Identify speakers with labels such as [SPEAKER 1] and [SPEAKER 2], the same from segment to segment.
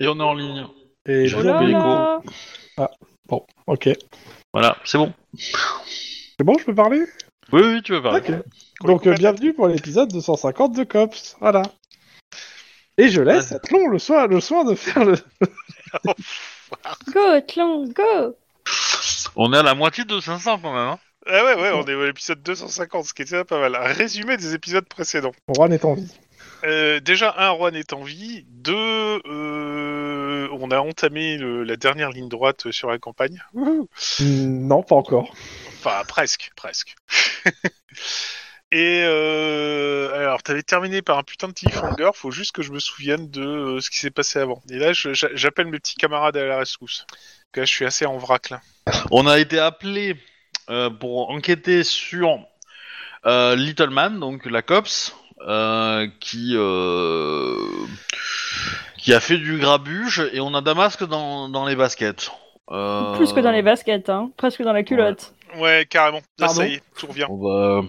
[SPEAKER 1] Et on est en ligne.
[SPEAKER 2] Et
[SPEAKER 1] J'aurais coupé les
[SPEAKER 2] voilà. Bon, ok.
[SPEAKER 1] Voilà, c'est bon.
[SPEAKER 2] C'est bon, je peux parler
[SPEAKER 1] Oui, oui, tu veux parler.
[SPEAKER 2] Ok. Donc, euh, bienvenue pour l'épisode 250 de Cops. Voilà. Et je laisse à Tlon le soin, le soin de faire le.
[SPEAKER 3] Go, Tlon, go
[SPEAKER 1] On est à la moitié de 500 quand même. Hein
[SPEAKER 4] Ah ouais, ouais, on est à l'épisode 250, ce qui était pas mal. Un résumé des épisodes précédents.
[SPEAKER 2] Juan est en vie.
[SPEAKER 4] Euh, déjà, un, Juan est en vie. Deux, euh, on a entamé le- la dernière ligne droite sur la campagne. Wouhou.
[SPEAKER 2] Mm, Non, pas encore.
[SPEAKER 4] Enfin, presque, presque. Et euh, alors, t'avais terminé par un putain de cliffhanger, faut juste que je me souvienne de euh, ce qui s'est passé avant. Et là, je- j'a- j'appelle mes petits camarades à la rescousse. Donc là, je suis assez en vrac là.
[SPEAKER 1] On a été appelé euh, pour enquêter sur euh, Little Man, donc la COPS, euh, qui, euh, qui a fait du grabuge et on a Damasque dans, dans les baskets. Euh,
[SPEAKER 3] Plus que dans les baskets, hein. presque dans la culotte.
[SPEAKER 4] Ouais, carrément. Là,
[SPEAKER 2] Pardon
[SPEAKER 4] ça y est, tout revient.
[SPEAKER 1] on va-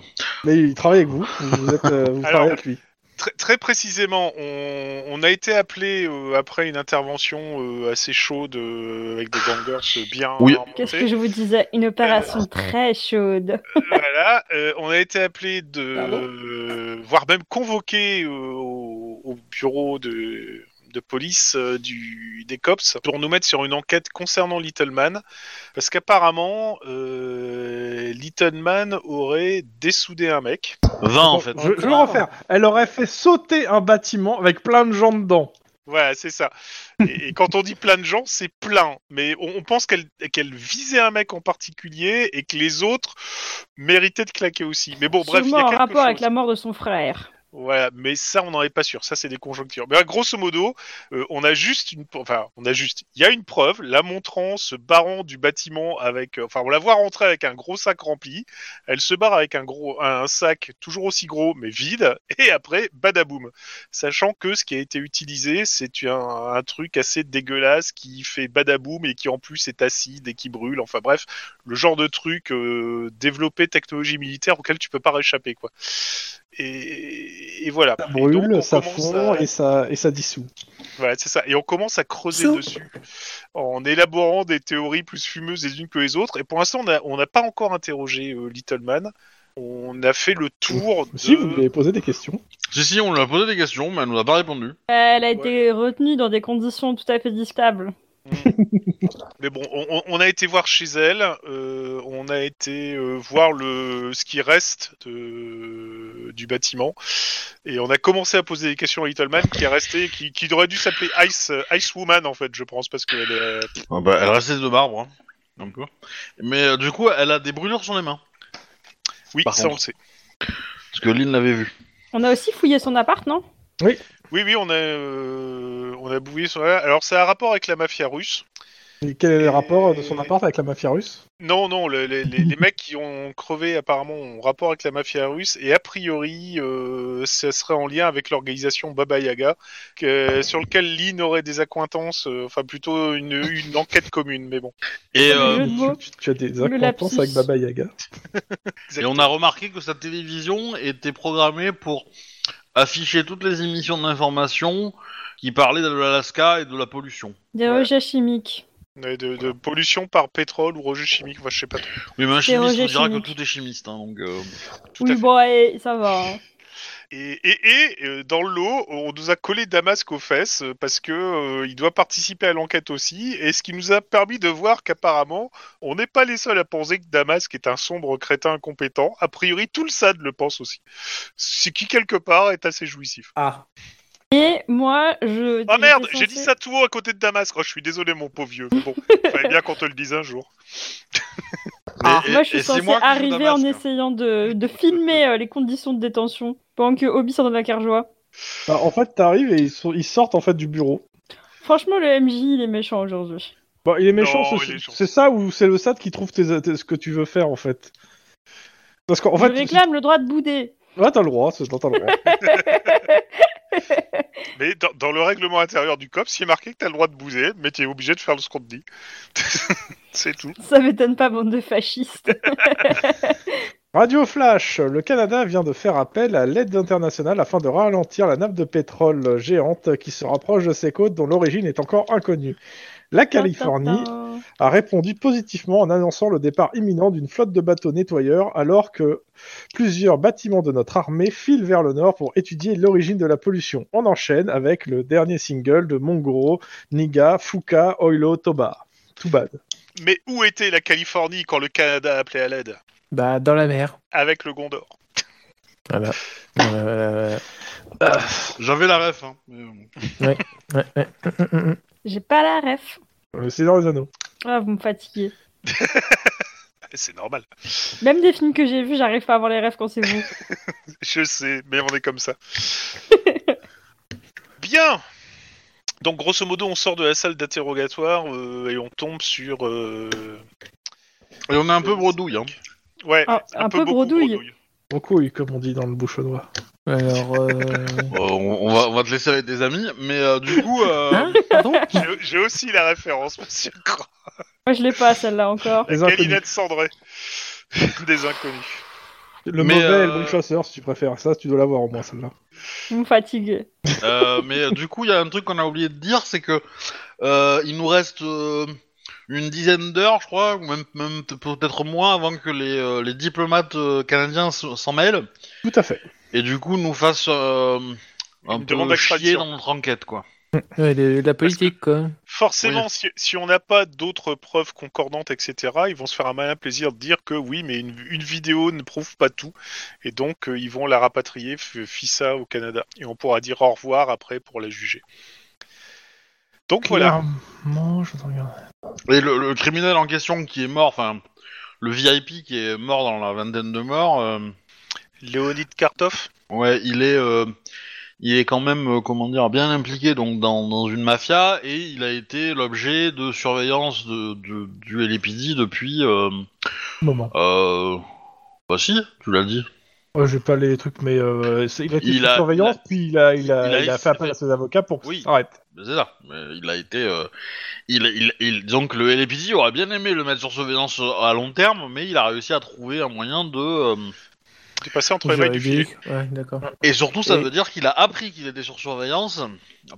[SPEAKER 2] Mais il travaille avec vous. Vous, êtes, euh, vous
[SPEAKER 4] Alors,
[SPEAKER 2] travaillez avec lui.
[SPEAKER 4] Très, très précisément, on, on a été appelé euh, après une intervention euh, assez chaude euh, avec des gangers euh, bien
[SPEAKER 1] Oui.
[SPEAKER 4] armés.
[SPEAKER 3] Qu'est-ce que je vous disais Une
[SPEAKER 4] Euh,
[SPEAKER 3] opération très chaude.
[SPEAKER 4] Voilà, euh, on a été appelé de,
[SPEAKER 3] Pardon
[SPEAKER 4] euh, voire même convoqué euh, au, au bureau de, de police euh, du, des cops pour nous mettre sur une enquête concernant Little Man, parce qu'apparemment euh, Little Man aurait dessoudé un mec.
[SPEAKER 1] 20 en fait.
[SPEAKER 2] Je, je vais le refaire. Elle aurait fait sauter un bâtiment avec plein de gens dedans.
[SPEAKER 4] Voilà, c'est ça. Et, et quand on dit plein de gens, c'est plein. Mais on, on pense qu'elle qu'elle visait un mec en particulier et que les autres méritaient de claquer aussi. Mais bon, bref, il y a
[SPEAKER 3] Sûrement en
[SPEAKER 4] quelque
[SPEAKER 3] rapport
[SPEAKER 4] chose.
[SPEAKER 3] avec la mort de son frère.
[SPEAKER 4] Voilà, mais ça, on n'en est pas sûr. Ça, c'est des conjonctures. Mais euh, grosso modo, euh, on a juste une, enfin, on a juste, il y a une preuve, la montrant se barrant du bâtiment avec, euh, enfin, on la voit rentrer avec un gros sac rempli. Elle se barre avec un gros, un, un sac toujours aussi gros mais vide. Et après, badaboum. Sachant que ce qui a été utilisé, c'est un, un truc assez dégueulasse qui fait badaboum et qui en plus est acide et qui brûle. Enfin bref, le genre de truc euh, développé technologie militaire auquel tu peux pas réchapper quoi. Et, et voilà.
[SPEAKER 2] Ça
[SPEAKER 4] Et
[SPEAKER 2] brûle,
[SPEAKER 4] donc, on
[SPEAKER 2] ça
[SPEAKER 4] commence
[SPEAKER 2] fond
[SPEAKER 4] à-
[SPEAKER 2] et, ça, et ça dissout.
[SPEAKER 4] Voilà, c'est ça. Et on commence à creuser
[SPEAKER 5] So-
[SPEAKER 4] dessus en élaborant des théories plus fumeuses les unes que les autres. Et pour l'instant, on n'a on n'a pas encore interrogé euh, Little Man. On a fait le tour de...
[SPEAKER 2] Si, vous lui avez posé des questions.
[SPEAKER 1] Si, si, on lui a posé des questions, mais elle nous a pas répondu.
[SPEAKER 3] Elle a été retenue dans des conditions tout à fait discutables.
[SPEAKER 4] Mais bon, on, on- on a été voir chez elle, euh, on a été euh, voir le ce qui reste de- du bâtiment, et on a commencé à poser des questions à Little Man qui est resté, qui, qui aurait dû s'appeler Ice euh, Ice Woman en fait, je pense, parce qu'elle est... euh,
[SPEAKER 1] Ah bah, elle restait de marbre. Hein. Un peu. Mais euh, du coup, elle a des brûlures sur les mains.
[SPEAKER 4] oui,
[SPEAKER 1] Par
[SPEAKER 4] ça
[SPEAKER 1] contre.
[SPEAKER 4] on le sait.
[SPEAKER 1] Parce que Lynn l'avait vu.
[SPEAKER 3] On a aussi fouillé son appart, non
[SPEAKER 4] Oui, oui, on a euh, on a bouillé sur. Alors, c'est un rapport avec la mafia russe.
[SPEAKER 2] Et quel est le rapport de son appart avec la mafia russe
[SPEAKER 4] Non, non, le- les, les- les mecs qui ont crevé apparemment ont rapport avec la mafia russe et a priori, euh, ça serait en lien avec l'organisation Baba Yaga, que- sur lequel Lynn aurait des accointances, euh, enfin plutôt une, une enquête commune, mais bon.
[SPEAKER 1] Et,
[SPEAKER 3] Le
[SPEAKER 1] euh,
[SPEAKER 3] jeu de mots.
[SPEAKER 2] tu, tu as des
[SPEAKER 3] Le
[SPEAKER 2] acquaintances
[SPEAKER 3] lapsus.
[SPEAKER 2] avec Baba Yaga.
[SPEAKER 1] et on a remarqué que sa télévision était programmée pour afficher toutes les émissions d'information qui parlaient de l'Alaska et de la pollution.
[SPEAKER 3] Des
[SPEAKER 4] Ouais.
[SPEAKER 3] rejets chimiques.
[SPEAKER 4] Ouais, Euh, De, de pollution par pétrole ou rejet chimique, enfin, je sais pas trop.
[SPEAKER 1] Oui, mais un
[SPEAKER 3] Des
[SPEAKER 1] chimiste
[SPEAKER 3] rejets
[SPEAKER 1] vous dira que
[SPEAKER 3] chimiques.
[SPEAKER 1] tout est chimiste. Hein, donc, euh,
[SPEAKER 4] Tout à
[SPEAKER 3] Oui,
[SPEAKER 4] fait.
[SPEAKER 3] bon, allez, ça va. hein.
[SPEAKER 4] Et, et, et, euh, dans le lot, on nous a collé Damasque aux fesses euh, parce que euh, il doit participer à l'enquête aussi, et ce qui nous a permis de voir qu'apparemment, on n'est pas les seuls à penser que Damasque est un sombre crétin incompétent. A priori, tout le SAD le pense aussi, ce qui quelque part est assez jouissif.
[SPEAKER 5] Ah,
[SPEAKER 3] Et moi, je.
[SPEAKER 4] Ah merde,
[SPEAKER 3] j'étais
[SPEAKER 4] j'ai dit
[SPEAKER 3] censée-
[SPEAKER 4] ça tout haut à côté de Damasque. Oh, je suis désolé, mon pauvre vieux. Mais bon, fallait bien qu'on te le dise un jour.
[SPEAKER 5] Ah,
[SPEAKER 1] mais-
[SPEAKER 3] Moi,
[SPEAKER 1] et-
[SPEAKER 3] je suis
[SPEAKER 1] et c'est
[SPEAKER 3] censée
[SPEAKER 1] moi qui joue
[SPEAKER 3] arriver en
[SPEAKER 4] hein.
[SPEAKER 1] Damasque. hein.
[SPEAKER 3] essayant de, de filmer euh, les conditions de détention pendant que Obi sort de la carjoie.
[SPEAKER 2] Bah, en fait, t'arrives et ils, sont- ils sortent en fait du bureau.
[SPEAKER 3] Franchement, le MJ, il est méchant aujourd'hui.
[SPEAKER 2] Bon, il est méchant,
[SPEAKER 4] Non,
[SPEAKER 2] ce-
[SPEAKER 4] il est gentil.
[SPEAKER 2] c'est ça ou c'est le SAD qui trouve tes, tes- ce que tu veux faire en fait Parce qu'en fait,
[SPEAKER 3] je réclame le droit de bouder.
[SPEAKER 2] ouais, t'as le droit, c'est- t'as le droit.
[SPEAKER 4] Mais dans, dans le règlement intérieur du COPS, il est marqué que t'as le droit de bouser, mais t'es obligé de faire ce qu'on te dit. C'est tout.
[SPEAKER 3] Ça m'étonne pas, bande de fascistes.
[SPEAKER 2] Radio Flash, le Canada vient de faire appel à l'aide internationale afin de ralentir la nappe de pétrole géante qui se rapproche de ses côtes dont l'origine est encore inconnue. La Californie
[SPEAKER 3] Tintin.
[SPEAKER 2] a répondu positivement en annonçant le départ imminent d'une flotte de bateaux nettoyeurs alors que plusieurs bâtiments de notre armée filent vers le nord pour étudier l'origine de la pollution. On enchaîne avec le dernier single de Mongoro, Niga, Fuka, Oilo, Toba. Too bad.
[SPEAKER 4] Mais où était la Californie quand le Canada a appelé à l'aide
[SPEAKER 5] Bah, dans la mer.
[SPEAKER 4] Avec le Gondor.
[SPEAKER 5] Voilà. Euh,
[SPEAKER 1] J'avais la ref. hein, mais, euh,
[SPEAKER 5] ouais, ouais. Mm, mm, mm.
[SPEAKER 3] J'ai pas la ref.
[SPEAKER 2] Le Seigneur des Anneaux.
[SPEAKER 3] Ah, vous me fatiguez.
[SPEAKER 4] Eh, C'est normal.
[SPEAKER 3] Même des films que j'ai vus, j'arrive pas à avoir les rêves quand c'est vous.
[SPEAKER 4] Je sais, mais on est comme ça. Bien Donc, grosso modo, on sort de la salle d'interrogatoire euh, et on tombe sur. euh,
[SPEAKER 1] Et on est un peu bredouille. Hein.
[SPEAKER 4] Ouais,
[SPEAKER 3] Ah, un, peu,
[SPEAKER 4] beaucoup
[SPEAKER 3] bredouille.
[SPEAKER 2] Beaucoup, comme on dit dans le bouchonnois.
[SPEAKER 5] Alors, euh,
[SPEAKER 1] Euh, on, on va, on va te laisser avec des amis, mais euh, du coup, euh,
[SPEAKER 5] hein, pardon
[SPEAKER 4] J'ai- J'ai aussi la référence, monsieur Croix.
[SPEAKER 3] Moi, je l'ai pas, celle-là encore.
[SPEAKER 2] Les inconnus.
[SPEAKER 4] Galinette Cendré. Des inconnus.
[SPEAKER 2] Le
[SPEAKER 1] Mais,
[SPEAKER 2] mauvais et le
[SPEAKER 1] euh,
[SPEAKER 2] bon chasseur, si tu préfères ça, tu dois l'avoir au moins celle-là.
[SPEAKER 3] Vous me fatiguez.
[SPEAKER 1] euh, mais euh, du coup, il y a un truc qu'on a oublié de dire, c'est que euh, il nous reste euh, une dizaine d'heures, je crois, ou même, même t- peut-être moins, avant que les, euh, les diplomates euh, canadiens s- s'en mêlent
[SPEAKER 2] Tout à fait.
[SPEAKER 1] et du coup nous fassent euh, un
[SPEAKER 4] Une
[SPEAKER 1] peu
[SPEAKER 4] demande
[SPEAKER 1] chier
[SPEAKER 4] d'extradition.
[SPEAKER 1] dans notre enquête, quoi.
[SPEAKER 5] Ouais, le- La politique, quoi.
[SPEAKER 4] Forcément,
[SPEAKER 1] Oui.
[SPEAKER 4] si, si on n'a pas d'autres preuves concordantes, etc., ils vont se faire un malin plaisir de dire que oui, mais une, une vidéo ne prouve pas tout, et donc euh, ils vont la rapatrier f- FISA au Canada, et on pourra dire au revoir après pour la juger. Donc voilà.
[SPEAKER 5] Clairement, je vous regarde.
[SPEAKER 1] Et le, le criminel en question qui est mort, enfin le VIP qui est mort dans la vingtaine de morts. euh,
[SPEAKER 4] Léonid Kartov
[SPEAKER 1] Ouais, il est, euh, il est quand même, euh, comment dire, bien impliqué donc dans, dans une mafia et il a été l'objet de surveillance de, de- du LAPD depuis. Euh,
[SPEAKER 2] Moment.
[SPEAKER 1] euh, bah si, tu l'as dit.
[SPEAKER 2] Euh, je vais pas les trucs, mais euh, c'est- il a été
[SPEAKER 1] Il
[SPEAKER 2] sous
[SPEAKER 1] a-
[SPEAKER 2] surveillance, puis il a, il a,
[SPEAKER 1] il a-
[SPEAKER 2] il a fait appel à ses avocats pour
[SPEAKER 1] Oui.
[SPEAKER 2] arrête.
[SPEAKER 1] Mais C'est ça. Mais il a été, euh, il, il, il- disons que le LAPD aurait bien aimé le mettre sur surveillance euh, à long terme, mais il a réussi à trouver un moyen de. euh,
[SPEAKER 4] est passé entre les mailles du filet.
[SPEAKER 5] Juridique. Ouais, d'accord.
[SPEAKER 4] Ah,
[SPEAKER 1] Et surtout, ça
[SPEAKER 5] Et-
[SPEAKER 1] veut dire qu'il a appris qu'il était sur surveillance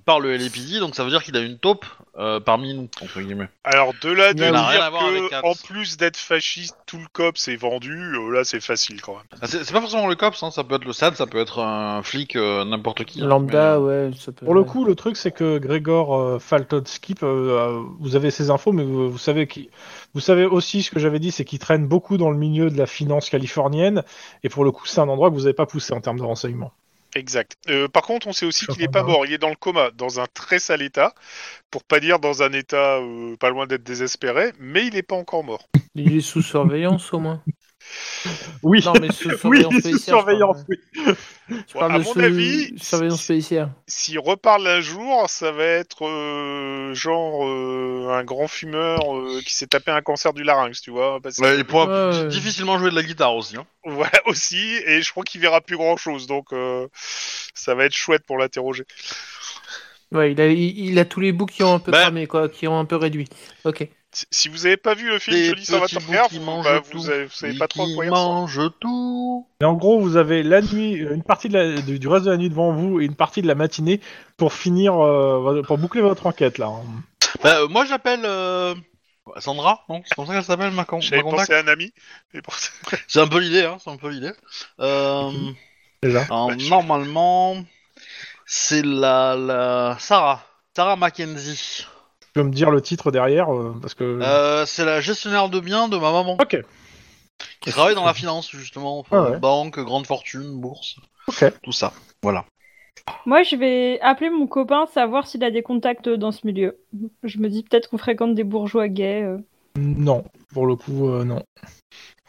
[SPEAKER 1] par le LAPD, donc ça veut dire qu'il a une taupe euh, parmi nous entre guillemets.
[SPEAKER 4] Alors de là de
[SPEAKER 5] Il n'a
[SPEAKER 1] rien à
[SPEAKER 4] dire
[SPEAKER 1] voir avec
[SPEAKER 4] que,
[SPEAKER 1] Katz.
[SPEAKER 4] en plus d'être fasciste, tout le COPS est vendu, euh, là c'est facile quand même.
[SPEAKER 1] Ah, C'est c'est pas forcément le cops, hein, ça peut être le SAD, ça peut être un flic, euh, n'importe qui. hein,
[SPEAKER 5] Lambda, ouais, ça peut.
[SPEAKER 2] euh, Pour le coup, le truc, c'est que Grégor euh, Faltonsky, euh, euh, vous avez ces infos, mais vous, vous savez qui, vous savez aussi ce que j'avais dit, c'est qu'il traîne beaucoup dans le milieu de la finance californienne, et pour le coup, c'est un endroit que vous n'avez pas poussé en termes de renseignements.
[SPEAKER 4] Exact. Euh, par contre, on sait aussi
[SPEAKER 2] Je
[SPEAKER 4] qu'il n'est pas
[SPEAKER 2] comprends.
[SPEAKER 4] mort. Il est dans le coma, dans un très sale état, pour pas dire dans un état euh, pas loin d'être désespéré, mais il n'est pas encore mort.
[SPEAKER 5] Il est sous surveillance au moins.
[SPEAKER 2] Oui,
[SPEAKER 5] Non, mais sous
[SPEAKER 2] oui,
[SPEAKER 5] surveillance
[SPEAKER 2] sous
[SPEAKER 5] policière. je parle,
[SPEAKER 2] surveillance,
[SPEAKER 5] ouais.
[SPEAKER 2] oui.
[SPEAKER 5] Je parle
[SPEAKER 4] à
[SPEAKER 5] de
[SPEAKER 4] mon
[SPEAKER 5] sous-
[SPEAKER 4] avis,
[SPEAKER 5] surveillance
[SPEAKER 4] si-
[SPEAKER 5] policière.
[SPEAKER 4] S'il reparle un jour, ça va être euh, genre euh, un grand fumeur euh, qui s'est tapé un cancer du larynx, tu vois. parce que-
[SPEAKER 1] Ouais, il pourra
[SPEAKER 5] Ouais, ouais.
[SPEAKER 1] difficilement jouer de la guitare aussi. hein.
[SPEAKER 4] Voilà aussi, et je crois qu'il verra plus grand chose, donc euh, ça va être chouette pour l'interroger.
[SPEAKER 5] Ouais, il a, il, il a tous les bouts qui ont un peu
[SPEAKER 1] Bah.
[SPEAKER 5] cramé, quoi, qui ont un peu réduit. Ok.
[SPEAKER 4] Si- Si vous avez pas vu le film
[SPEAKER 1] Des
[SPEAKER 4] Johnny ça va
[SPEAKER 1] petits
[SPEAKER 4] te
[SPEAKER 1] bouts
[SPEAKER 4] faire,
[SPEAKER 1] qui mangent
[SPEAKER 4] bah,
[SPEAKER 1] tout.
[SPEAKER 4] vous, avez- vous savez
[SPEAKER 1] Et
[SPEAKER 4] pas trop à
[SPEAKER 1] qui
[SPEAKER 4] quoi il ressemble.
[SPEAKER 1] mange tout.
[SPEAKER 2] Mais en gros, vous avez la nuit, une partie de la- du, du reste de la nuit devant vous et une partie de la matinée pour finir, euh, pour boucler votre enquête là. hein.
[SPEAKER 1] Bah, euh, moi j'appelle euh, Sandra, non C'est comme ça qu'elle s'appelle ma, con- ma
[SPEAKER 4] J'avais
[SPEAKER 1] contact.
[SPEAKER 4] pensé à un ami. et pour ça-
[SPEAKER 1] C'est un peu l'idée, hein, c'est un peu l'idée. Euh,
[SPEAKER 2] Déjà.
[SPEAKER 1] alors,
[SPEAKER 4] Bah,
[SPEAKER 1] normalement, c'est la, la Sarah, Sarah Mackenzie.
[SPEAKER 2] Tu peux me dire le titre derrière euh, parce que.
[SPEAKER 1] Euh, c'est la gestionnaire de biens de ma maman.
[SPEAKER 2] Ok.
[SPEAKER 1] Qui travaille dans la finance, justement.
[SPEAKER 2] Ah ouais.
[SPEAKER 1] Banque, grande fortune, bourse.
[SPEAKER 2] Ok.
[SPEAKER 1] Tout ça. Voilà.
[SPEAKER 3] Moi, je vais appeler mon copain, savoir s'il a des contacts dans ce milieu. Je me dis peut-être qu'on fréquente des bourgeois gays. euh.
[SPEAKER 2] Non, pour le coup, euh, non.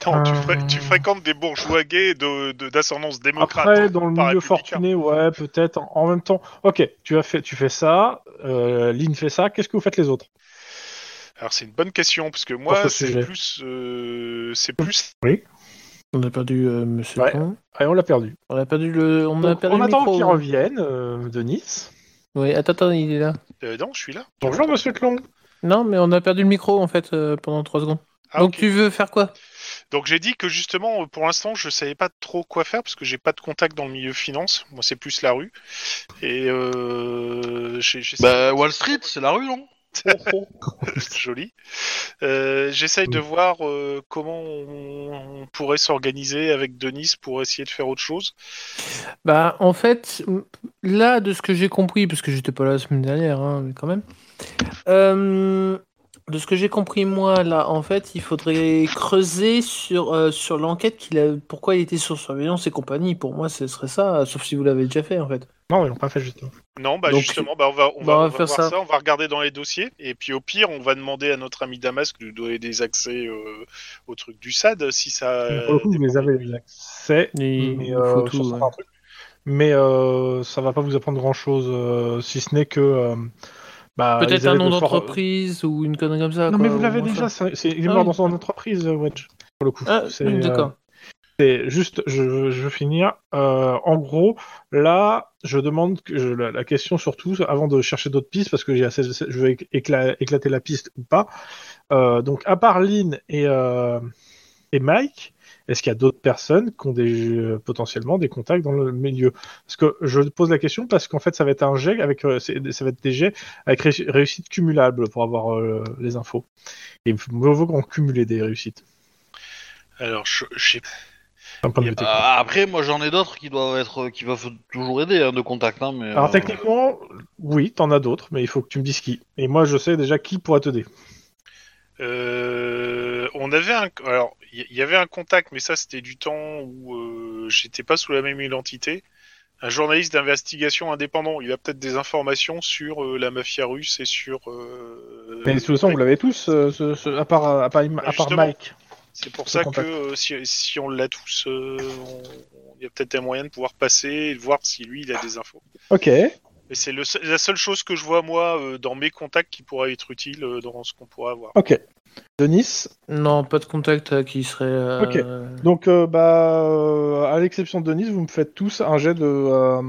[SPEAKER 4] Non, tu,
[SPEAKER 5] Euh.
[SPEAKER 4] fré- tu fréquentes des bourgeois gays de- de- d'ascendance démocrate.
[SPEAKER 2] Après, dans le
[SPEAKER 4] pas
[SPEAKER 2] milieu
[SPEAKER 4] républicain.
[SPEAKER 2] fortuné, ouais, peut-être. En en même temps, ok, tu as fait, tu fais ça. Euh, Lynn fait ça. Qu'est-ce que vous faites les autres
[SPEAKER 4] Alors c'est une bonne question parce que
[SPEAKER 2] Pour
[SPEAKER 4] moi
[SPEAKER 2] ce
[SPEAKER 4] c'est
[SPEAKER 2] sujet.
[SPEAKER 4] plus, euh, c'est plus.
[SPEAKER 5] On a perdu euh, Monsieur
[SPEAKER 2] Ouais.
[SPEAKER 5] Pan.
[SPEAKER 2] Allez, Ah, on l'a perdu.
[SPEAKER 5] On a perdu le. On a
[SPEAKER 2] Donc,
[SPEAKER 5] perdu
[SPEAKER 2] on
[SPEAKER 5] le
[SPEAKER 2] attend
[SPEAKER 5] micro.
[SPEAKER 2] qu'il revienne euh, de Nice.
[SPEAKER 5] Oui, attends, attends, il est là.
[SPEAKER 4] Euh, non, je suis là.
[SPEAKER 2] Bonjour, Monsieur Clon.
[SPEAKER 5] Non, mais on a perdu le micro en fait euh, pendant 3 secondes.
[SPEAKER 4] Ah,
[SPEAKER 5] Donc
[SPEAKER 4] ok.
[SPEAKER 5] tu veux faire quoi
[SPEAKER 4] Donc j'ai dit que justement, euh, pour l'instant, je savais pas trop quoi faire parce que j'ai pas de contact dans le milieu finance. Moi, c'est plus la rue. Et euh, j'ai- j'essaie-
[SPEAKER 1] Bah, Wall Street, c'est la rue, non
[SPEAKER 4] joli. Euh, J'essaye
[SPEAKER 2] Mm.
[SPEAKER 4] de voir euh, comment on, on pourrait s'organiser avec Denis pour essayer de faire autre chose.
[SPEAKER 5] Bah, en fait, m- là, de ce que j'ai compris, parce que j'étais pas là la semaine dernière, hein, mais quand même, euh, de ce que j'ai compris, moi, là, en fait, il faudrait creuser sur, euh, sur l'enquête, qu'il a, pourquoi il était sur surveillance et compagnie. Pour moi, ce serait ça, sauf si vous l'avez déjà fait, en fait.
[SPEAKER 2] Non, ils l'ont pas fait justement.
[SPEAKER 4] Non, bah
[SPEAKER 5] Donc,
[SPEAKER 4] justement, bah, on va, on
[SPEAKER 5] bah,
[SPEAKER 4] va,
[SPEAKER 5] on va
[SPEAKER 4] on va
[SPEAKER 5] faire
[SPEAKER 4] voir ça.
[SPEAKER 5] ça.
[SPEAKER 4] on va regarder dans les dossiers. Et puis au pire, on va demander à notre ami Damas de nous donner des accès euh, au truc du SAD si ça. euh,
[SPEAKER 2] Pour le coup, vous les avez les accès,
[SPEAKER 5] Et
[SPEAKER 2] mais,
[SPEAKER 5] Mm, il
[SPEAKER 2] euh,
[SPEAKER 5] faut
[SPEAKER 2] sur
[SPEAKER 5] tout,
[SPEAKER 2] certains
[SPEAKER 5] ouais.
[SPEAKER 2] trucs. Mais, euh, ça va pas vous apprendre grand chose, si ce n'est que. euh, bah, ils
[SPEAKER 5] Peut-être un
[SPEAKER 2] avaient
[SPEAKER 5] nom
[SPEAKER 2] de forts-
[SPEAKER 5] d'entreprise ou une connerie comme ça.
[SPEAKER 2] Non,
[SPEAKER 5] quoi,
[SPEAKER 2] mais vous
[SPEAKER 5] au
[SPEAKER 2] l'avez
[SPEAKER 5] moins
[SPEAKER 2] déjà,
[SPEAKER 5] ça.
[SPEAKER 2] c'est- c'est- il est
[SPEAKER 5] Ah
[SPEAKER 2] mort
[SPEAKER 5] oui.
[SPEAKER 2] dans son entreprise, euh, Wedge. Pour le coup.
[SPEAKER 5] Ah,
[SPEAKER 2] C'est,
[SPEAKER 5] oui,
[SPEAKER 2] euh,
[SPEAKER 5] d'accord.
[SPEAKER 2] C'est juste, je, je veux finir. Euh, en gros, là, je demande que je- la, la question surtout, avant de chercher d'autres pistes, parce que j'ai assez, je vais écla- éclater la piste ou pas. Euh, donc, à part Lynn et, euh, et Mike, est-ce qu'il y a d'autres personnes qui ont des, euh, potentiellement des contacts dans le milieu Parce que je pose la question parce qu'en fait, ça va être un jet avec, euh, c'est- ça va être des jets avec réu- réussite cumulable pour avoir euh, les infos. Et il vaut vaut qu'on cumule des réussites.
[SPEAKER 4] Alors, je, j'ai-
[SPEAKER 2] d'un point de
[SPEAKER 4] Et
[SPEAKER 2] vue
[SPEAKER 1] Euh,
[SPEAKER 2] technique.
[SPEAKER 1] Après, moi, j'en ai d'autres qui doivent être, qui peuvent toujours aider hein, de contact, hein, mais.
[SPEAKER 2] Alors
[SPEAKER 1] euh,
[SPEAKER 2] techniquement, oui, t'en as d'autres, mais il faut que tu me dises qui. Et moi, je sais déjà qui pourra t'aider.
[SPEAKER 4] euh, on avait un, alors il y, il y avait un contact, mais ça c'était du temps où euh, j'étais pas sous la même identité. Un journaliste d'investigation indépendant, il a peut-être des informations sur euh, la mafia russe et sur. euh,
[SPEAKER 2] Mais Ben, de toute façon, vous l'avez tous, euh, ce- ce- à part, à part, à part
[SPEAKER 4] Justement.
[SPEAKER 2] Mike.
[SPEAKER 4] C'est pour
[SPEAKER 2] Ce
[SPEAKER 4] ça
[SPEAKER 2] contact.
[SPEAKER 4] que euh, si, si on l'a tous, euh, on- il y a peut-être un moyen de pouvoir passer et de voir si lui il a des infos.
[SPEAKER 2] Ok.
[SPEAKER 4] Et c'est le se- la seule chose que je vois moi euh, dans mes contacts qui pourra être utile euh, dans ce qu'on pourra avoir.
[SPEAKER 2] Ok. Denis.
[SPEAKER 5] Non, pas de contact euh, qui serait. euh,
[SPEAKER 2] Ok. Donc, euh, bah, euh, à l'exception de Denis, vous me faites tous un jet de, euh,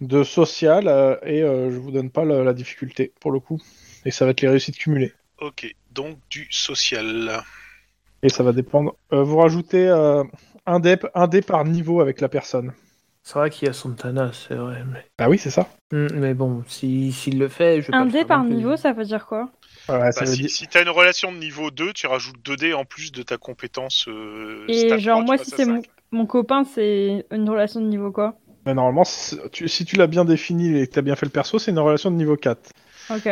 [SPEAKER 2] de social euh, et euh, je vous donne pas la, la difficulté pour le coup. Et ça va être les réussites cumulées.
[SPEAKER 4] Ok, donc du social.
[SPEAKER 2] Et ça va dépendre. Euh, vous rajoutez euh, un dé un dé par niveau avec la personne.
[SPEAKER 5] C'est vrai qu'il y a Santana, c'est vrai. Mais,
[SPEAKER 2] Ah oui, c'est ça.
[SPEAKER 5] Hmm, mais bon, si- s'il le fait, je vais pas
[SPEAKER 3] Un
[SPEAKER 5] le
[SPEAKER 3] dé
[SPEAKER 5] faire
[SPEAKER 3] par
[SPEAKER 5] non plus. hein.
[SPEAKER 3] niveau, ça veut dire quoi
[SPEAKER 2] Voilà, ça
[SPEAKER 4] Bah,
[SPEAKER 2] veut
[SPEAKER 4] si
[SPEAKER 2] dire-
[SPEAKER 4] si t'as une relation de niveau 2, tu rajoutes 2 dés en plus de ta compétence. euh,
[SPEAKER 3] Et
[SPEAKER 4] stat
[SPEAKER 3] genre,
[SPEAKER 4] trois,
[SPEAKER 3] moi,
[SPEAKER 4] tu
[SPEAKER 3] si
[SPEAKER 4] passes à
[SPEAKER 3] c'est
[SPEAKER 4] cinq.
[SPEAKER 3] mon... mon copain, c'est une relation de niveau quoi
[SPEAKER 2] Mais normalement, c'est- tu- si tu l'as bien défini et que tu as bien fait le perso, c'est une relation de niveau 4.
[SPEAKER 3] Ok.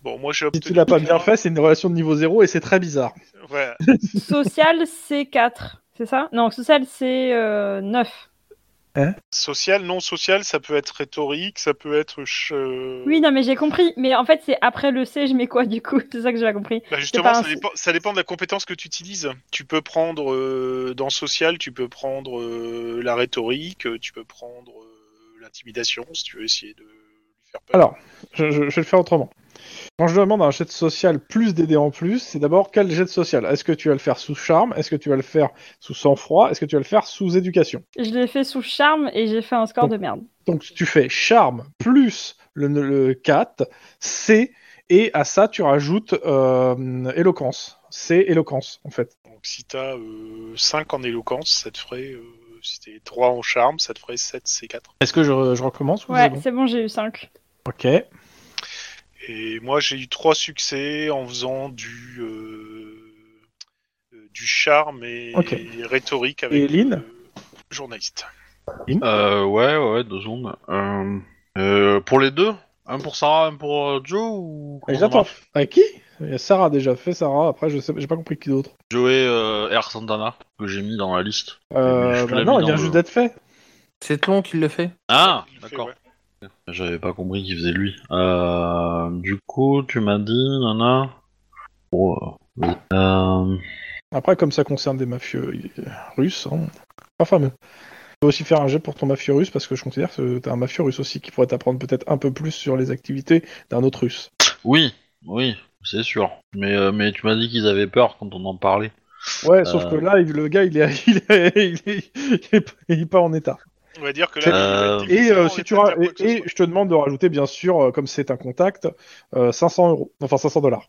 [SPEAKER 4] Bon, moi j'ai
[SPEAKER 2] Si
[SPEAKER 4] obtenu.
[SPEAKER 2] tu l'as pas bien fait, c'est une relation de niveau 0 et c'est très bizarre.
[SPEAKER 4] Voilà.
[SPEAKER 3] Social, c'est 4, c'est ça Non, social, euh, c'est 9.
[SPEAKER 4] Social, non social, ça peut être rhétorique, ça peut être. ch- euh,
[SPEAKER 3] Oui, non, mais j'ai compris. Mais en fait, c'est après le C, je mets quoi du coup C'est ça que j'ai pas compris.
[SPEAKER 4] Bah, justement,
[SPEAKER 3] pas
[SPEAKER 4] ça
[SPEAKER 3] un-
[SPEAKER 4] dépend, ça dépend de la compétence que tu utilises. Tu peux prendre euh, dans social, tu peux prendre euh, la rhétorique, euh, tu peux prendre euh, l'intimidation si tu veux essayer de lui faire peur.
[SPEAKER 2] Alors, je, je- je vais le faire autrement. Quand je demande un jet de social plus des dés en plus, c'est d'abord quel jet de social Est-ce que tu vas le faire sous charme Est-ce que tu vas le faire sous sang-froid Est-ce que tu vas le faire sous éducation
[SPEAKER 3] Je l'ai fait sous charme et j'ai fait un score de merde.
[SPEAKER 2] Donc tu fais charme plus le, le 4, C, et à ça tu rajoutes euh, éloquence. C'est éloquence en fait.
[SPEAKER 4] Donc si t'as 5 en éloquence, ça te ferait. euh, si t'es 3 en charme, ça te ferait 7 C4.
[SPEAKER 2] Est-ce que je, je recommence ou
[SPEAKER 3] Ouais,
[SPEAKER 2] c'est bon
[SPEAKER 3] c'est bon, j'ai eu 5.
[SPEAKER 2] Ok.
[SPEAKER 4] Et moi, j'ai eu trois succès en faisant du euh, euh, du charme et
[SPEAKER 2] Ok.
[SPEAKER 4] rhétorique avec
[SPEAKER 2] Et Lynn
[SPEAKER 4] le journaliste.
[SPEAKER 1] Euh, ouais, ouais, ouais, deux secondes. Euh, euh, pour les deux Un pour Sarah, un pour euh, Joe ou comment ça
[SPEAKER 2] J'attends.
[SPEAKER 1] marche
[SPEAKER 2] À Ah, qui Il y a Sarah déjà fait Sarah. Après, je sais, j'ai pas compris qui d'autre.
[SPEAKER 1] Joe et euh, R. Santana, que j'ai mis dans la liste.
[SPEAKER 2] Euh,
[SPEAKER 1] Je te l'ai
[SPEAKER 2] bah non,
[SPEAKER 1] mis
[SPEAKER 2] il vient
[SPEAKER 1] dans
[SPEAKER 2] juste
[SPEAKER 1] le-
[SPEAKER 2] d'être fait.
[SPEAKER 5] C'est Tlon qui le fait.
[SPEAKER 1] Ah,
[SPEAKER 4] Il fait,
[SPEAKER 1] d'accord.
[SPEAKER 4] ouais.
[SPEAKER 1] J'avais pas compris qu'il faisait lui. Euh, du coup, tu m'as dit, nana. Bon, euh, euh,
[SPEAKER 2] Après, comme ça concerne des mafieux euh, russes, hein, pas fameux. Tu peux aussi faire un jet pour ton mafieux russe parce que je considère que t'as un mafieux russe aussi qui pourrait t'apprendre peut-être un peu plus sur les activités d'un autre russe.
[SPEAKER 1] oui, oui, c'est sûr. Mais, euh, mais tu m'as dit qu'ils avaient peur quand on en parlait.
[SPEAKER 2] Ouais, sauf
[SPEAKER 1] Euh.
[SPEAKER 2] que là, il- le gars, il est, il est, il est, il est pas- il est pas en état.
[SPEAKER 4] On va dire que là.
[SPEAKER 1] Euh,
[SPEAKER 4] il va être
[SPEAKER 2] Et, euh,
[SPEAKER 4] déficient,
[SPEAKER 2] si
[SPEAKER 4] il
[SPEAKER 2] tu
[SPEAKER 4] va
[SPEAKER 2] ra-
[SPEAKER 4] pas faire quoi que
[SPEAKER 2] et, et
[SPEAKER 4] ce
[SPEAKER 2] je te demande de rajouter, bien sûr, euh, comme c'est un contact, euh, 500 euros, enfin 500 dollars.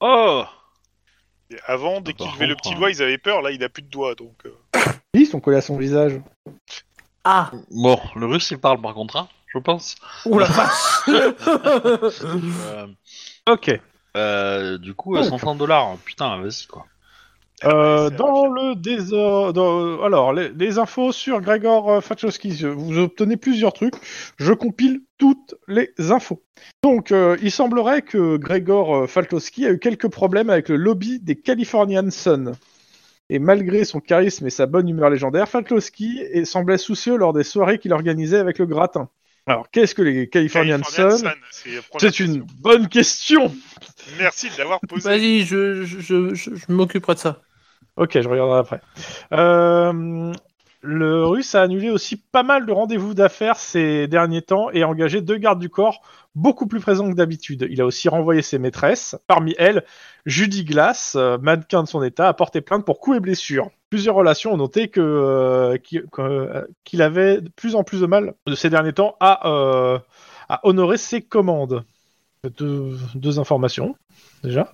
[SPEAKER 1] Oh
[SPEAKER 4] soit. Avant,
[SPEAKER 2] Ah,
[SPEAKER 4] dès qu'il
[SPEAKER 1] Par
[SPEAKER 4] levait le
[SPEAKER 1] contre,
[SPEAKER 4] petit
[SPEAKER 1] hein.
[SPEAKER 4] doigt, ils avaient peur. Là, il n'a plus de doigt. Donc, euh,
[SPEAKER 2] Oui, ils sont collés à son visage.
[SPEAKER 5] Ah
[SPEAKER 1] Bon, le russe il parle par contre, hein, je pense.
[SPEAKER 5] Ouh la vache
[SPEAKER 1] Euh,
[SPEAKER 2] Ok.
[SPEAKER 1] euh, du coup, euh,
[SPEAKER 2] Donc.
[SPEAKER 1] 130 dollars, putain, vas-y quoi.
[SPEAKER 2] Euh,
[SPEAKER 4] Ah, c'est
[SPEAKER 2] dans le désordre. dans- Alors, les, les infos sur Gregor euh, Fatchowski, je- vous obtenez plusieurs trucs. Je compile toutes les infos. Donc, euh, il semblerait que Gregor euh, Fatchowski a eu quelques problèmes avec le lobby des Californian Sun. Et malgré son charisme et sa bonne humeur légendaire, Fatchowski est- semblait soucieux lors des soirées qu'il organisait avec le gratin. Alors, qu'est-ce que les Californian, Sun
[SPEAKER 4] Sun, c'est la première
[SPEAKER 2] C'est une bonne question
[SPEAKER 4] question. Merci de l'avoir posé.
[SPEAKER 5] Vas-y, je, je, je, je- je m'occuperai de ça.
[SPEAKER 2] Ok, je regarderai après. Euh, le russe a annulé aussi pas mal de rendez-vous d'affaires ces derniers temps et a engagé deux gardes du corps beaucoup plus présents que d'habitude. Il a aussi renvoyé ses maîtresses. Parmi elles, Judy Glass, euh, mannequin de son état, a porté plainte pour coups et blessures. Plusieurs relations ont noté que euh, qui- que, euh, qu'il avait de plus en plus de mal de ces derniers temps à, euh, à honorer ses commandes. Deux, deux informations, déjà.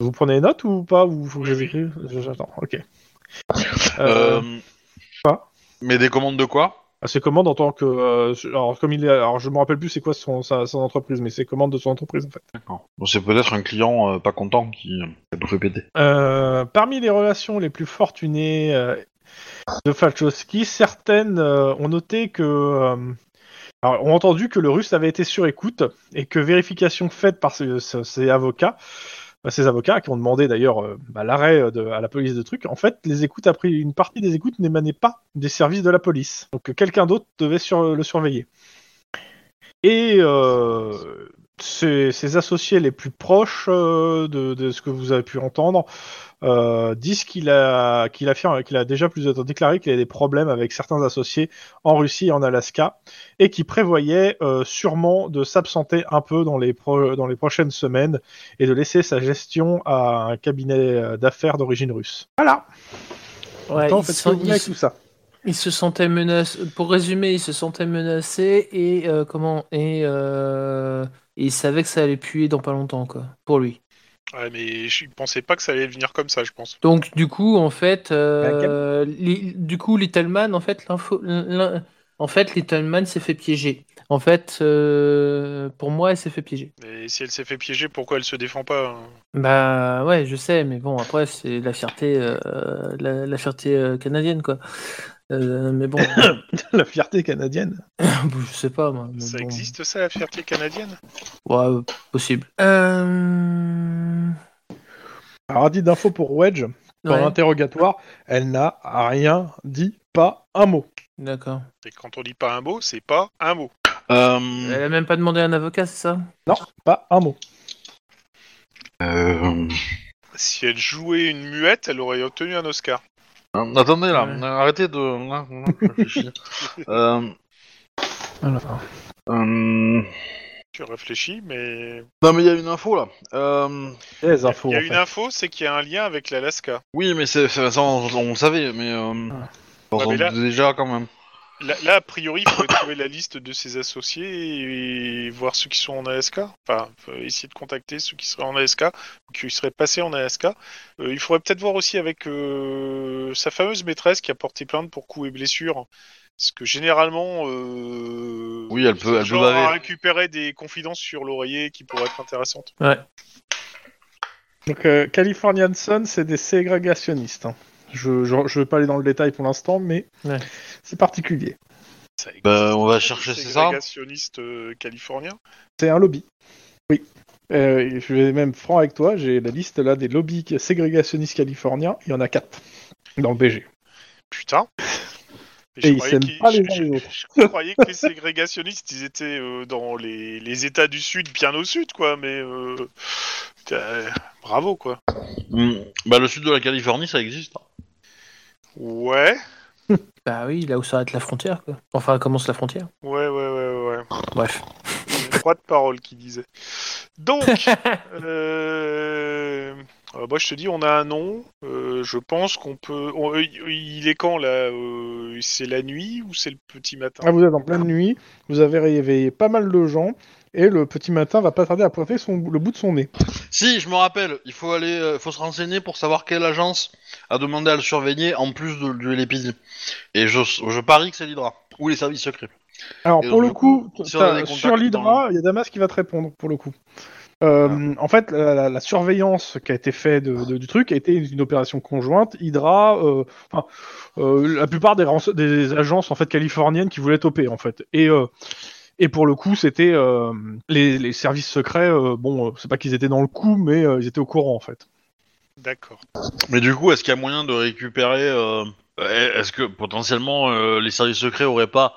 [SPEAKER 2] Vous prenez les notes ou pas Ou faut que je vérifie J'attends, ok. Euh,
[SPEAKER 1] Euh,
[SPEAKER 2] pas.
[SPEAKER 1] Mais des commandes de quoi
[SPEAKER 2] à ses commandes Ah, en tant que euh, alors comme il est, alors je me rappelle plus c'est quoi son sa, son entreprise mais ses commandes de son entreprise en fait.
[SPEAKER 1] D'accord. Bon, c'est peut-être un client euh, pas content qui qui nous fait péter.
[SPEAKER 2] Euh, parmi les relations les plus fortunées euh, de Falchowski, certaines euh, ont noté que euh, alors, ont entendu que le Russe avait été sur écoute et que vérification faite par ses, ses- ses avocats bah, ses avocats qui ont demandé d'ailleurs euh, bah, l'arrêt euh, de- à la police de trucs, en fait, les écoutes après une partie des écoutes n'émanaient pas des services de la police. Donc euh, quelqu'un d'autre devait sur- le surveiller. Et euh, ses, ses associés les plus proches euh, de, de ce que vous avez pu entendre euh, disent qu'il a, qu'il affirme- qu'il a déjà plus de temps déclaré qu'il a des problèmes avec certains associés en Russie et en Alaska et qui prévoyait euh, sûrement de s'absenter un peu dans les, pro- dans les prochaines semaines et de laisser sa gestion à un cabinet euh, d'affaires d'origine russe. Voilà,
[SPEAKER 5] Ouais,
[SPEAKER 2] Attends,
[SPEAKER 5] il
[SPEAKER 2] faites ce
[SPEAKER 5] se-
[SPEAKER 2] que vous voulez
[SPEAKER 5] il
[SPEAKER 2] avec
[SPEAKER 5] se-
[SPEAKER 2] tout ça.
[SPEAKER 5] Il se sentait menacé. Pour résumer, il se sentait menacé et euh, comment et, euh, et il savait que ça allait puer dans pas longtemps quoi pour lui.
[SPEAKER 4] Ouais, mais je pensais pas que ça allait venir comme ça, je pense.
[SPEAKER 5] Donc du coup en fait, euh, li- du coup Littleman en fait l'info, l'in- en fait Littleman s'est fait piéger. En fait, euh, pour moi, elle s'est fait piéger.
[SPEAKER 4] Mais si elle s'est fait piéger, pourquoi elle se défend pas hein
[SPEAKER 5] Bah ouais, je sais, mais bon après c'est la fierté, euh, la, la fierté euh, canadienne quoi. Euh, mais bon,
[SPEAKER 2] La fierté canadienne.
[SPEAKER 5] je sais pas moi. mais
[SPEAKER 4] Ça
[SPEAKER 5] bon.
[SPEAKER 4] existe ça, la fierté canadienne
[SPEAKER 5] Ouais, euh, possible. Euh...
[SPEAKER 2] Alors, dit d'infos pour Wedge, pendant
[SPEAKER 5] ouais,
[SPEAKER 2] l'interrogatoire, elle n'a rien dit, pas un mot.
[SPEAKER 5] D'accord.
[SPEAKER 4] Et quand on dit pas un mot, c'est pas un mot.
[SPEAKER 1] Euh,
[SPEAKER 4] Hmm.
[SPEAKER 5] Elle a même pas demandé un avocat, c'est ça
[SPEAKER 2] Non, pas un mot.
[SPEAKER 1] euh,
[SPEAKER 4] Si elle jouait une muette, elle aurait obtenu un Oscar.
[SPEAKER 1] euh, attendez là,
[SPEAKER 5] Ouais.
[SPEAKER 1] euh, arrêtez de. là, là, je réfléchis. Euh, euh,
[SPEAKER 4] Tu réfléchis, mais
[SPEAKER 1] Non mais il y a une info là. Euh,
[SPEAKER 2] Les infos.
[SPEAKER 4] il y a
[SPEAKER 2] en
[SPEAKER 4] une
[SPEAKER 2] fait.
[SPEAKER 4] info, c'est qu'il y a un lien avec l'Alaska.
[SPEAKER 1] Oui mais c'est ça, ça, on, on le savait mais. Euh... on
[SPEAKER 4] Ouais, mais
[SPEAKER 1] en
[SPEAKER 4] là-
[SPEAKER 1] doutait déjà quand même.
[SPEAKER 4] Là, là, a priori, il faudrait trouver la liste de ses associés et voir ceux qui sont en Alaska. Enfin, faut essayer de contacter ceux qui seraient en Alaska ou qui seraient passés en Alaska. Euh, il faudrait peut-être voir aussi avec euh, sa fameuse maîtresse qui a porté plainte pour coups et blessures. Parce que généralement, euh,
[SPEAKER 1] Oui elle peut, elle peut
[SPEAKER 4] genre, à
[SPEAKER 1] baver.
[SPEAKER 4] récupérer des confidences sur l'oreiller qui pourraient être intéressantes.
[SPEAKER 2] Donc, euh, Californian Sun, c'est des ségrégationnistes. hein. Je ne vais pas aller dans le détail pour l'instant, mais
[SPEAKER 5] Ouais.
[SPEAKER 2] c'est particulier.
[SPEAKER 4] Ça existe,
[SPEAKER 1] Bah, on va
[SPEAKER 4] des
[SPEAKER 1] chercher, c'est ça
[SPEAKER 4] ségrégationnistes, euh, californiens.
[SPEAKER 2] C'est un lobby. Oui. Euh, je vais même franc avec toi, j'ai la liste là des lobbies ségrégationnistes californiens, il y en a quatre dans le BG.
[SPEAKER 4] Putain.
[SPEAKER 2] Et
[SPEAKER 4] je
[SPEAKER 2] ils
[SPEAKER 4] croyais
[SPEAKER 2] s'aiment
[SPEAKER 4] qu'ils-
[SPEAKER 2] pas les
[SPEAKER 4] je-
[SPEAKER 2] uns les
[SPEAKER 4] je- je croyais que les ségrégationnistes, ils étaient euh, dans les, les États du Sud, bien au Sud, quoi. Mais euh, putain, bravo, quoi.
[SPEAKER 1] Hmm, Bah le sud de la Californie ça existe. hein.
[SPEAKER 4] Ouais,
[SPEAKER 5] Bah oui, là où s'arrête la frontière, quoi. Enfin, commence la frontière.
[SPEAKER 4] ouais, ouais, ouais, ouais.
[SPEAKER 5] Bref.
[SPEAKER 4] Les Droit de parole qui disait. Donc, euh, euh, moi je te dis, on a un nom. euh, je pense qu'on peut. on- euh, il est quand là euh, C'est la nuit ou c'est le petit matin
[SPEAKER 2] Ah, vous êtes en pleine nuit, vous avez réveillé pas mal de gens, et le petit matin va pas tarder à pointer son, le bout de son nez.
[SPEAKER 1] Si, je me rappelle, il faut aller, euh, faut se renseigner pour savoir quelle agence a demandé à le surveiller en plus de, de l'épidie. Et je, je parie que c'est l'Hydra ou les services secrets.
[SPEAKER 2] Alors
[SPEAKER 1] Et
[SPEAKER 2] pour
[SPEAKER 1] donc,
[SPEAKER 2] le
[SPEAKER 1] du
[SPEAKER 2] coup,
[SPEAKER 1] coup, si on a
[SPEAKER 2] t'as-
[SPEAKER 1] des contacts
[SPEAKER 2] sur l'Hydra, il y a Damas qui va te répondre pour le coup.
[SPEAKER 1] Ah.
[SPEAKER 2] Euh, En fait, la, la- la surveillance qui a été faite de- de- du truc a été une opération conjointe. Hydra, euh, enfin, euh, la plupart des, ranç- des agences en fait californiennes qui voulaient toper en fait. Et euh, et pour le coup, c'était euh, les, les services secrets. euh, bon, euh, c'est pas qu'ils étaient dans le coup, mais euh, ils étaient au courant en fait.
[SPEAKER 4] D'accord.
[SPEAKER 1] Mais du coup, est-ce qu'il y a moyen de récupérer euh, euh, Est-ce que potentiellement euh, les services secrets auraient pas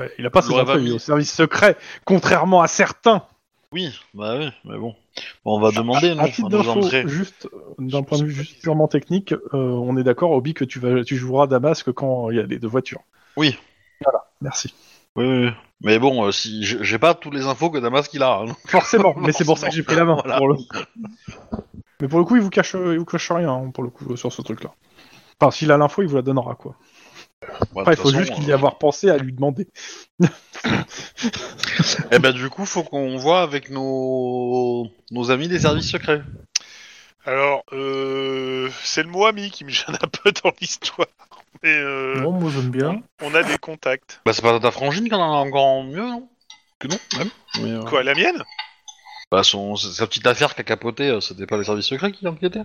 [SPEAKER 2] Ouais, Il a pas ses
[SPEAKER 1] L'aurait pas
[SPEAKER 2] employés
[SPEAKER 1] mis.
[SPEAKER 2] aux services secrets, contrairement à certains.
[SPEAKER 1] Oui, bah oui, mais bon, Bon, on va demander non,
[SPEAKER 2] À titre
[SPEAKER 1] à nos
[SPEAKER 2] d'info,
[SPEAKER 1] entrées.
[SPEAKER 2] juste euh, d'un
[SPEAKER 4] Je
[SPEAKER 2] point de
[SPEAKER 4] sais
[SPEAKER 2] vue
[SPEAKER 4] pas
[SPEAKER 2] juste
[SPEAKER 4] qui
[SPEAKER 2] purement technique, euh, on est d'accord, Obi, que tu vas, tu joueras à Damas que quand il y a les deux voitures.
[SPEAKER 1] Oui.
[SPEAKER 2] Voilà, merci.
[SPEAKER 1] Oui, oui, oui. Mais bon, euh, si j'ai j'ai pas toutes les infos que Damas qu'il a. hein.
[SPEAKER 2] Forcément, mais c'est pour ça que j'ai pris la main.
[SPEAKER 1] Voilà.
[SPEAKER 2] pour le- Mais pour le coup, il vous cache, euh, il vous cache rien hein, pour le coup euh, sur ce truc-là. Enfin, s'il a l'info, il vous la donnera quoi.
[SPEAKER 1] Bah,
[SPEAKER 2] Après,
[SPEAKER 1] de toute
[SPEAKER 2] il faut
[SPEAKER 1] façon,
[SPEAKER 2] juste qu'il y
[SPEAKER 1] euh,
[SPEAKER 2] avoir pensé à lui demander.
[SPEAKER 1] Eh ben du coup, faut qu'on voit avec nos nos amis des services secrets.
[SPEAKER 4] Alors, euh, c'est le mot ami qui me gêne un peu dans l'histoire. Mais euh,
[SPEAKER 5] Non, moi j'aime bien.
[SPEAKER 4] on a des contacts.
[SPEAKER 1] Bah c'est pas ta frangine qu'on en a encore mieux, non Que non même. Mais, euh,
[SPEAKER 4] Quoi, la mienne
[SPEAKER 1] Bah son sa petite affaire qu'a capoté, euh, c'était pas les services secrets qui enquêtaient.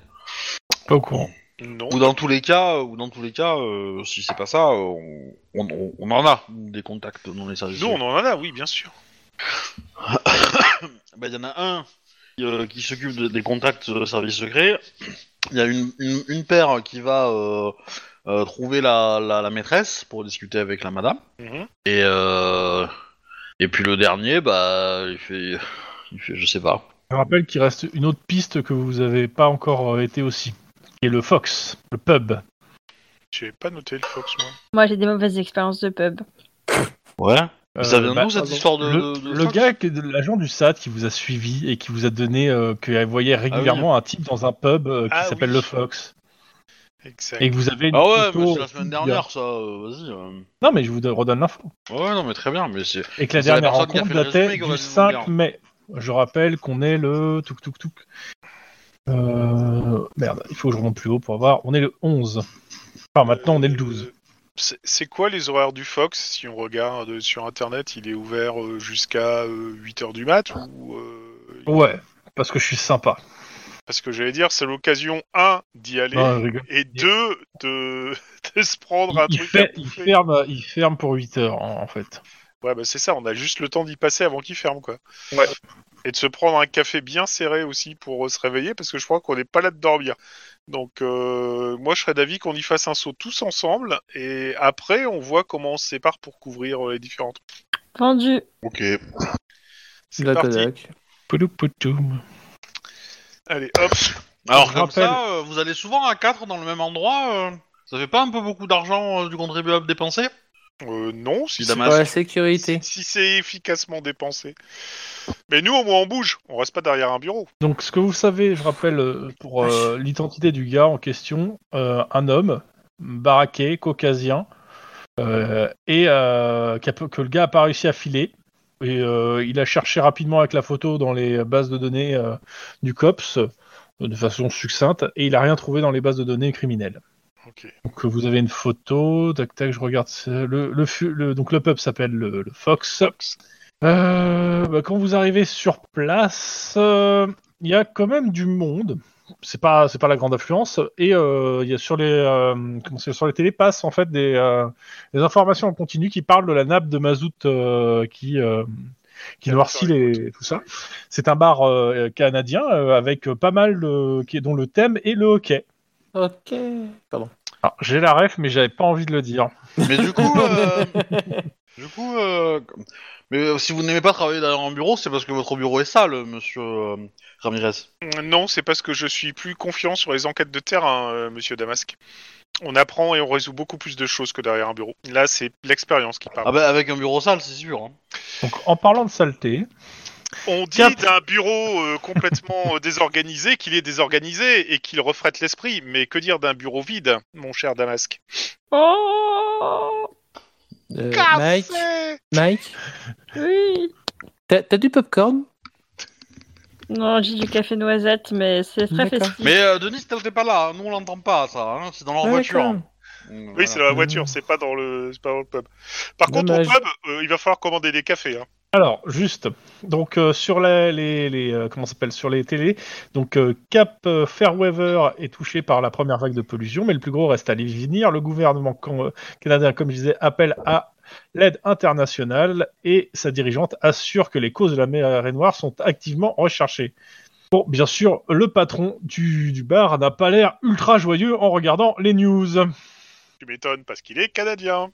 [SPEAKER 2] Pas au courant.
[SPEAKER 4] Non.
[SPEAKER 1] Ou dans tous les cas, euh, ou dans tous les cas, euh, si c'est pas ça, euh, on, on- on en a des contacts dans les services.
[SPEAKER 4] Nous, on en a, oui, bien sûr.
[SPEAKER 1] Bah, il y en a un qui, euh, qui s'occupe de- des contacts euh, services secrets. Il y a une, une, une paire qui va euh, euh, trouver la, la, la maîtresse pour discuter avec la madame.
[SPEAKER 4] Mhm.
[SPEAKER 1] Et, euh, et puis le dernier, bah, il fait, il fait je sais pas.
[SPEAKER 2] Je rappelle qu'il reste une autre piste que vous avez pas encore euh, été aussi, qui est le Fox, le pub.
[SPEAKER 4] J'ai pas noté le Fox, moi.
[SPEAKER 3] Moi, j'ai des mauvaises expériences de pub.
[SPEAKER 1] Ouais. Ça vient
[SPEAKER 2] Euh,
[SPEAKER 1] d'où,
[SPEAKER 2] bah,
[SPEAKER 1] cette
[SPEAKER 2] pardon.
[SPEAKER 1] histoire de-
[SPEAKER 2] Le,
[SPEAKER 1] de- de
[SPEAKER 2] le
[SPEAKER 1] Fox
[SPEAKER 2] gars, qui est de- l'agent du SAD qui vous a suivi et qui vous a donné, euh, que vous voyait régulièrement un type dans un pub euh, qui
[SPEAKER 4] Ah
[SPEAKER 2] s'appelle
[SPEAKER 4] oui.
[SPEAKER 2] le Fox.
[SPEAKER 4] Exact.
[SPEAKER 2] Et que vous avez. une
[SPEAKER 1] Ah ouais,
[SPEAKER 2] photo-
[SPEAKER 1] mais c'est la semaine dernière, ça. euh, Vas-y. euh.
[SPEAKER 2] Non, mais je vous don- redonne l'info.
[SPEAKER 1] Ouais, non, mais très bien, mais c'est.
[SPEAKER 2] Et que la
[SPEAKER 1] C'est la
[SPEAKER 2] dernière
[SPEAKER 1] personne qui a
[SPEAKER 2] rencontre
[SPEAKER 1] fait le résumé
[SPEAKER 2] datait
[SPEAKER 1] qu'on va
[SPEAKER 2] du
[SPEAKER 1] nous
[SPEAKER 2] 5
[SPEAKER 1] dire.
[SPEAKER 2] mai. Je rappelle qu'on est le. Touk, touk, touk. Euh, Merde, il faut que je remonte plus haut pour voir. On est le 11. Enfin, maintenant, on est le 12.
[SPEAKER 4] Euh, c'est- C'est quoi les horaires du Fox Si on regarde euh, sur internet, il est ouvert euh, jusqu'à 8h du mat ou, euh,
[SPEAKER 2] Ouais, parce que je suis sympa.
[SPEAKER 4] Parce que j'allais dire, c'est l'occasion, un, d'y aller,
[SPEAKER 2] Non, je rigole.
[SPEAKER 4] et deux, de, de se prendre un
[SPEAKER 2] Il, il
[SPEAKER 4] truc.
[SPEAKER 2] fait-
[SPEAKER 4] à
[SPEAKER 2] il
[SPEAKER 4] bouffer.
[SPEAKER 2] ferme, il ferme pour 8 heures, en en fait.
[SPEAKER 4] Ouais, bah c'est ça, on a juste le temps d'y passer avant qu'il ferme, quoi.
[SPEAKER 5] Ouais.
[SPEAKER 4] Et de se prendre un café bien serré aussi pour euh, se réveiller, parce que je crois qu'on n'est pas là de dormir. Donc, euh, moi, je serais d'avis qu'on y fasse un saut tous ensemble, et après, on voit comment on se sépare pour couvrir euh, les différents trucs.
[SPEAKER 3] Vendu.
[SPEAKER 1] Ok.
[SPEAKER 4] C'est
[SPEAKER 5] La
[SPEAKER 4] parti.
[SPEAKER 5] Kodak.
[SPEAKER 2] Poulou, poutoum.
[SPEAKER 4] Allez, hop.
[SPEAKER 1] Alors,
[SPEAKER 2] Je
[SPEAKER 1] comme
[SPEAKER 2] rappelle-
[SPEAKER 1] ça, euh, vous allez souvent à 4 dans le même endroit. euh, ça fait pas un peu beaucoup d'argent euh, du contribuable dépensé
[SPEAKER 4] Euh, non, si
[SPEAKER 1] Dis
[SPEAKER 4] c'est
[SPEAKER 1] Damas.
[SPEAKER 5] Pour la sécurité.
[SPEAKER 4] si c'est efficacement dépensé. Mais nous, au moins, on bouge. On reste pas derrière un bureau.
[SPEAKER 2] Donc, ce que vous savez, je rappelle euh, pour euh, l'identité du gars en question, euh, un homme baraqué, caucasien, euh, et euh, qu'a- que le gars a pas réussi à filer. Et euh, il a cherché rapidement avec la photo dans les bases de données euh, du COPS euh, de façon succincte, et il a rien trouvé dans les bases de données criminelles.
[SPEAKER 4] Ok.
[SPEAKER 2] Donc, euh, vous avez une photo, tac tac, je regarde. ça. Le, le, fu- le- donc, le pub s'appelle le, le Fox. Euh, bah, quand vous arrivez sur place, euh, il y a quand même du monde. C'est pas, c'est pas la grande affluence. Et euh, il y a sur les, euh, comment c'est- sur les télés passent en fait des, euh, des informations en continu qui parlent de la nappe de mazout euh, qui, euh, qui noircit les, tout ça. C'est un bar euh, canadien euh, avec pas mal de, qui est dont le thème est le hockey.
[SPEAKER 5] Ok. Pardon.
[SPEAKER 2] Alors, J'ai la ref, mais j'avais pas envie de le dire.
[SPEAKER 1] Mais du coup, euh, du coup, euh, mais euh, si vous n'aimez pas travailler derrière un bureau, c'est parce que votre bureau est sale, monsieur euh, Ramirez.
[SPEAKER 4] Non, c'est parce que je suis plus confiant sur les enquêtes de terrain, euh, monsieur Damasque. On apprend et on résout beaucoup plus de choses que derrière un bureau.
[SPEAKER 5] Ah,
[SPEAKER 4] Là, c'est l'expérience qui parle.
[SPEAKER 1] Ah bah avec un bureau sale, c'est sûr. hein.
[SPEAKER 2] Donc, en parlant de saleté,
[SPEAKER 4] On
[SPEAKER 5] Tiens,
[SPEAKER 4] dit d'un bureau euh, complètement euh, désorganisé qu'il est désorganisé et qu'il refrète l'esprit, mais que dire d'un bureau vide, mon cher Damasque
[SPEAKER 3] Oh
[SPEAKER 5] Euh, Mike, Mike,
[SPEAKER 3] Oui
[SPEAKER 5] t'as t'as du popcorn
[SPEAKER 3] Non, j'ai du café noisette, mais c'est très
[SPEAKER 5] D'accord.
[SPEAKER 3] festif.
[SPEAKER 1] Mais euh, Denis, t'es pas là, nous on l'entend pas ça, hein, c'est dans leur
[SPEAKER 5] Ah,
[SPEAKER 1] voiture.
[SPEAKER 5] d'accord.
[SPEAKER 1] Mm,
[SPEAKER 4] Oui,
[SPEAKER 1] voilà.
[SPEAKER 4] c'est dans la
[SPEAKER 5] Mmh.
[SPEAKER 4] voiture, c'est pas dans le, c'est pas dans le pub. Par contre,
[SPEAKER 5] Dommage.
[SPEAKER 4] au pub, euh, il va falloir commander des cafés. hein.
[SPEAKER 2] Alors, juste, donc euh, sur la- les, les euh, comment ça s'appelle sur les télés, donc euh, Cap euh, Fairweather est touché par la première vague de pollution, mais le plus gros reste à venir. Le gouvernement can- euh, canadien, comme je disais, appelle à l'aide internationale et sa dirigeante assure que les causes de la mer Noire sont activement recherchées. Bon, bien sûr, le patron du, du bar n'a pas l'air ultra joyeux en regardant les news.
[SPEAKER 4] Tu m'étonnes parce qu'il est canadien.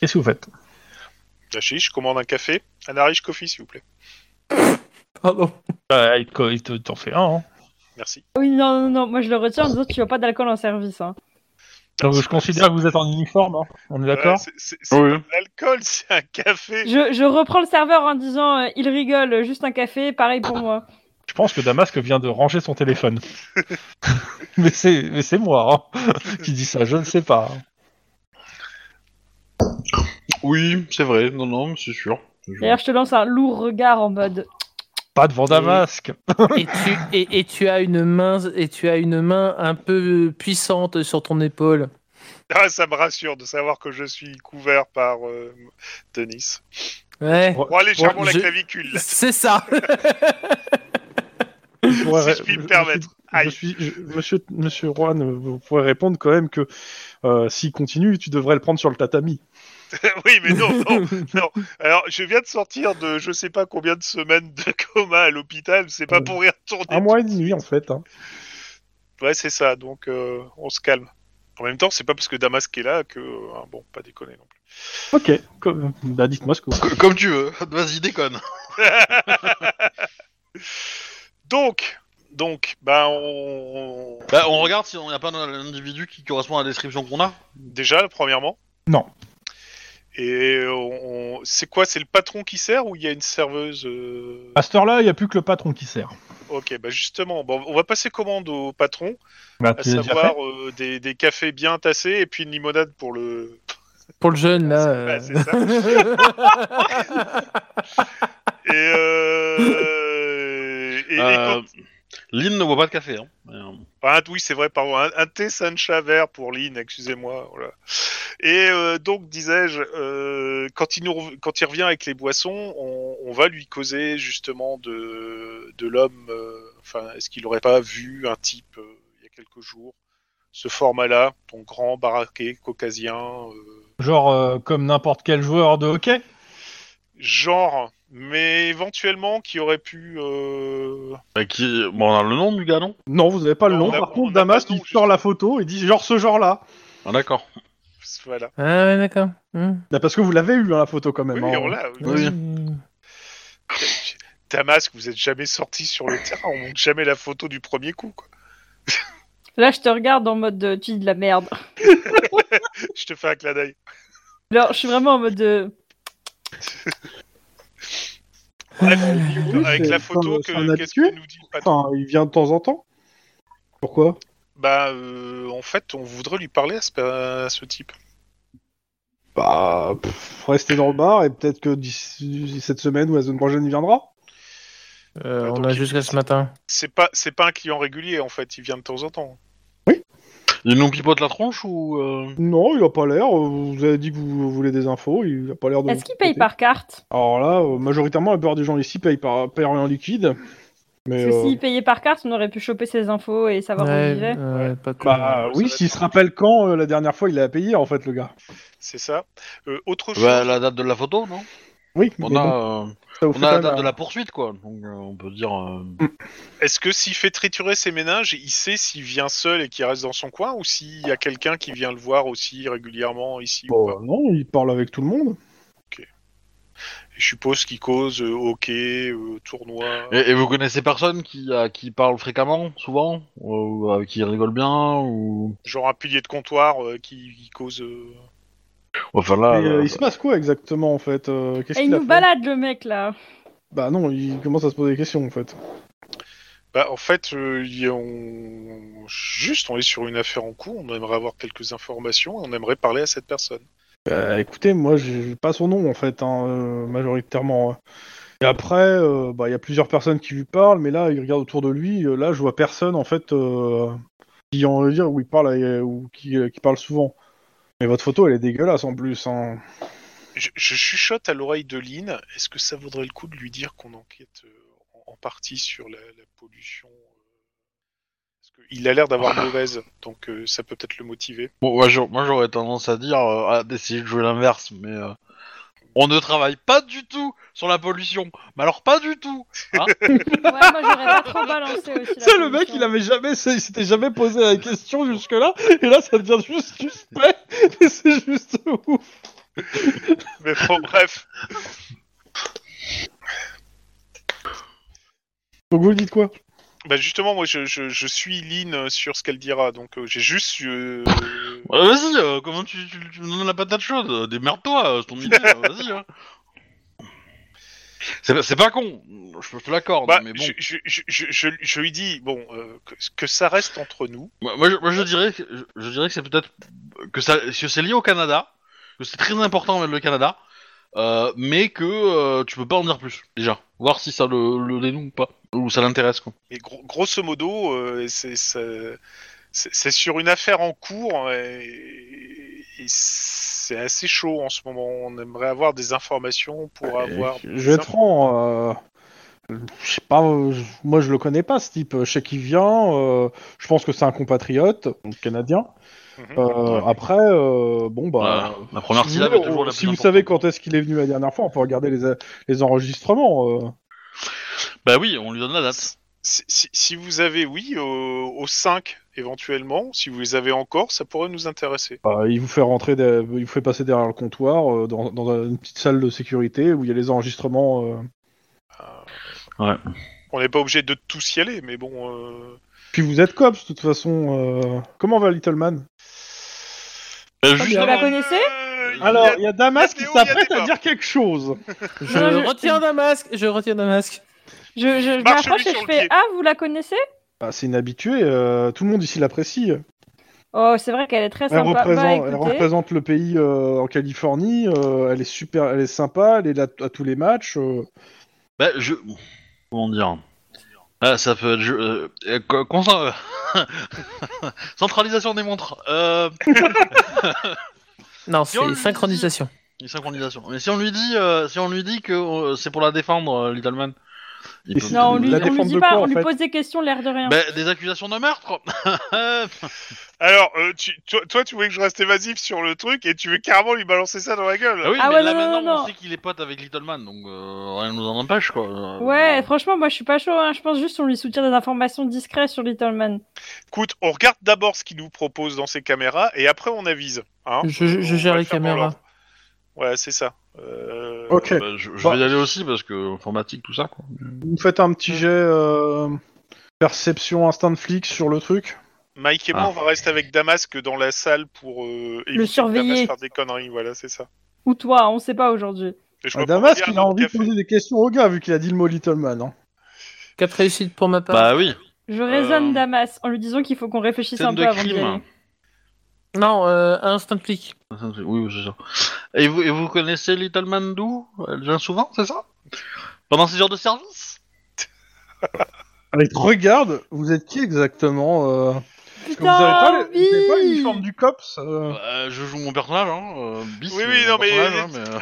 [SPEAKER 2] Qu'est-ce que vous faites
[SPEAKER 4] Tachy, je commande un café, un Irish coffee, s'il vous plaît.
[SPEAKER 5] Pardon.
[SPEAKER 2] Bah, Il te- il te- t'en fait un, hein.
[SPEAKER 4] Merci.
[SPEAKER 3] Oui, non, non, non, moi je le retire en disant tu vois pas d'alcool en service. Hein.
[SPEAKER 2] Donc, Ah, bah, je considère que vous êtes en uniforme, hein. on est d'accord
[SPEAKER 4] Ouais, Euh, c'est- c'est- c'est
[SPEAKER 1] Oui.
[SPEAKER 4] pas de L'alcool, c'est un café.
[SPEAKER 3] Je, je reprends le serveur en disant euh, il rigole, juste un café, pareil pour moi.
[SPEAKER 2] Je pense que Damasque vient de ranger son téléphone. mais c'est mais c'est moi hein, qui dis ça, je ne sais pas.
[SPEAKER 1] Oui, c'est vrai, non, non, mais c'est sûr. c'est sûr.
[SPEAKER 3] D'ailleurs, je te lance un lourd regard en mode
[SPEAKER 2] Pas
[SPEAKER 4] Euh,
[SPEAKER 2] devant Damasque.
[SPEAKER 5] Et tu, et, et tu as une main et tu as une main un peu puissante sur ton épaule.
[SPEAKER 4] Ah, ça me rassure de savoir que je suis couvert par euh, Denis.
[SPEAKER 5] Ouais.
[SPEAKER 4] Bon, allez,
[SPEAKER 5] Bon,
[SPEAKER 4] charbon la
[SPEAKER 5] je-
[SPEAKER 4] clavicule.
[SPEAKER 5] C'est ça.
[SPEAKER 2] Je pourrais-
[SPEAKER 4] je puis me permettre.
[SPEAKER 2] Je
[SPEAKER 4] Aïe.
[SPEAKER 2] suis, je- monsieur, monsieur Juan, vous pourrez répondre quand même que euh, s'il continue, tu devrais le prendre sur le tatami.
[SPEAKER 4] oui, mais non, non, non. Alors, je viens de sortir de je sais pas combien de semaines de coma à l'hôpital. C'est pas pour y retourner.
[SPEAKER 2] Un mois et demi en fait. hein.
[SPEAKER 4] Ouais, c'est ça. Donc, euh, on se calme. En même temps, c'est pas parce que Damasque est là que. euh, hein, bon, pas déconner non plus.
[SPEAKER 2] Ok, comme- bah, dites-moi ce que vous.
[SPEAKER 1] Co- Comme tu veux, vas-y, déconne.
[SPEAKER 4] Donc, donc, bah, on.
[SPEAKER 1] Bah, on regarde si on n'y a pas un individu qui correspond à la description qu'on a.
[SPEAKER 4] Déjà, premièrement
[SPEAKER 2] Non.
[SPEAKER 4] Et on... on- c'est quoi C'est le patron qui sert ou il y a une serveuse euh,
[SPEAKER 2] À cette heure-là, il n'y a plus que le patron qui sert.
[SPEAKER 4] Ok, bah justement, bon, on va passer commande au patron,
[SPEAKER 2] Bah,
[SPEAKER 4] à
[SPEAKER 2] tu l'as déjà fait.
[SPEAKER 4] savoir euh, des, des cafés bien tassés et puis une limonade pour le.
[SPEAKER 5] Pour le jeune là.
[SPEAKER 4] Ouais,
[SPEAKER 5] euh,
[SPEAKER 4] c'est ça. Et, euh, et- et
[SPEAKER 1] Euh,
[SPEAKER 4] quand-
[SPEAKER 1] Lynn ne boit pas de café. Hein. Mais, euh,
[SPEAKER 4] Enfin, un- oui, c'est vrai, pardon, un, un thé Sancha vert pour Lynn, excusez-moi. voilà. Et euh, donc, disais-je, euh, quand, il nous rev- quand il revient avec les boissons, on, on va lui causer justement de, de l'homme. euh, Enfin, est-ce qu'il n'aurait pas vu un type euh, il y a quelques jours ce format-là, ton grand baraqué caucasien, euh,
[SPEAKER 2] Genre euh, comme n'importe quel joueur de hockey.
[SPEAKER 4] genre, mais éventuellement qui aurait pu euh,
[SPEAKER 1] bah, qui... bon, on a le nom du gars, non
[SPEAKER 2] Non, vous n'avez pas le
[SPEAKER 4] Non,
[SPEAKER 2] nom.
[SPEAKER 4] on a-
[SPEAKER 2] Par
[SPEAKER 4] on
[SPEAKER 2] contre,
[SPEAKER 4] a pas
[SPEAKER 2] Damasque,
[SPEAKER 4] le nom,
[SPEAKER 2] il sort la
[SPEAKER 4] justement.
[SPEAKER 2] photo et dit genre ce genre-là.
[SPEAKER 1] ah, D'accord.
[SPEAKER 4] voilà.
[SPEAKER 5] Ah ouais, d'accord. Hmm.
[SPEAKER 2] Bah, parce que vous l'avez eu hein, la photo quand
[SPEAKER 4] Oui,
[SPEAKER 2] même. hein.
[SPEAKER 4] on l'a. oui.
[SPEAKER 1] Oui.
[SPEAKER 4] Damasque, vous êtes jamais sorti sur le terrain, on monte jamais la photo du premier coup. Quoi.
[SPEAKER 3] là, je te regarde en mode euh, tu dis de la merde.
[SPEAKER 4] Je te fais un clin d'œil.
[SPEAKER 3] Alors, je suis vraiment en mode euh, de...
[SPEAKER 4] Bref,
[SPEAKER 2] oui,
[SPEAKER 4] avec
[SPEAKER 2] c'est-
[SPEAKER 4] la photo,
[SPEAKER 2] c'est
[SPEAKER 4] que-
[SPEAKER 2] un- c'est un
[SPEAKER 4] qu'est-ce que
[SPEAKER 2] habitué.
[SPEAKER 4] nous dit le patron
[SPEAKER 2] Enfin, il vient de temps en temps. Pourquoi
[SPEAKER 4] Bah, euh, en fait, on voudrait lui parler à ce, à ce type.
[SPEAKER 2] Bah, pff, rester dans le bar et peut-être que d'ici cette semaine ou la semaine prochaine, il viendra.
[SPEAKER 5] Euh, on
[SPEAKER 4] Donc,
[SPEAKER 5] a
[SPEAKER 4] il-
[SPEAKER 5] jusqu'à ce matin.
[SPEAKER 4] C'est pas, c'est pas un client régulier, en fait, il vient de temps en temps.
[SPEAKER 1] Il nous pipote la tronche ou. euh,
[SPEAKER 2] Non, il a pas l'air. euh, Vous avez dit que vous voulez des infos. Il a pas l'air de.
[SPEAKER 3] Est-ce
[SPEAKER 2] vous
[SPEAKER 3] qu'il paye
[SPEAKER 2] écouter.
[SPEAKER 3] par carte
[SPEAKER 2] Alors là, euh, majoritairement, la plupart des gens ici payent par payent en liquide. Mais
[SPEAKER 3] Parce que
[SPEAKER 2] euh,
[SPEAKER 3] s'il payait par carte, on aurait pu choper ses infos et savoir où il
[SPEAKER 5] Ouais,
[SPEAKER 3] vivait.
[SPEAKER 5] ouais, pas cool.
[SPEAKER 2] bah
[SPEAKER 4] Ah, Ça va
[SPEAKER 2] oui,
[SPEAKER 4] être-
[SPEAKER 2] s'il se rappelle quand euh, la dernière fois il a payé en fait le gars.
[SPEAKER 4] C'est ça. Euh, autre chose,
[SPEAKER 1] bah, la date de la photo, non
[SPEAKER 2] Oui, mais
[SPEAKER 1] On
[SPEAKER 2] bon,
[SPEAKER 1] a, euh,
[SPEAKER 2] ça
[SPEAKER 1] on
[SPEAKER 2] vous fait
[SPEAKER 1] a la
[SPEAKER 2] quand
[SPEAKER 1] date
[SPEAKER 2] même
[SPEAKER 1] de
[SPEAKER 2] un-
[SPEAKER 1] la poursuite, quoi. Donc euh, on peut dire. euh,
[SPEAKER 4] est-ce que s'il fait triturer ses méninges, il sait s'il vient seul et qu'il reste dans son coin, ou s'il y a quelqu'un qui vient le voir aussi régulièrement ici ou
[SPEAKER 2] Bon,
[SPEAKER 4] pas
[SPEAKER 2] euh, non, il parle avec tout le monde.
[SPEAKER 4] Je suppose qu'il cause euh, hockey, euh, tournoi.
[SPEAKER 1] Et, et vous connaissez personne qui, à qui parle fréquemment, souvent Ou euh, qui rigole bien ou...
[SPEAKER 4] genre un pilier de comptoir euh, qui, qui cause. euh,
[SPEAKER 1] Enfin là.
[SPEAKER 2] Mais, euh,
[SPEAKER 1] là,
[SPEAKER 2] il se passe quoi exactement en fait Euh, Qu'est-ce
[SPEAKER 3] Et Ah, il
[SPEAKER 2] qu'il a
[SPEAKER 3] nous
[SPEAKER 2] fait
[SPEAKER 3] balade le mec là.
[SPEAKER 2] Bah non, il commence à se poser des questions en fait.
[SPEAKER 4] Bah, en fait, euh, il y a- on... juste, on est sur une affaire en cours, on aimerait avoir quelques informations, on aimerait parler à cette personne.
[SPEAKER 2] Bah écoutez, moi j'ai j'ai pas son nom en fait, hein, euh, majoritairement. Et après, euh, bah il y a plusieurs personnes qui lui parlent, mais là il regarde autour de lui, euh, là je vois personne en fait euh, qui en veut dire où il parle euh, ou qui, euh, qui parle souvent. Mais votre photo elle est dégueulasse en plus. hein.
[SPEAKER 4] Je, je chuchote à l'oreille de Lynn, est-ce que ça vaudrait le coup de lui dire qu'on enquête euh, en, en partie sur la, la pollution euh, Parce qu'il a l'air d'avoir mauvaise, donc euh, ça peut peut-être le motiver.
[SPEAKER 1] Bon, moi, j'aurais- moi, j'aurais tendance à dire, euh, ah, d'essayer de jouer l'inverse, mais euh, on ne travaille pas du tout sur la pollution. Mais alors pas du tout.
[SPEAKER 3] Ouais, moi j'aurais pas trop balancé aussi. la
[SPEAKER 2] Ça, le mec,
[SPEAKER 3] pollution.
[SPEAKER 2] il avait jamais, il s'était jamais posé la question jusque-là, et là, ça devient juste suspect, et c'est juste ouf.
[SPEAKER 4] Mais bon, bref,
[SPEAKER 2] Donc, vous le dites quoi
[SPEAKER 4] bah justement, moi je, je- je suis Lynn euh, sur ce qu'elle dira, donc euh, j'ai juste. euh,
[SPEAKER 1] Euh, vas-y, euh, comment tu, tu, tu me donnes la patate chaude euh, Démerde-toi, euh, c'est ton idée, euh, vas-y. hein. C'est, pas- c'est pas con, je, je te l'accorde,
[SPEAKER 4] bah,
[SPEAKER 1] mais bon.
[SPEAKER 4] je, je- je- je- je- je lui dis, bon, euh, que- que ça reste entre nous.
[SPEAKER 1] Moi, moi, je, moi, je dirais, que- je, je dirais que c'est peut-être que ça, que c'est lié au Canada, que c'est très important avec le Canada, euh, mais que euh, tu peux pas en dire plus déjà, voir si ça le, le dénoue ou pas, ou ça l'intéresse quoi.
[SPEAKER 4] Mais gro- grosso modo, euh, c'est ça- c'est- c'est sur une affaire en cours et, et c'est assez chaud en ce moment. On aimerait avoir des informations pour avoir.
[SPEAKER 2] Euh, Je vais être franc, euh, je sais pas, euh, je- moi je le connais pas ce type, je sais qui vient, euh, je pense que c'est un compatriote, donc canadien.
[SPEAKER 4] Mhm.
[SPEAKER 2] Euh, Après, euh, bon bah.
[SPEAKER 1] Voilà. La première
[SPEAKER 2] si vous,
[SPEAKER 1] syllabe
[SPEAKER 2] voulez,
[SPEAKER 1] est toujours la
[SPEAKER 2] si
[SPEAKER 1] plus
[SPEAKER 2] vous
[SPEAKER 1] importante.
[SPEAKER 2] savez quand est-ce qu'il est venu la dernière fois, on peut regarder les, les enregistrements. euh.
[SPEAKER 1] Bah oui, on lui donne la date.
[SPEAKER 4] Si, si- si vous avez, oui, au, au 5 éventuellement, si vous les avez encore, ça pourrait nous intéresser.
[SPEAKER 2] Bah, il vous fait rentrer, des- il vous fait passer derrière le comptoir euh, dans, dans une petite salle de sécurité où il y a les enregistrements. euh.
[SPEAKER 4] On n'est pas obligé de tous y aller, mais bon. euh,
[SPEAKER 2] Puis vous êtes cops de toute façon. euh. Comment va Little Man
[SPEAKER 1] Euh,
[SPEAKER 3] bien.
[SPEAKER 1] justement,
[SPEAKER 3] la connaissez
[SPEAKER 4] Euh, il y a-
[SPEAKER 2] Alors, il y a Damas
[SPEAKER 4] il
[SPEAKER 2] qui
[SPEAKER 4] y a Théo, il
[SPEAKER 2] s'apprête
[SPEAKER 4] y a
[SPEAKER 2] à
[SPEAKER 4] débat.
[SPEAKER 2] dire quelque chose.
[SPEAKER 5] Je
[SPEAKER 3] Non, je-
[SPEAKER 5] retiens Damasque, je retiens Damasque.
[SPEAKER 3] Je, je, je
[SPEAKER 4] Marche-lui
[SPEAKER 3] m'approche et
[SPEAKER 4] sur
[SPEAKER 3] je
[SPEAKER 4] le
[SPEAKER 3] fais
[SPEAKER 4] pied.
[SPEAKER 3] Ah, vous la connaissez
[SPEAKER 2] Bah, c'est une habituée, euh, tout le monde ici l'apprécie.
[SPEAKER 3] Oh, c'est vrai qu'elle est très
[SPEAKER 2] Elle,
[SPEAKER 3] sympa.
[SPEAKER 2] représente,
[SPEAKER 3] Bah,
[SPEAKER 2] elle
[SPEAKER 3] écoutez,
[SPEAKER 2] représente le pays euh, en Californie, euh, elle est super, elle est sympa, elle est là t- à tous les matchs. euh.
[SPEAKER 1] bah, je, comment dire Ah, ça peut être. Je, euh, euh, co- consa- euh, Centralisation des montres. Euh,
[SPEAKER 5] Non,
[SPEAKER 1] on
[SPEAKER 5] c'est
[SPEAKER 1] lui
[SPEAKER 5] synchronisation.
[SPEAKER 1] une synchronisation. Mais si on lui dit, euh, si on lui dit que euh, c'est pour la défendre, euh, Little Man. il
[SPEAKER 2] Et
[SPEAKER 1] peut-
[SPEAKER 2] c'est-
[SPEAKER 3] non, on lui,
[SPEAKER 2] La
[SPEAKER 3] on lui
[SPEAKER 2] défendre
[SPEAKER 3] dit
[SPEAKER 2] de
[SPEAKER 3] pas,
[SPEAKER 2] quoi, en
[SPEAKER 3] on lui
[SPEAKER 2] fait
[SPEAKER 3] pose des questions, l'air de rien.
[SPEAKER 1] Bah, des accusations de meurtre Ah
[SPEAKER 4] Alors, euh, tu- toi, toi, tu voulais que je reste évasif sur le truc et tu veux carrément lui balancer ça dans la gueule.
[SPEAKER 1] Ah oui,
[SPEAKER 3] Ah
[SPEAKER 1] mais
[SPEAKER 3] ouais,
[SPEAKER 1] là
[SPEAKER 3] non, non,
[SPEAKER 1] maintenant
[SPEAKER 3] non,
[SPEAKER 1] on
[SPEAKER 3] non.
[SPEAKER 1] sait qu'il est pote avec Little Man, donc euh, rien ne nous en empêche quoi. Euh,
[SPEAKER 3] ouais, franchement, moi je suis pas chaud, hein. je pense juste qu'on lui soutient des informations discrètes sur Little Man.
[SPEAKER 4] Écoute, on regarde d'abord ce qu'il nous propose dans ses caméras et après on avise. hein.
[SPEAKER 5] Je, je
[SPEAKER 4] On
[SPEAKER 5] gère
[SPEAKER 4] va
[SPEAKER 5] les
[SPEAKER 4] le faire dans
[SPEAKER 5] caméras.
[SPEAKER 4] l'ordre. Ouais, c'est ça. Euh,
[SPEAKER 2] Ok,
[SPEAKER 1] euh, bah, je je
[SPEAKER 2] Bon.
[SPEAKER 1] vais y aller aussi parce que informatique tout ça quoi.
[SPEAKER 2] vous me faites un petit jet euh, perception instinct de flic sur le truc.
[SPEAKER 4] Mike et moi,
[SPEAKER 1] Ah.
[SPEAKER 4] on va rester avec Damasque dans la salle pour euh, éviter que
[SPEAKER 3] surveiller.
[SPEAKER 4] Damasque faire des conneries. Voilà, c'est ça.
[SPEAKER 3] Ou toi, on sait pas aujourd'hui.
[SPEAKER 4] Et je
[SPEAKER 2] Ah,
[SPEAKER 4] me prends
[SPEAKER 2] Damas,
[SPEAKER 4] bien
[SPEAKER 2] il
[SPEAKER 4] un
[SPEAKER 2] a envie de
[SPEAKER 4] café.
[SPEAKER 2] poser des questions au gars vu qu'il a dit le mot Little Man. hein.
[SPEAKER 5] Quatre réussites pour ma part.
[SPEAKER 1] Bah oui,
[SPEAKER 3] Je raisonne
[SPEAKER 1] Euh,
[SPEAKER 3] Damas en lui disant qu'il faut qu'on réfléchisse un
[SPEAKER 1] scène
[SPEAKER 3] peu
[SPEAKER 1] de
[SPEAKER 3] avant d'y aller.
[SPEAKER 1] crime.
[SPEAKER 5] Non, euh, instant flic.
[SPEAKER 1] Oui, oui, Ah, c'est ça. Et vous, et vous connaissez Little Man d'où Elle vient souvent, c'est ça Pendant ses heures de service
[SPEAKER 2] Alors, il te regarde, vous êtes qui exactement euh, parce que
[SPEAKER 3] Putain,
[SPEAKER 2] Vous avez pas, le-
[SPEAKER 3] oui
[SPEAKER 2] vous avez pas l'uniforme du cops. euh.
[SPEAKER 1] Bah, Je joue mon personnage, hein. euh, bis,
[SPEAKER 4] Oui,
[SPEAKER 1] mais
[SPEAKER 4] oui,
[SPEAKER 1] mon
[SPEAKER 4] non, mais-
[SPEAKER 1] personnage, hein, mais, euh,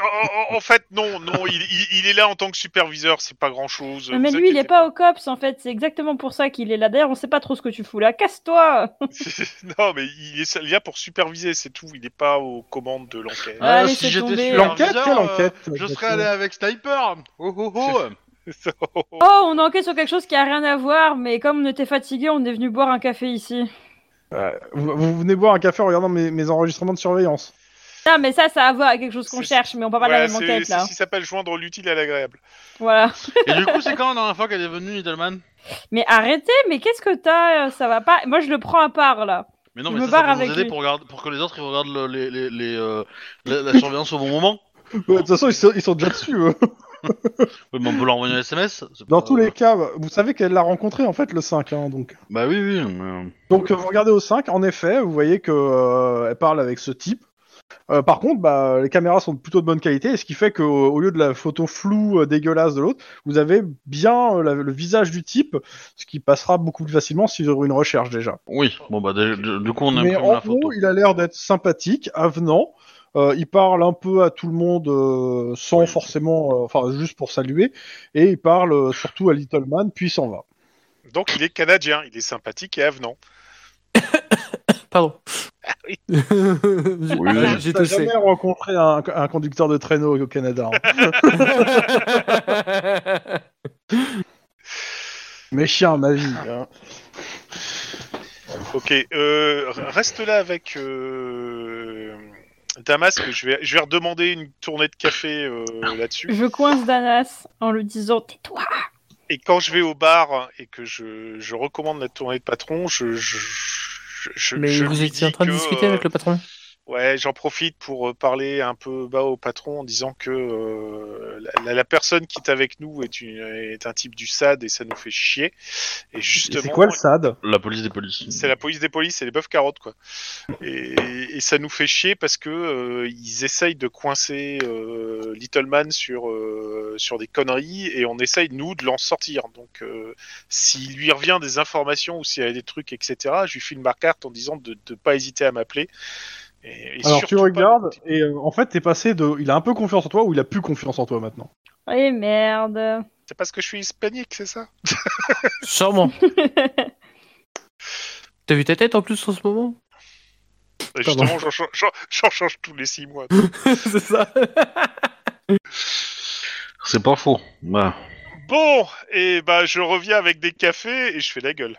[SPEAKER 4] En, en- en fait, non, non, il, il- il est là en tant que superviseur, c'est pas grand chose.
[SPEAKER 3] Non, Ah, mais lui, il est pas au COPS en fait, c'est exactement pour ça qu'il est là. D'ailleurs, on sait pas trop ce que tu fous là, casse-toi
[SPEAKER 4] non, mais il est là pour superviser, c'est tout. Il est pas aux commandes de l'enquête.
[SPEAKER 3] Ah, allez,
[SPEAKER 1] si
[SPEAKER 3] c'est
[SPEAKER 1] j'étais
[SPEAKER 3] tombé.
[SPEAKER 1] superviseur,
[SPEAKER 2] L'enquête, quelle
[SPEAKER 1] euh,
[SPEAKER 2] enquête
[SPEAKER 1] Je serais allé avec Sniper Oh oh oh
[SPEAKER 3] Oh, on enquête sur quelque chose qui a rien à voir, mais comme on était fatigué, on est venu boire un café ici.
[SPEAKER 2] Vous, vous venez boire un café en regardant mes- mes enregistrements de surveillance.
[SPEAKER 3] Non, mais ça, ça a à voir avec quelque chose qu'on
[SPEAKER 4] C'est-
[SPEAKER 3] cherche, mais on parle pas
[SPEAKER 4] Voilà,
[SPEAKER 3] de la
[SPEAKER 4] c'est-
[SPEAKER 3] même enquête
[SPEAKER 4] c'est
[SPEAKER 3] là.
[SPEAKER 4] ce qui s'appelle joindre l'utile à l'agréable.
[SPEAKER 3] Voilà.
[SPEAKER 1] Et du coup, c'est quand la dernière fois qu'elle est venue, Little Man
[SPEAKER 3] Mais arrêtez, mais qu'est-ce que t'as euh, Ça va pas. Moi, je le prends à part là.
[SPEAKER 1] Mais non,
[SPEAKER 3] Je
[SPEAKER 1] mais
[SPEAKER 3] me
[SPEAKER 1] ça, ça
[SPEAKER 3] barre
[SPEAKER 1] peut
[SPEAKER 3] avec
[SPEAKER 1] nous aider
[SPEAKER 3] lui.
[SPEAKER 1] pour, regarder- pour que les autres ils regardent le- les, les- les, euh, la, la surveillance au bon moment.
[SPEAKER 2] Ouais, De toute façon, ils sont, ils sont déjà dessus. eux.
[SPEAKER 1] Oui, mais on peut l'envoyer un SMS c'est
[SPEAKER 2] Dans
[SPEAKER 1] pas-
[SPEAKER 2] tous les cas, vous savez qu'elle l'a rencontré en fait le 5, hein, donc.
[SPEAKER 1] Bah oui, oui. mais-
[SPEAKER 2] Donc euh, vous regardez au 5, en effet, vous voyez que euh, elle parle avec ce type. Euh, par contre, bah, les caméras sont plutôt de bonne qualité, et ce qui fait que au au lieu de la photo floue euh, dégueulasse de l'autre, vous avez bien euh, la- le visage du type, ce qui passera beaucoup plus facilement si vous aurez une recherche déjà.
[SPEAKER 1] Oui, bon, bah déjà, du du coup, on
[SPEAKER 2] Mais
[SPEAKER 1] imprime
[SPEAKER 2] en
[SPEAKER 1] la photo.
[SPEAKER 2] gros, il a l'air d'être sympathique, avenant. Euh, il parle un peu à tout le monde euh, sans
[SPEAKER 1] Oui.
[SPEAKER 2] forcément, euh, enfin juste pour saluer, et il parle euh, surtout à Little Man, puis il s'en va.
[SPEAKER 4] Donc il est canadien, il est sympathique et avenant.
[SPEAKER 5] Pardon.
[SPEAKER 4] oui.
[SPEAKER 5] J'ai-
[SPEAKER 1] Ah Oui.
[SPEAKER 5] J'ai
[SPEAKER 2] T'as
[SPEAKER 5] toussé.
[SPEAKER 2] jamais rencontré un, un conducteur de traîneau au Canada. hein. Mes chiens, ma vie. hein.
[SPEAKER 4] Ok, euh, r- reste là avec euh, Damas, que je vais, je vais redemander une tournée de café euh, là-dessus.
[SPEAKER 3] Je coince Danas en lui disant Tais-toi
[SPEAKER 4] Et quand je vais au bar et que je, je recommande la tournée de patron, je... je- je- je-
[SPEAKER 5] Mais
[SPEAKER 4] je
[SPEAKER 5] vous
[SPEAKER 4] lui
[SPEAKER 5] étiez en
[SPEAKER 4] dis
[SPEAKER 5] train de
[SPEAKER 4] que,
[SPEAKER 5] discuter
[SPEAKER 4] euh,
[SPEAKER 5] avec le patron
[SPEAKER 4] Ouais, j'en profite pour euh, parler un peu bas au patron en disant que euh, la- la, la personne qui est avec nous est, une, est un type du SAD et ça nous fait chier. Et justement,
[SPEAKER 2] C'est quoi le SAD
[SPEAKER 1] La police des polices.
[SPEAKER 4] c'est la police des polices, c'est les bœufs carottes quoi. Et, et ça nous fait chier parce que euh, ils essayent de coincer euh, Little Man sur euh, sur des conneries et on essaye nous de l'en sortir. Donc euh, s'il lui revient des informations ou s'il y a des trucs etc, je lui file ma carte en disant de ne pas hésiter à m'appeler. Et, et
[SPEAKER 2] Alors tu
[SPEAKER 4] surtout pas-
[SPEAKER 2] regardes et euh, en fait t'es passé de, il a un peu confiance en toi ou il a plus confiance en toi maintenant.
[SPEAKER 3] Eh merde
[SPEAKER 4] C'est parce que je suis hispanique, c'est ça
[SPEAKER 5] Sûrement. T'as vu ta tête en plus en ce moment
[SPEAKER 4] Et Justement, j'en change- j'en- j'en change tous les six mois.
[SPEAKER 5] C'est ça. Ah,
[SPEAKER 1] C'est pas faux. Bah,
[SPEAKER 4] Bon, et bah je reviens avec des cafés et je fais la gueule.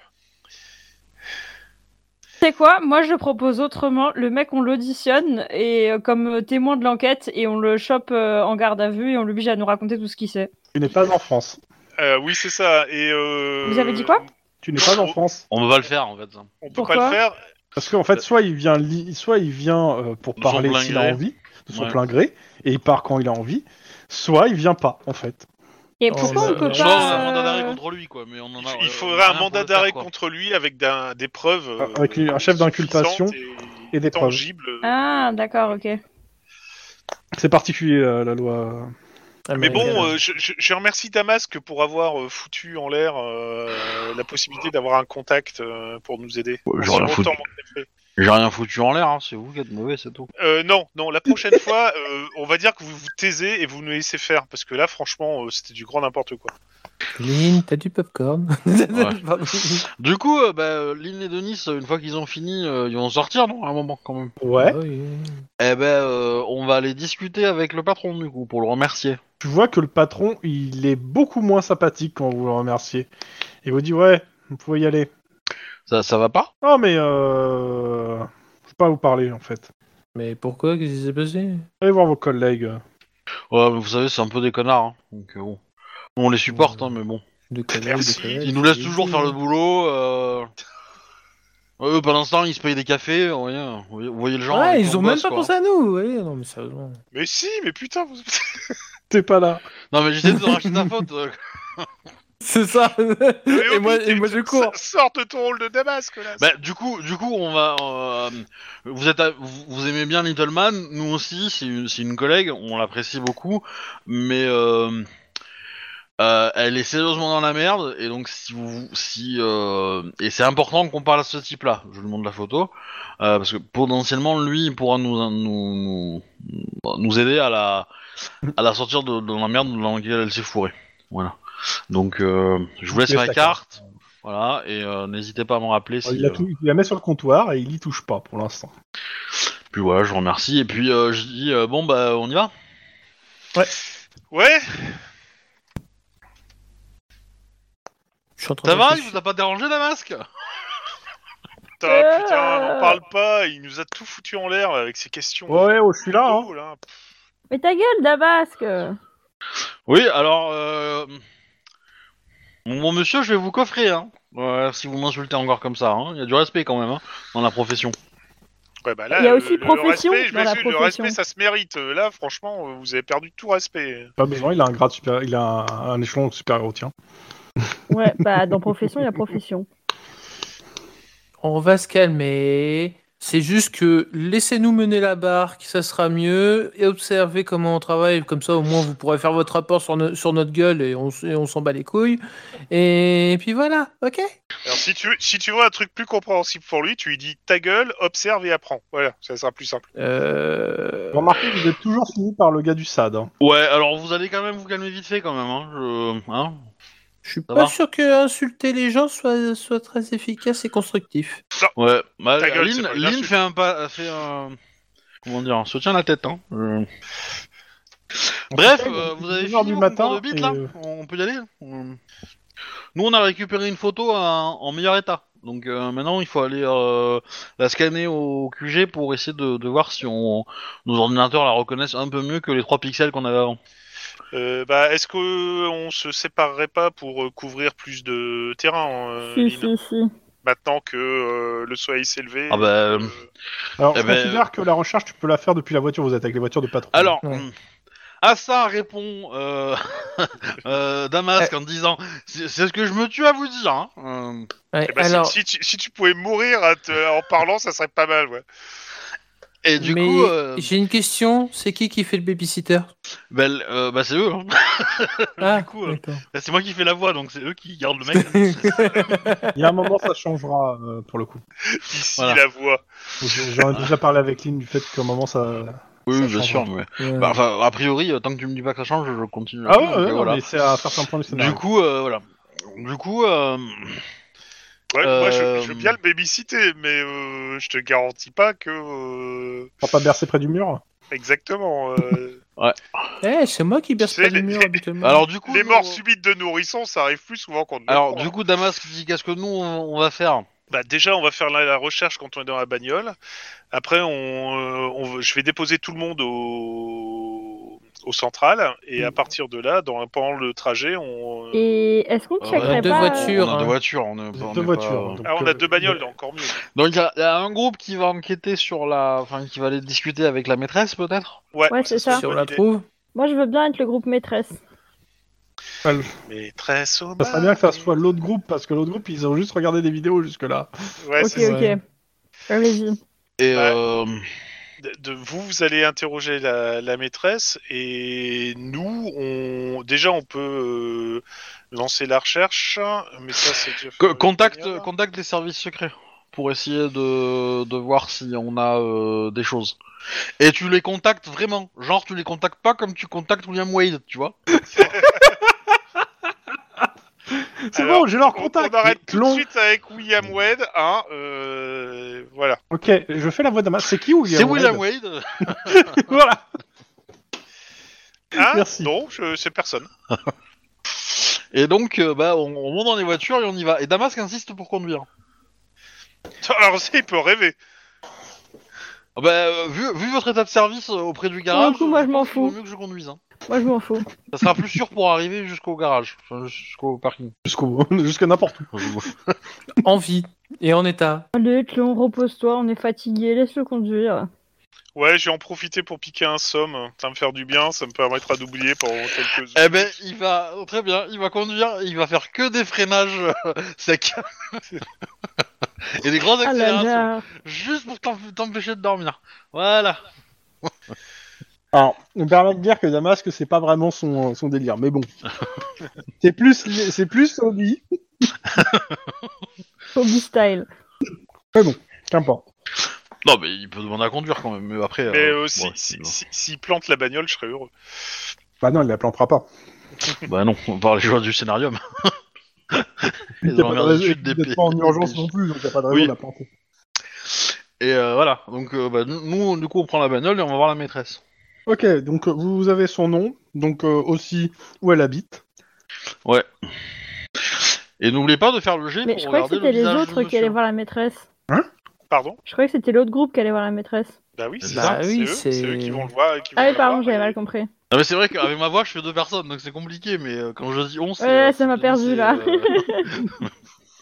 [SPEAKER 3] C'est quoi Moi, je propose autrement. Le mec, on l'auditionne et euh, comme témoin de l'enquête et on le chope euh, en garde à vue et on l'oblige à nous raconter tout ce qu'il sait.
[SPEAKER 2] Tu n'es pas en France.
[SPEAKER 4] Euh, oui, c'est ça. Et euh,
[SPEAKER 3] Vous avez dit quoi
[SPEAKER 2] Tu n'es pas en France
[SPEAKER 1] on va le faire en fait. ça.
[SPEAKER 4] On peut
[SPEAKER 3] Pourquoi
[SPEAKER 4] pas le faire.
[SPEAKER 2] parce qu'en fait soit il vient, li- soit il vient euh, pour
[SPEAKER 1] De son
[SPEAKER 2] parler
[SPEAKER 1] plein
[SPEAKER 2] s'il a
[SPEAKER 1] gré.
[SPEAKER 2] envie, de son
[SPEAKER 1] Ouais.
[SPEAKER 2] plein gré, et il part quand il a envie, soit il vient pas en fait.
[SPEAKER 3] Et
[SPEAKER 5] Oh,
[SPEAKER 3] pourquoi
[SPEAKER 5] bah,
[SPEAKER 3] on peut
[SPEAKER 5] euh,
[SPEAKER 1] Genre, on a un
[SPEAKER 3] pas
[SPEAKER 1] mandat d'arrêt
[SPEAKER 3] euh,
[SPEAKER 1] contre lui quoi. Mais on en
[SPEAKER 4] Il,
[SPEAKER 1] a,
[SPEAKER 4] il
[SPEAKER 1] euh,
[SPEAKER 4] faudrait
[SPEAKER 1] on a
[SPEAKER 4] un
[SPEAKER 1] rien pour
[SPEAKER 4] mandat
[SPEAKER 1] le faire,
[SPEAKER 4] d'arrêt
[SPEAKER 1] quoi.
[SPEAKER 4] contre lui avec d'un- des preuves. euh,
[SPEAKER 2] Ah, Avec un chef d'inculpation
[SPEAKER 4] suffisantes
[SPEAKER 2] et des preuves.
[SPEAKER 4] tangibles.
[SPEAKER 3] Ah, d'accord, ok.
[SPEAKER 2] C'est particulier euh, la loi.
[SPEAKER 4] Mais bon, euh, je, je- je remercie Damasque pour avoir euh, foutu en l'air euh, la possibilité d'avoir un contact euh, pour nous aider.
[SPEAKER 1] Ouais,
[SPEAKER 4] Merci
[SPEAKER 1] j'aurais rien
[SPEAKER 4] longtemps,
[SPEAKER 1] foutu.
[SPEAKER 4] mon café.
[SPEAKER 1] J'ai rien foutu en l'air, hein, c'est vous qui êtes mauvais, c'est tout.
[SPEAKER 4] Euh, non, non, la prochaine fois, euh, on va dire que vous vous taisez et vous nous laissez faire, parce que là, franchement, euh, c'était du grand n'importe quoi.
[SPEAKER 5] Lynn, t'as du popcorn Pardon.
[SPEAKER 1] Du coup, euh, bah, euh, Lynn et Denis, euh, une fois qu'ils ont fini, euh, ils vont sortir, non À un moment quand même.
[SPEAKER 2] Ouais.
[SPEAKER 5] Ah oui.
[SPEAKER 1] Eh ben, euh, on va aller discuter avec le patron du coup pour le remercier.
[SPEAKER 2] Tu vois que le patron il est beaucoup moins sympathique quand vous le remerciez. Il vous dit ouais, vous pouvez y aller.
[SPEAKER 1] Ça, ça va pas
[SPEAKER 2] Non mais euh... je peux pas vous parler en fait.
[SPEAKER 5] Mais pourquoi Qu'est-ce qui s'est passé
[SPEAKER 2] Allez voir vos collègues.
[SPEAKER 1] Ouais, mais vous savez, c'est un peu des connards. hein, Donc, euh, bon. On les supporte, hein, mais bon.
[SPEAKER 5] De collègue,
[SPEAKER 4] Merci.
[SPEAKER 5] de Ah, collègue,
[SPEAKER 1] Ils nous laissent
[SPEAKER 5] c'est
[SPEAKER 1] toujours
[SPEAKER 5] ici.
[SPEAKER 1] faire le boulot. Euh... Eux, pendant ce temps, ils se payent des cafés, vous voyez, vous voyez- vous voyez le genre.
[SPEAKER 5] Ouais,
[SPEAKER 1] avec
[SPEAKER 5] ils
[SPEAKER 1] ton
[SPEAKER 5] ont même
[SPEAKER 1] gosse,
[SPEAKER 5] pas
[SPEAKER 1] quoi.
[SPEAKER 5] pensé à nous. Ouais, non, mais sérieusement.
[SPEAKER 4] Mais si, mais putain, vous...
[SPEAKER 2] T'es pas là.
[SPEAKER 1] Non, mais j'essaie de te racheter ta faute. euh.
[SPEAKER 5] C'est ça. et, moi, et moi, je cours.
[SPEAKER 4] Sors de ton rôle de Damasque, là.
[SPEAKER 1] Bah, du coup, du coup, on va. euh, vous êtes, à- vous, vous aimez bien Little Man, nous aussi. C'est une, c'est une collègue, on l'apprécie beaucoup, mais euh, euh, elle est sérieusement dans la merde. Et donc, si vous, si euh, et c'est important qu'on parle à ce type-là. Je lui montre la photo euh, parce que potentiellement, lui, il pourra nous nous, nous, nous aider à la à la sortir de, de la merde dans laquelle elle s'est fourrée. Voilà. Donc, euh, je vous laisse
[SPEAKER 2] Laisse
[SPEAKER 1] ma
[SPEAKER 2] ta
[SPEAKER 1] carte. Voilà, et euh, n'hésitez pas à me rappeler si...
[SPEAKER 2] Oh, Il la,
[SPEAKER 1] euh,
[SPEAKER 2] tou- il la met sur le comptoir et il y touche pas pour l'instant.
[SPEAKER 1] Puis voilà, je vous remercie. Et puis euh, je dis euh, bon bah on y va.
[SPEAKER 4] Ouais,
[SPEAKER 5] Je suis en train
[SPEAKER 1] Ça
[SPEAKER 5] de
[SPEAKER 1] va Il
[SPEAKER 5] réfléchir.
[SPEAKER 1] vous a pas dérangé Damasque
[SPEAKER 4] putain,
[SPEAKER 3] Ah.
[SPEAKER 4] putain, on parle pas, il nous a tout foutu en l'air là, avec ses questions.
[SPEAKER 2] Ouais, oh, je suis là. Hein.
[SPEAKER 4] Oh, là.
[SPEAKER 3] Mais ta gueule, Dabasque
[SPEAKER 1] Oui, alors euh... mon bon monsieur, je vais vous coffrer. Hein. Ouais, si vous m'insultez encore comme ça, hein. il y a du respect quand même hein, dans la profession.
[SPEAKER 4] Ouais, bah là,
[SPEAKER 3] Il y a
[SPEAKER 4] le-
[SPEAKER 3] aussi
[SPEAKER 4] le
[SPEAKER 3] profession
[SPEAKER 4] respect, je
[SPEAKER 3] dans
[SPEAKER 4] m'excuse,
[SPEAKER 3] la
[SPEAKER 4] le
[SPEAKER 3] profession.
[SPEAKER 4] respect, ça se mérite. Euh, Là, franchement, euh, vous avez perdu tout respect.
[SPEAKER 2] Pas besoin, il a un grade supérieur, il a un, un échelon supérieur au tien.
[SPEAKER 3] Ouais, bah dans profession, il y a profession.
[SPEAKER 5] On va se calmer. C'est juste que laissez-nous mener la barque, ça sera mieux. Et observez comment on travaille, comme ça au moins vous pourrez faire votre rapport sur, no- sur notre gueule et on, s- et on s'en bat les couilles. Et puis voilà, ok
[SPEAKER 4] Alors, si tu, si tu veux un truc plus compréhensible pour lui, tu lui dis ta gueule, observe et apprends. Voilà, ça sera plus simple.
[SPEAKER 5] Euh,
[SPEAKER 2] Remarquez, vous êtes toujours fini par le gars du SAD. hein.
[SPEAKER 1] Ouais, alors vous allez quand même vous calmer vite fait quand même, hein. Je... hein
[SPEAKER 5] Je suis
[SPEAKER 1] Ça
[SPEAKER 5] pas
[SPEAKER 1] va
[SPEAKER 5] sûr que insulter les gens soit, soit très efficace et constructif.
[SPEAKER 1] ouais. Bah,
[SPEAKER 4] Ta gueule, c'est
[SPEAKER 1] Lynn,
[SPEAKER 4] pas une
[SPEAKER 1] Lynn
[SPEAKER 4] insulte.
[SPEAKER 1] fait un pas, fait un. Comment dire, se tient la tête, hein. Euh,
[SPEAKER 2] On
[SPEAKER 1] Bref,
[SPEAKER 2] se calme,
[SPEAKER 1] euh,
[SPEAKER 2] il
[SPEAKER 1] vous
[SPEAKER 2] est
[SPEAKER 1] avez
[SPEAKER 2] 1h
[SPEAKER 1] fini
[SPEAKER 2] du
[SPEAKER 1] vos
[SPEAKER 2] matin
[SPEAKER 1] concours de bite,
[SPEAKER 2] et,
[SPEAKER 1] là
[SPEAKER 2] euh,
[SPEAKER 1] On peut y aller Euh, Nous, on a récupéré une photo à- en meilleur état. Donc euh, maintenant, il faut aller euh, la scanner au QG pour essayer de, de voir si on, nos ordinateurs la reconnaissent un peu mieux que les 3 pixels qu'on avait avant.
[SPEAKER 4] Euh, bah, est-ce que euh, on se séparerait pas pour euh, couvrir plus de terrain, euh,
[SPEAKER 3] Si,
[SPEAKER 4] Lynn
[SPEAKER 3] si, si.
[SPEAKER 4] maintenant que euh, le soleil s'est levé
[SPEAKER 1] Ah bah,
[SPEAKER 4] euh,
[SPEAKER 2] Alors,
[SPEAKER 1] Eh
[SPEAKER 2] je
[SPEAKER 1] ben,
[SPEAKER 2] considère que la recherche, tu peux la faire depuis la voiture. Vous êtes avec les voitures de patrouille.
[SPEAKER 1] Alors,
[SPEAKER 5] Ouais.
[SPEAKER 1] hum, à ça répond euh, euh, Damasque en disant C'est c'est ce que je me tue à vous dire. hein. Euh,
[SPEAKER 5] Ouais,
[SPEAKER 4] eh bah, si-
[SPEAKER 5] alors,
[SPEAKER 4] si, tu, si tu pouvais mourir à te- en parlant, ça serait pas mal. Ouais.
[SPEAKER 1] et du
[SPEAKER 5] mais
[SPEAKER 1] coup, euh,
[SPEAKER 5] j'ai une question, c'est qui qui fait le babysitter
[SPEAKER 1] ben, euh, bah, c'est eux. hein.
[SPEAKER 5] Ah,
[SPEAKER 1] coup, euh,
[SPEAKER 5] d'accord.
[SPEAKER 1] C'est moi qui fais la voix, donc c'est eux qui gardent le mec.
[SPEAKER 2] Il y a un moment, ça changera euh, pour le coup.
[SPEAKER 4] Ici
[SPEAKER 1] Voilà.
[SPEAKER 4] la voix.
[SPEAKER 2] J'ai- J'en ai déjà parlé avec Lynn du fait qu'à un moment, ça.
[SPEAKER 1] oui,
[SPEAKER 2] Ça
[SPEAKER 1] bien
[SPEAKER 2] change.
[SPEAKER 1] sûr. Mais...
[SPEAKER 5] Ouais.
[SPEAKER 1] Bah, enfin, a priori, euh, tant que tu me dis pas que ça change, je continue.
[SPEAKER 2] Ah ouais,
[SPEAKER 1] Donc, euh,
[SPEAKER 2] ouais, non,
[SPEAKER 1] voilà.
[SPEAKER 2] mais c'est à un certain point du scénario.
[SPEAKER 1] Du coup, euh, voilà. Du coup, euh,
[SPEAKER 4] Ouais, Moi,
[SPEAKER 1] Euh,
[SPEAKER 4] je, je veux bien le babysitter, mais euh, je te garantis pas que. euh,
[SPEAKER 2] Pour pas bercer près du mur.
[SPEAKER 4] Exactement. euh,
[SPEAKER 5] Eh, c'est moi qui berce
[SPEAKER 4] C'est
[SPEAKER 5] pas le
[SPEAKER 4] les-
[SPEAKER 5] mur
[SPEAKER 4] les-
[SPEAKER 5] habituellement.
[SPEAKER 1] alors du coup,
[SPEAKER 4] les
[SPEAKER 1] nous,
[SPEAKER 4] morts
[SPEAKER 1] on-
[SPEAKER 4] subites de nourrissons, ça arrive plus souvent qu'on ne le
[SPEAKER 1] Alors
[SPEAKER 4] croit.
[SPEAKER 1] du coup, Damasque dit qu'est-ce que nous on, on va faire
[SPEAKER 4] Bah déjà, on va faire la, la recherche quand on est dans la bagnole. Après, on, euh, on- je vais déposer tout le monde au, au central. Et
[SPEAKER 2] Mm.
[SPEAKER 4] à partir de là, dans, pendant le trajet, on...
[SPEAKER 3] Et est-ce
[SPEAKER 1] Euh,
[SPEAKER 3] qu'on
[SPEAKER 5] On
[SPEAKER 3] checkerait
[SPEAKER 5] a deux
[SPEAKER 3] pas euh,
[SPEAKER 5] voitures.
[SPEAKER 1] On a
[SPEAKER 5] hein.
[SPEAKER 1] deux voitures. On est-
[SPEAKER 2] Vous êtes
[SPEAKER 1] on
[SPEAKER 2] deux
[SPEAKER 1] est
[SPEAKER 2] voitures.
[SPEAKER 1] pas-
[SPEAKER 2] donc,
[SPEAKER 4] Ah, on
[SPEAKER 2] euh,
[SPEAKER 4] a deux bagnoles, donc encore mieux.
[SPEAKER 1] Donc il y, a- il y a un groupe qui va enquêter sur la, enfin qui va aller discuter avec la maîtresse peut-être.
[SPEAKER 3] Ouais, c'est ça.
[SPEAKER 4] serait
[SPEAKER 5] Si on
[SPEAKER 4] une
[SPEAKER 5] la
[SPEAKER 4] bonne idée.
[SPEAKER 5] trouve.
[SPEAKER 3] Moi, je veux bien être le groupe maîtresse.
[SPEAKER 4] Mais très
[SPEAKER 2] Ça serait bien que ça soit l'autre groupe parce que l'autre groupe, ils ont juste regardé des vidéos jusque-là.
[SPEAKER 4] Ouais,
[SPEAKER 3] ok,
[SPEAKER 4] c'est ça.
[SPEAKER 2] vrai.
[SPEAKER 3] ok. Allez-y.
[SPEAKER 1] Et
[SPEAKER 4] Ouais.
[SPEAKER 1] euh,
[SPEAKER 4] De- de- vous, vous allez interroger la, la maîtresse et nous, on déjà, on peut euh, lancer la recherche, mais ça, c'est déjà fait
[SPEAKER 1] co-
[SPEAKER 4] dans la
[SPEAKER 1] contacte,
[SPEAKER 4] bagnole.
[SPEAKER 1] contacte les services secrets pour essayer de, de voir si on a euh, des choses. Et tu les contactes vraiment, genre tu les contactes pas comme tu contactes William Wade, tu vois
[SPEAKER 2] C'est
[SPEAKER 4] Alors,
[SPEAKER 2] bon, j'ai leur
[SPEAKER 4] on-
[SPEAKER 2] contact.
[SPEAKER 4] On arrête tout
[SPEAKER 2] Long.
[SPEAKER 4] de suite avec William
[SPEAKER 1] Mm.
[SPEAKER 4] Wade, hein, euh, voilà.
[SPEAKER 2] Ok, je fais la voix d'Amas. C'est qui William
[SPEAKER 1] C'est William
[SPEAKER 2] Wade
[SPEAKER 1] Wade.
[SPEAKER 2] Voilà.
[SPEAKER 4] Hein
[SPEAKER 2] Merci.
[SPEAKER 4] Non, je- c'est personne.
[SPEAKER 1] Et donc euh, bah on, on monte dans les voitures et on y va. Et Damask insiste pour conduire.
[SPEAKER 4] Alors, ça, il peut rêver.
[SPEAKER 1] Ah Bah euh, vu, vu votre état de service euh, auprès du garage,
[SPEAKER 3] coup, moi, je m'en
[SPEAKER 1] pense qu'il vaut
[SPEAKER 3] fous.
[SPEAKER 1] Mieux que je conduise. hein.
[SPEAKER 3] Moi, je m'en fous.
[SPEAKER 1] Ça sera plus sûr pour arriver jusqu'au garage, enfin, jusqu'au parking.
[SPEAKER 2] Jusqu'au, jusqu'à n'importe où.
[SPEAKER 5] En vie et en état.
[SPEAKER 3] Allez, Clon, repose-toi, on est fatigué, laisse-le conduire.
[SPEAKER 4] Ouais, je vais en profiter pour piquer un somme. Ça va me faire du bien, ça me permettra d'oublier pendant quelques
[SPEAKER 1] Eh ben, il va très bien, il va conduire, il va faire que des freinages euh, secs et des grandes
[SPEAKER 3] Ah là
[SPEAKER 1] accélérations,
[SPEAKER 3] là.
[SPEAKER 1] juste pour t'em- t'empêcher de dormir. Voilà.
[SPEAKER 2] Alors, me permet de dire que Damasque, c'est pas vraiment son, son délire, mais bon. c'est plus, li- c'est plus hobby.
[SPEAKER 3] Foggy style.
[SPEAKER 2] Qu'importe.
[SPEAKER 1] Non, mais il peut demander à conduire quand même. Mais après.
[SPEAKER 4] Mais
[SPEAKER 1] euh,
[SPEAKER 4] euh, si-
[SPEAKER 1] ouais,
[SPEAKER 4] si-
[SPEAKER 1] c'est-
[SPEAKER 4] si- s'il plante la bagnole, je serais heureux.
[SPEAKER 2] Bah non, il la plantera pas.
[SPEAKER 1] Bah non, on parle les joueurs du scénarium. Ils
[SPEAKER 2] T'es
[SPEAKER 1] ont la
[SPEAKER 2] pas, dans la-
[SPEAKER 1] merde chute
[SPEAKER 2] t'es
[SPEAKER 1] d'épée.
[SPEAKER 2] pas en urgence non plus, donc y a pas de raison
[SPEAKER 1] Oui.
[SPEAKER 2] de la planter.
[SPEAKER 1] Et euh, voilà. Donc euh, bah, nous, du coup, on prend la bagnole et on va voir la maîtresse.
[SPEAKER 2] Ok, donc euh, vous avez son nom, donc euh, aussi où elle habite.
[SPEAKER 1] Et n'oubliez pas de faire le jet
[SPEAKER 3] Mais
[SPEAKER 1] pour
[SPEAKER 3] je croyais que
[SPEAKER 1] regarder le
[SPEAKER 3] c'était les
[SPEAKER 1] visage du
[SPEAKER 3] autres qui
[SPEAKER 1] monsieur.
[SPEAKER 3] allaient voir la maîtresse.
[SPEAKER 4] Pardon
[SPEAKER 3] Je croyais que c'était l'autre groupe qui allait voir la maîtresse.
[SPEAKER 4] Bah oui, c'est
[SPEAKER 5] Bah
[SPEAKER 4] ça.
[SPEAKER 5] oui,
[SPEAKER 4] c'est eux,
[SPEAKER 5] c'est-
[SPEAKER 4] c'est eux qui vont le voir. et qui
[SPEAKER 3] Ah
[SPEAKER 4] vont
[SPEAKER 3] oui,
[SPEAKER 4] la
[SPEAKER 3] pardon,
[SPEAKER 4] voir,
[SPEAKER 3] j'avais
[SPEAKER 4] et-
[SPEAKER 3] mal compris.
[SPEAKER 1] Ah mais c'est vrai qu'avec ma voix je fais deux personnes donc c'est compliqué mais euh, quand je dis on c'est...
[SPEAKER 3] Ouais, ça m'a perdu,
[SPEAKER 1] c'est,
[SPEAKER 3] là.
[SPEAKER 1] euh,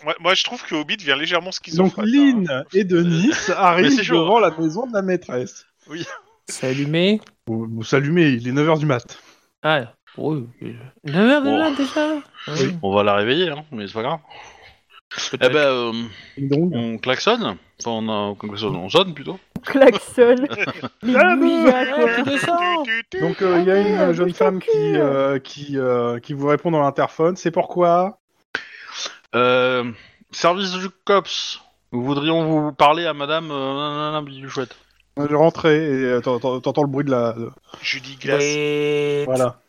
[SPEAKER 4] Moi, moi, je trouve que Hobbit vient légèrement
[SPEAKER 2] Donc
[SPEAKER 4] schizophrène. hein.
[SPEAKER 2] Lynn et Denis
[SPEAKER 1] Mais
[SPEAKER 2] arrivent
[SPEAKER 1] hein. c'est chaud. hein.
[SPEAKER 2] devant la maison de la maîtresse.
[SPEAKER 5] C'est allumé.
[SPEAKER 2] Vous, vous s'allumez, il est 9h du mat.
[SPEAKER 5] Ah, oui. 9h
[SPEAKER 1] Bon.
[SPEAKER 5] déjà Ah
[SPEAKER 2] Oui.
[SPEAKER 1] On va la réveiller, hein, mais c'est pas grave. Eh ben, euh,
[SPEAKER 2] Ding dong.
[SPEAKER 1] on klaxonne. Enfin, on, a- on klaxonne, on sonne plutôt.
[SPEAKER 3] Klaxon. Les
[SPEAKER 2] Ah,
[SPEAKER 3] bouillas,
[SPEAKER 5] non.
[SPEAKER 3] quoi.
[SPEAKER 5] Ah,
[SPEAKER 3] hein.
[SPEAKER 5] descends.
[SPEAKER 4] Tu, tu, tu.
[SPEAKER 2] Donc euh, il y a une
[SPEAKER 3] Ah,
[SPEAKER 2] jeune
[SPEAKER 3] putain,
[SPEAKER 2] femme
[SPEAKER 3] cul.
[SPEAKER 2] qui, euh, qui, euh, qui vous répond dans l'interphone. C'est pourquoi
[SPEAKER 1] Euh, service du COPS. Nous voudrions vous parler à madame euh, nanana, Bidule Chouette.
[SPEAKER 2] Je rentrais et euh, t'entends t'entends le bruit de la... de-
[SPEAKER 4] Julie Glass.
[SPEAKER 2] Voilà.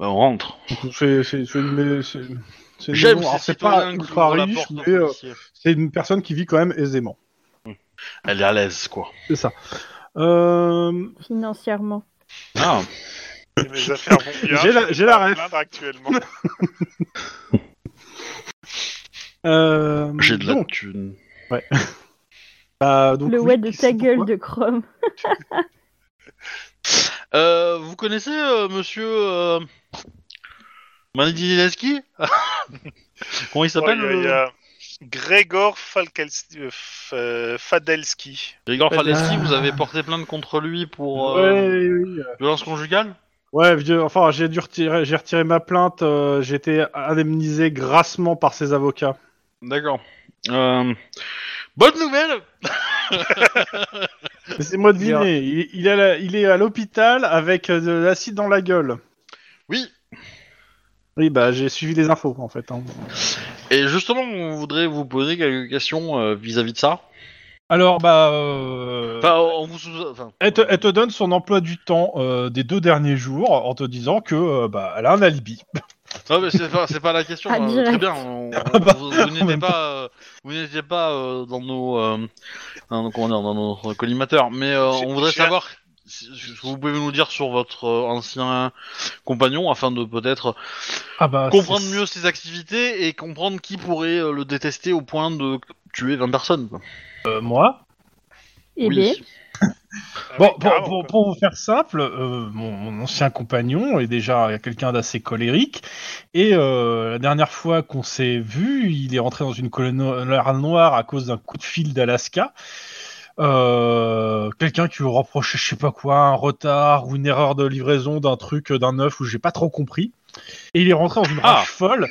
[SPEAKER 1] Bah, on rentre.
[SPEAKER 2] C'est c'est- c'est une... mais c'est- c'est une
[SPEAKER 1] J'aime
[SPEAKER 2] maison.
[SPEAKER 1] ces
[SPEAKER 2] Alors, c'est
[SPEAKER 1] citoyens
[SPEAKER 2] pas
[SPEAKER 1] qui
[SPEAKER 2] ultra
[SPEAKER 1] ouvrent la
[SPEAKER 2] riche,
[SPEAKER 1] porte aux
[SPEAKER 2] mais euh,
[SPEAKER 1] policiers.
[SPEAKER 2] c'est une personne qui vit quand même aisément.
[SPEAKER 1] Elle est à l'aise, quoi.
[SPEAKER 2] C'est ça. Euh,
[SPEAKER 3] Financièrement.
[SPEAKER 1] Ah,
[SPEAKER 4] Et mes affaires vont bien.
[SPEAKER 2] J'ai la-
[SPEAKER 4] je vais
[SPEAKER 2] j'ai la
[SPEAKER 4] pas me
[SPEAKER 2] ref.
[SPEAKER 4] plaindre actuellement.
[SPEAKER 2] euh,
[SPEAKER 1] j'ai de la
[SPEAKER 2] donc,
[SPEAKER 1] thune.
[SPEAKER 2] bah, donc,
[SPEAKER 3] Le
[SPEAKER 2] oui,
[SPEAKER 3] ouais de
[SPEAKER 2] qui
[SPEAKER 3] ta
[SPEAKER 2] sait
[SPEAKER 3] gueule
[SPEAKER 2] pourquoi
[SPEAKER 3] de Chrome.
[SPEAKER 1] Euh, vous connaissez euh, monsieur euh, Mandileski Comment il s'appelle
[SPEAKER 4] Ouais, il y
[SPEAKER 1] euh,
[SPEAKER 4] a- il y a Grégor Falkels- euh, F- euh, Fadelski.
[SPEAKER 1] Grégor
[SPEAKER 5] Ah.
[SPEAKER 1] Faleski, vous avez porté plainte contre lui pour
[SPEAKER 2] Ouais,
[SPEAKER 1] euh,
[SPEAKER 2] oui, oui.
[SPEAKER 1] violence conjugale
[SPEAKER 2] ouais, vieux- enfin, j'ai dû retirer, j'ai retiré ma plainte. euh, j'ai été indemnisé grassement par ses avocats.
[SPEAKER 1] D'accord. Euh, bonne nouvelle
[SPEAKER 2] Laissez-moi deviner. Il, il est à la- il est à l'hôpital avec euh, de l'acide dans la gueule.
[SPEAKER 1] Oui,
[SPEAKER 2] Oui, bah, j'ai suivi les infos en fait. hein.
[SPEAKER 1] et justement, on voudrait vous poser quelques questions euh, vis-à-vis de ça.
[SPEAKER 2] Alors, bah, euh,
[SPEAKER 1] Enfin, on vous sous- enfin,
[SPEAKER 2] elle, te, elle te donne son emploi du temps euh, des deux derniers jours en te disant que euh, bah, elle a un alibi.
[SPEAKER 1] Non, mais c'est pas, c'est pas la question.
[SPEAKER 3] Ah,
[SPEAKER 1] euh,
[SPEAKER 3] direct.
[SPEAKER 1] très bien. on- on- vous vous n'étiez pas, euh, vous n'étiez pas euh, dans nos, euh, dans, nos- comment dire, dans nos collimateurs. Mais euh,
[SPEAKER 4] J'ai-
[SPEAKER 1] on voudrait
[SPEAKER 4] j'ai-
[SPEAKER 1] savoir si- ce que vous pouvez nous dire sur votre euh, ancien compagnon afin de peut-être
[SPEAKER 2] Ah bah,
[SPEAKER 1] comprendre
[SPEAKER 2] c'est-
[SPEAKER 1] mieux ses activités et comprendre qui pourrait euh, le détester au point de tuer 20 personnes. quoi.
[SPEAKER 2] euh, moi,
[SPEAKER 3] Et
[SPEAKER 1] Oui.
[SPEAKER 3] bien,
[SPEAKER 4] Ah
[SPEAKER 2] Bon,
[SPEAKER 4] oui,
[SPEAKER 2] pour,
[SPEAKER 4] carrément,
[SPEAKER 2] pour,
[SPEAKER 4] quoi.
[SPEAKER 2] pour vous faire simple, euh, mon, mon ancien compagnon est déjà quelqu'un d'assez colérique. Et euh, la dernière fois qu'on s'est vu, il est rentré dans une colonne noire à cause d'un coup de fil d'Alaska. Euh, quelqu'un qui lui reprochait, je sais pas quoi, un retard ou une erreur de livraison d'un truc, euh, d'un œuf où j'ai pas trop compris. Et il est rentré dans une
[SPEAKER 1] Ah.
[SPEAKER 2] rage folle.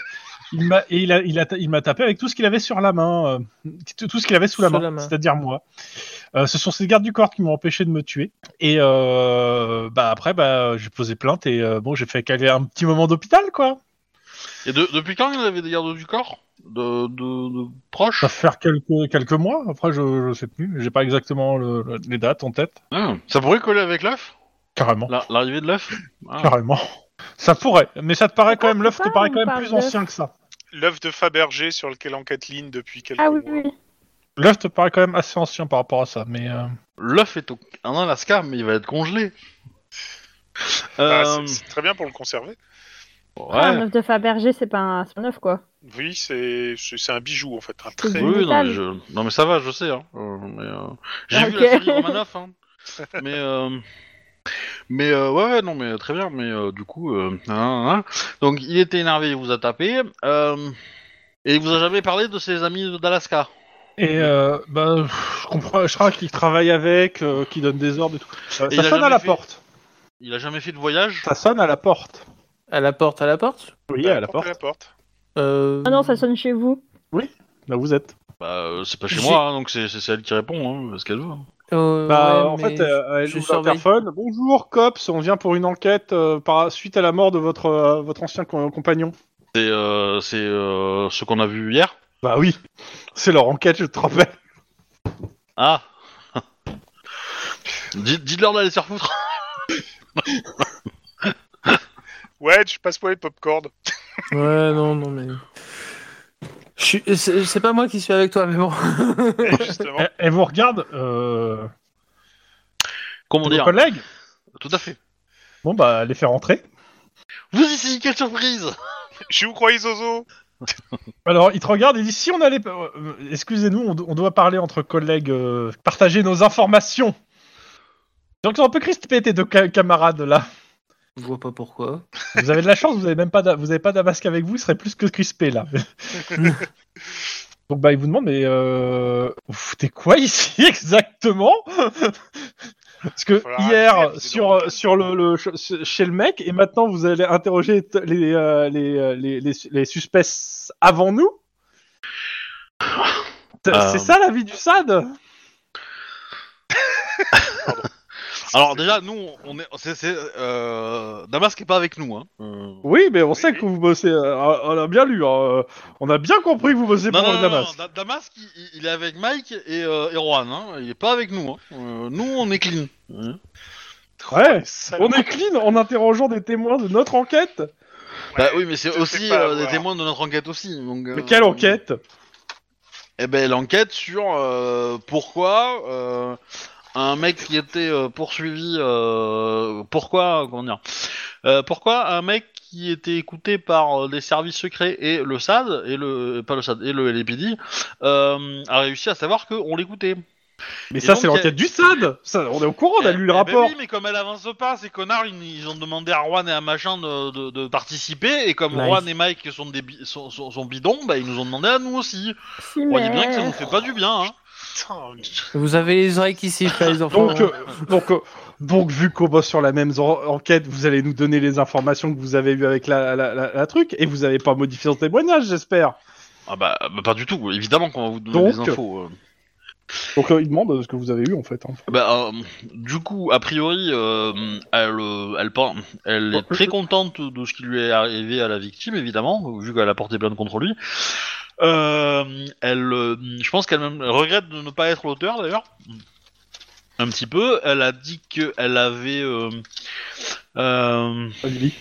[SPEAKER 2] Il m'a et il a- il a- il m'a tapé avec tout ce qu'il avait sur la main, euh, tout- tout ce qu'il avait sous la
[SPEAKER 5] Sous
[SPEAKER 2] main,
[SPEAKER 5] la main.
[SPEAKER 2] c'est-à-dire moi. Euh, ce sont ces gardes du corps qui m'ont empêché de me tuer. Et euh, bah après, bah j'ai posé plainte et euh, bon, j'ai fait caler un petit moment d'hôpital, quoi.
[SPEAKER 1] Et de- depuis quand il avait des gardes du corps de, de, de proches
[SPEAKER 2] Ça fait faire quelques quelques mois. Après, je, je sais plus, j'ai pas exactement le- le- les dates en tête.
[SPEAKER 1] Ah, Ça pourrait coller avec l'œuf
[SPEAKER 2] Carrément,
[SPEAKER 1] La- L'arrivée de l'œuf Ah.
[SPEAKER 2] carrément. Ça pourrait, mais ça te paraît quand
[SPEAKER 3] Pourquoi
[SPEAKER 2] même l'œuf te
[SPEAKER 3] pas,
[SPEAKER 2] paraît
[SPEAKER 3] on
[SPEAKER 2] quand même
[SPEAKER 3] parle
[SPEAKER 2] plus
[SPEAKER 3] d'œuf
[SPEAKER 2] ancien que ça.
[SPEAKER 4] L'œuf de Fabergé sur lequel enquête Lynn depuis quelques
[SPEAKER 3] Ah oui,
[SPEAKER 4] mois.
[SPEAKER 3] oui.
[SPEAKER 2] L'œuf te paraît quand même assez ancien par rapport à ça, mais. euh,
[SPEAKER 1] L'œuf est au- en Alaska, mais il va être congelé.
[SPEAKER 4] Ah,
[SPEAKER 1] Euh,
[SPEAKER 4] c'est- c'est très bien pour le conserver.
[SPEAKER 3] Ah, un
[SPEAKER 1] ouais.
[SPEAKER 3] œuf de Fabergé, c'est pas un, c'est pas un œuf, quoi.
[SPEAKER 4] Oui, c'est c'est- c'est un bijou en fait. Un
[SPEAKER 3] C'est
[SPEAKER 4] très...
[SPEAKER 3] beau.
[SPEAKER 1] Oui, non
[SPEAKER 3] Métal.
[SPEAKER 1] mais, je- non, mais ça va, je sais. Hein. Euh, mais, euh, J'ai
[SPEAKER 3] Ah,
[SPEAKER 1] vu
[SPEAKER 3] ok.
[SPEAKER 1] la série Romanoff. Hein. mais euh, mais euh, ouais, ouais, non, mais très bien. Mais euh, du coup, euh, hein, hein. donc il était énervé, il vous a tapé. euh, et il vous a jamais parlé de ses amis d'Alaska.
[SPEAKER 2] Et euh, bah, pff, je comprends, je crois qu'il travaille avec, euh, qu'il donne des ordres et tout. Euh,
[SPEAKER 1] il
[SPEAKER 2] ça
[SPEAKER 1] a
[SPEAKER 2] sonne à
[SPEAKER 1] jamais
[SPEAKER 2] la
[SPEAKER 1] fait-
[SPEAKER 2] porte.
[SPEAKER 1] Il a jamais fait de voyage.
[SPEAKER 2] Ça sonne à la porte.
[SPEAKER 5] À la porte, à la porte
[SPEAKER 2] Oui, à la porte.
[SPEAKER 4] La porte.
[SPEAKER 5] Euh,
[SPEAKER 3] Ah non, ça sonne chez vous.
[SPEAKER 2] Là, vous êtes.
[SPEAKER 1] Bah, euh, c'est pas chez
[SPEAKER 5] J'ai-
[SPEAKER 1] moi, hein, donc c'est c'est- c'est elle qui répond, hein, ce qu'elle veut.
[SPEAKER 5] euh,
[SPEAKER 2] Bah,
[SPEAKER 5] ouais,
[SPEAKER 2] en
[SPEAKER 5] mais
[SPEAKER 2] fait, euh, elle
[SPEAKER 5] je
[SPEAKER 2] ouvre
[SPEAKER 5] surveille.
[SPEAKER 2] l'interphone. Bonjour, cops. On vient pour une enquête euh, par suite à la mort de votre euh, votre ancien co- compagnon.
[SPEAKER 1] C'est euh, c'est, euh, ce qu'on a vu hier.
[SPEAKER 2] Bah oui, c'est leur enquête, je te rappelle.
[SPEAKER 1] Ah Dis- Dites-leur d'aller se faire foutre
[SPEAKER 4] Ouais, je passe moi les popcorn.
[SPEAKER 5] Ouais, non, non, mais. Je suis- C'est c'est pas moi qui suis avec toi, mais bon.
[SPEAKER 4] Justement.
[SPEAKER 2] Elle, elle vous regarde, euh,
[SPEAKER 1] Comment
[SPEAKER 2] vos
[SPEAKER 1] dire
[SPEAKER 2] collègues.
[SPEAKER 1] Tout à fait.
[SPEAKER 2] Bon bah, elle les fait rentrer.
[SPEAKER 1] Vous ici, quelle surprise
[SPEAKER 4] Je vous croyais Zozo
[SPEAKER 2] Alors, il te regarde et dit si on allait. euh, euh, Excusez-nous, on, do- on doit parler entre collègues, euh, partager nos informations. Donc, ils sont un peu crispés tes deux ca- camarades là.
[SPEAKER 5] Je vois pas pourquoi.
[SPEAKER 2] Vous avez de la chance, vous avez même pas, d'a- vous avez pas Damasque avec vous, ils seraient plus que crispés là. Donc bah il vous demande mais euh, vous foutez quoi ici exactement Parce que
[SPEAKER 4] Falloir
[SPEAKER 2] hier
[SPEAKER 4] arrêter, c'est
[SPEAKER 2] sur
[SPEAKER 4] drôle.
[SPEAKER 2] sur le, le- ch- chez le mec et maintenant vous allez interroger t- les euh, les, euh, les, les, les suspects avant nous C'est
[SPEAKER 1] Euh.
[SPEAKER 2] ça la vie du SAD
[SPEAKER 1] Alors déjà, nous, on est, c'est, c'est, euh, Damas qui est pas avec nous. Hein. Euh,
[SPEAKER 2] Oui mais on sait
[SPEAKER 4] Oui.
[SPEAKER 2] que vous bossez euh, on a bien lu hein, euh, on a bien compris que vous bossez
[SPEAKER 1] Non,
[SPEAKER 2] pour
[SPEAKER 1] non, non,
[SPEAKER 2] Damas.
[SPEAKER 1] non, Da- Damas, il, il est avec Mike et, euh, et Juan, hein. il est pas avec nous. Hein. Euh, nous, on est clean. Hein.
[SPEAKER 2] Ouais.
[SPEAKER 4] les salauds.
[SPEAKER 2] On est clean en interrogeant des témoins de notre enquête.
[SPEAKER 1] bah oui, mais c'est
[SPEAKER 4] je sais
[SPEAKER 1] aussi
[SPEAKER 4] pas,
[SPEAKER 1] euh,
[SPEAKER 4] voilà.
[SPEAKER 1] des témoins de notre enquête aussi. Donc, euh,
[SPEAKER 2] Mais quelle enquête
[SPEAKER 1] Eh ben l'enquête sur euh, pourquoi euh, un mec qui était euh, poursuivi, euh, pourquoi comment dire, euh, pourquoi un mec qui était écouté par euh, des services secrets et le SAD et le pas le SAD et le LAPD euh, a réussi à savoir qu'on l'écoutait.
[SPEAKER 2] Mais
[SPEAKER 1] Et
[SPEAKER 2] ça,
[SPEAKER 1] donc,
[SPEAKER 2] c'est
[SPEAKER 1] il y a-
[SPEAKER 2] l'enquête du SAD ça, On est au courant, on Oh, a
[SPEAKER 1] Eh-
[SPEAKER 2] lu le
[SPEAKER 1] eh ben
[SPEAKER 2] rapport.
[SPEAKER 1] oui, mais comme elle avance pas, ces connards, ils, ils ont demandé à Juan et à Machin de, de- de participer, et comme
[SPEAKER 5] Nice.
[SPEAKER 1] Juan et Mike sont, des bi- sont, sont- sont bidons, bah, ils nous ont demandé à nous aussi.
[SPEAKER 3] Si,
[SPEAKER 1] On dit
[SPEAKER 3] mais-
[SPEAKER 1] bien que ça nous fait pas du bien. Hein.
[SPEAKER 4] Putain, mais-
[SPEAKER 5] Vous avez les oreilles qui sifflent, les enfants.
[SPEAKER 2] Donc, euh, donc, euh, donc, vu qu'on bosse sur la même en- enquête, vous allez nous donner les informations que vous avez eues avec la, la, la- la truc, et vous n'avez pas modifié son témoignage, j'espère.
[SPEAKER 1] Ah bah, bah, pas du tout, évidemment qu'on va vous donner
[SPEAKER 2] Donc-
[SPEAKER 1] des infos. euh.
[SPEAKER 2] Donc, euh, il demande ce que vous avez eu, en fait. hein.
[SPEAKER 1] Bah, euh, du coup, a priori, euh, elle, euh, elle, pen- elle est très contente de ce qui lui est arrivé à la victime, évidemment, vu qu'elle a porté plainte contre lui. Euh, elle, euh, je pense qu'elle même- elle regrette de ne pas être l'auteur, d'ailleurs. Un petit peu. Elle a dit qu'elle avait... euh, euh,
[SPEAKER 2] Vas-y.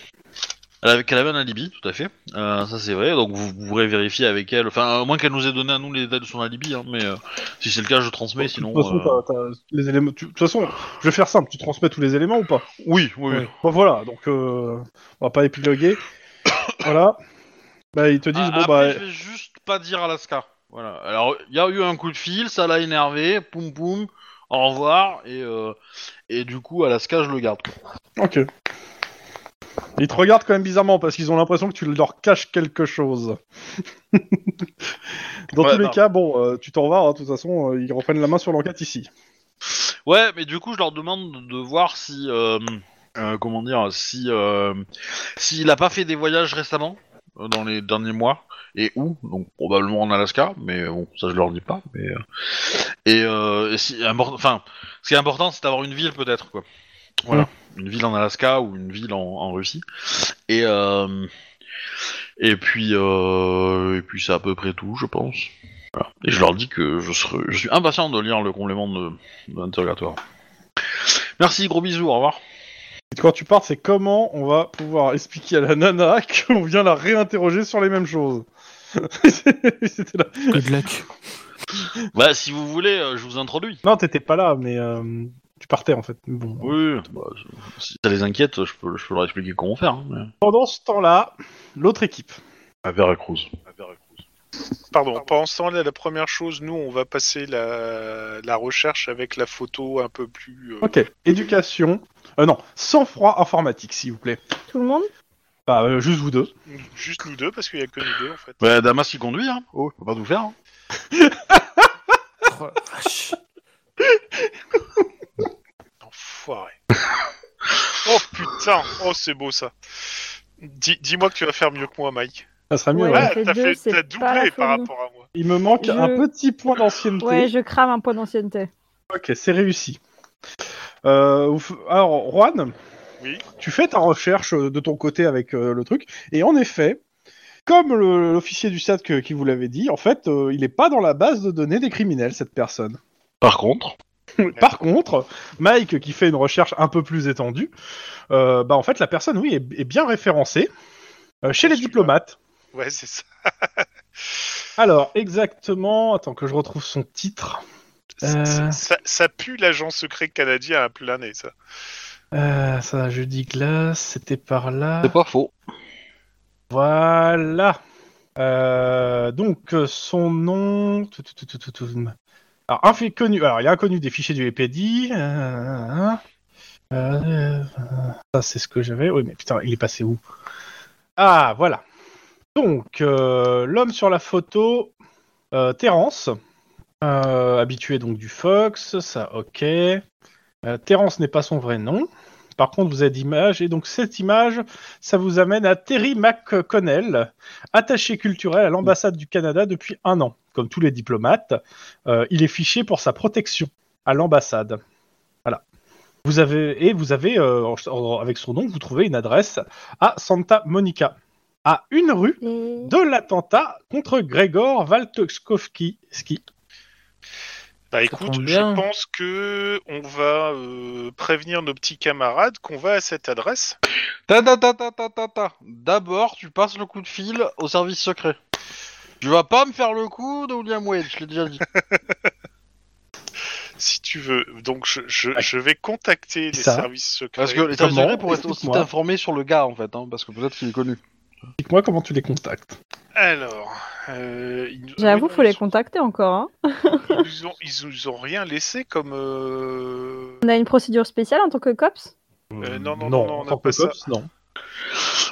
[SPEAKER 1] elle avait, qu'elle avait un alibi, tout à fait. Euh, ça c'est vrai. Donc vous, vous pourrez vérifier avec elle. Enfin, à moins qu'elle nous ait donné à nous les détails de son alibi. hein, mais euh, si c'est le cas, je transmets. sinon,
[SPEAKER 2] de toute façon,
[SPEAKER 1] euh,
[SPEAKER 2] t'as- t'as les éléments. tu- De toute façon, je vais faire simple. Tu transmets tous les éléments ou pas
[SPEAKER 1] oui, oui, oui.
[SPEAKER 2] Bon, voilà. Donc, euh, on va pas épiloguer. voilà. Bah, ils te disent
[SPEAKER 1] Ah,
[SPEAKER 2] bon
[SPEAKER 1] après,
[SPEAKER 2] bah.
[SPEAKER 1] je vais juste pas dire à Alaska. Voilà. Alors, il y a eu un coup de fil, ça l'a énervé. Poum poum. Au revoir. Et euh, et du coup, Alaska, je le garde. quoi.
[SPEAKER 2] Ok. Ils te regardent quand même bizarrement parce qu'ils ont l'impression que tu leur caches quelque chose. Dans
[SPEAKER 1] Ouais,
[SPEAKER 2] tous les
[SPEAKER 1] non.
[SPEAKER 2] cas, bon, euh, tu t'en vas, hein, de toute façon, euh, ils reprennent la main sur l'enquête ici.
[SPEAKER 1] Ouais, mais du coup, je leur demande de voir si euh, euh, comment dire, si euh, s'il a pas fait des voyages récemment euh, dans les derniers mois et où donc probablement en Alaska mais bon ça je leur dis pas mais euh, et, euh, et si import- enfin ce qui est important c'est d'avoir une ville peut-être quoi voilà une ville en Alaska ou une ville en, en Russie et euh, et puis euh, et puis c'est à peu près tout je pense Voilà. et je leur dis que je serai- je suis impatient de lire le complément de, de l'interrogatoire merci gros bisous au revoir
[SPEAKER 2] Et quand tu pars, c'est comment on va pouvoir expliquer à la nana qu'on vient la réinterroger sur les mêmes choses. C'était là.
[SPEAKER 5] Good luck.
[SPEAKER 1] Bah, si vous voulez, euh, je vous introduis.
[SPEAKER 2] Non, t'étais pas là, mais euh, tu partais en fait. Mais Bon.
[SPEAKER 1] Oui, bah, je- si ça les inquiète, je peux, je peux leur expliquer comment faire. Hein, mais...
[SPEAKER 2] Pendant ce temps-là, l'autre équipe.
[SPEAKER 1] À Veracruz.
[SPEAKER 4] Pardon, pendant ce temps-là, la première chose, nous, on va passer la, la recherche avec la photo un peu plus. euh,
[SPEAKER 2] Ok, éducation. Euh, non, sang-froid informatique, s'il vous plaît.
[SPEAKER 3] Tout le monde
[SPEAKER 2] Bah, euh, juste vous deux.
[SPEAKER 4] Juste nous deux, parce qu'il n'y a que nous deux, en fait.
[SPEAKER 1] Bah, Damas qui conduit, hein. Oh, je peux pas tout faire. hein.
[SPEAKER 5] Oh, la vache.
[SPEAKER 4] Enfoiré. oh putain, oh c'est beau ça. Dis- Dis-moi que tu vas faire mieux que moi, Mike.
[SPEAKER 2] Ça serait mieux. hein.
[SPEAKER 3] Ouais.
[SPEAKER 2] ouais.
[SPEAKER 3] fait
[SPEAKER 4] Ah, t'as
[SPEAKER 3] deux,
[SPEAKER 4] fait-
[SPEAKER 3] c'est pas
[SPEAKER 4] t'as
[SPEAKER 3] la
[SPEAKER 4] doublé par
[SPEAKER 3] folie.
[SPEAKER 4] rapport à moi.
[SPEAKER 2] Il me manque
[SPEAKER 3] Je-
[SPEAKER 2] un petit point d'ancienneté.
[SPEAKER 3] Ouais, je crame un point d'ancienneté.
[SPEAKER 2] Ok, c'est réussi. Euh, ouf- alors, Juan,
[SPEAKER 4] Oui.
[SPEAKER 2] tu fais ta recherche euh, de ton côté avec euh, le truc, et en effet, comme le- l'officier du SAT que- qui vous l'avait dit, en fait, euh, il n'est pas dans la base de données des criminels, cette personne.
[SPEAKER 1] Par contre,
[SPEAKER 2] Par contre, Mike, qui fait une recherche un peu plus étendue, euh, bah en fait, la personne, oui, est, est bien référencée euh, chez les
[SPEAKER 4] Celui-là.
[SPEAKER 2] diplomates.
[SPEAKER 4] Ouais, c'est ça.
[SPEAKER 2] Alors, exactement, attends que je retrouve son titre.
[SPEAKER 4] Ça-
[SPEAKER 2] Euh.
[SPEAKER 4] Ça, ça- ça pue l'agent secret canadien à plein nez, ça.
[SPEAKER 2] Euh, ça, je dis glace, c'était par là.
[SPEAKER 1] c'est pas faux.
[SPEAKER 2] Voilà. Euh, donc euh, son nom. tout, tout, tout, tout, tout, tout. Alors, inconnu. Alors, il est inconnu des fichiers du EPD. Euh, euh, euh, ça, c'est ce que j'avais. Oui, mais putain, il est passé où Ah, voilà. Donc, euh, l'homme sur la photo, Euh, Terence, euh, habitué donc du Fox, ça ok. Euh, Terence n'est pas son vrai nom. Par contre, vous avez d'image, et donc cette image, ça vous amène à Terry McConnell, attaché culturel à l'ambassade du Canada depuis un an. Comme tous les diplomates, euh, il est fiché pour sa protection à l'ambassade. Voilà. Vous avez, et vous avez, euh, en- en- avec son nom, vous trouvez une adresse à Santa Monica, à une rue de l'attentat contre Gregor Valtokskovski. ski.
[SPEAKER 4] Bah écoute,
[SPEAKER 5] tombe
[SPEAKER 4] je
[SPEAKER 5] bien.
[SPEAKER 4] pense que on va euh, prévenir nos petits camarades qu'on va à cette adresse.
[SPEAKER 1] Ta ta ta ta ta ta ta. D'abord, tu passes le coup de fil au service secret. Tu vas pas me faire le coup de William Wade, je l'ai déjà dit.
[SPEAKER 4] Si tu veux, donc je, je, je vais contacter les
[SPEAKER 2] Ça.
[SPEAKER 4] services secrets.
[SPEAKER 1] Parce que les services
[SPEAKER 2] Comment
[SPEAKER 1] secrets pourraient aussi
[SPEAKER 2] Explique-moi.
[SPEAKER 1] t'informer sur le gars en fait, hein, parce que peut-être qu'il est connu.
[SPEAKER 2] Dites-moi comment tu les contactes.
[SPEAKER 4] Alors, euh, ils nous-
[SPEAKER 3] J'avoue,
[SPEAKER 4] oui,
[SPEAKER 3] faut
[SPEAKER 4] ils
[SPEAKER 3] les
[SPEAKER 4] nous ont-
[SPEAKER 3] contacter encore. hein.
[SPEAKER 4] Ils nous ont, ils nous ont rien laissé comme. euh,
[SPEAKER 3] On a une procédure spéciale en tant que cops
[SPEAKER 4] Euh, non, non, non, non,
[SPEAKER 2] en
[SPEAKER 4] on
[SPEAKER 2] tant
[SPEAKER 4] n'a
[SPEAKER 2] que
[SPEAKER 4] pas ça.
[SPEAKER 2] cops, non.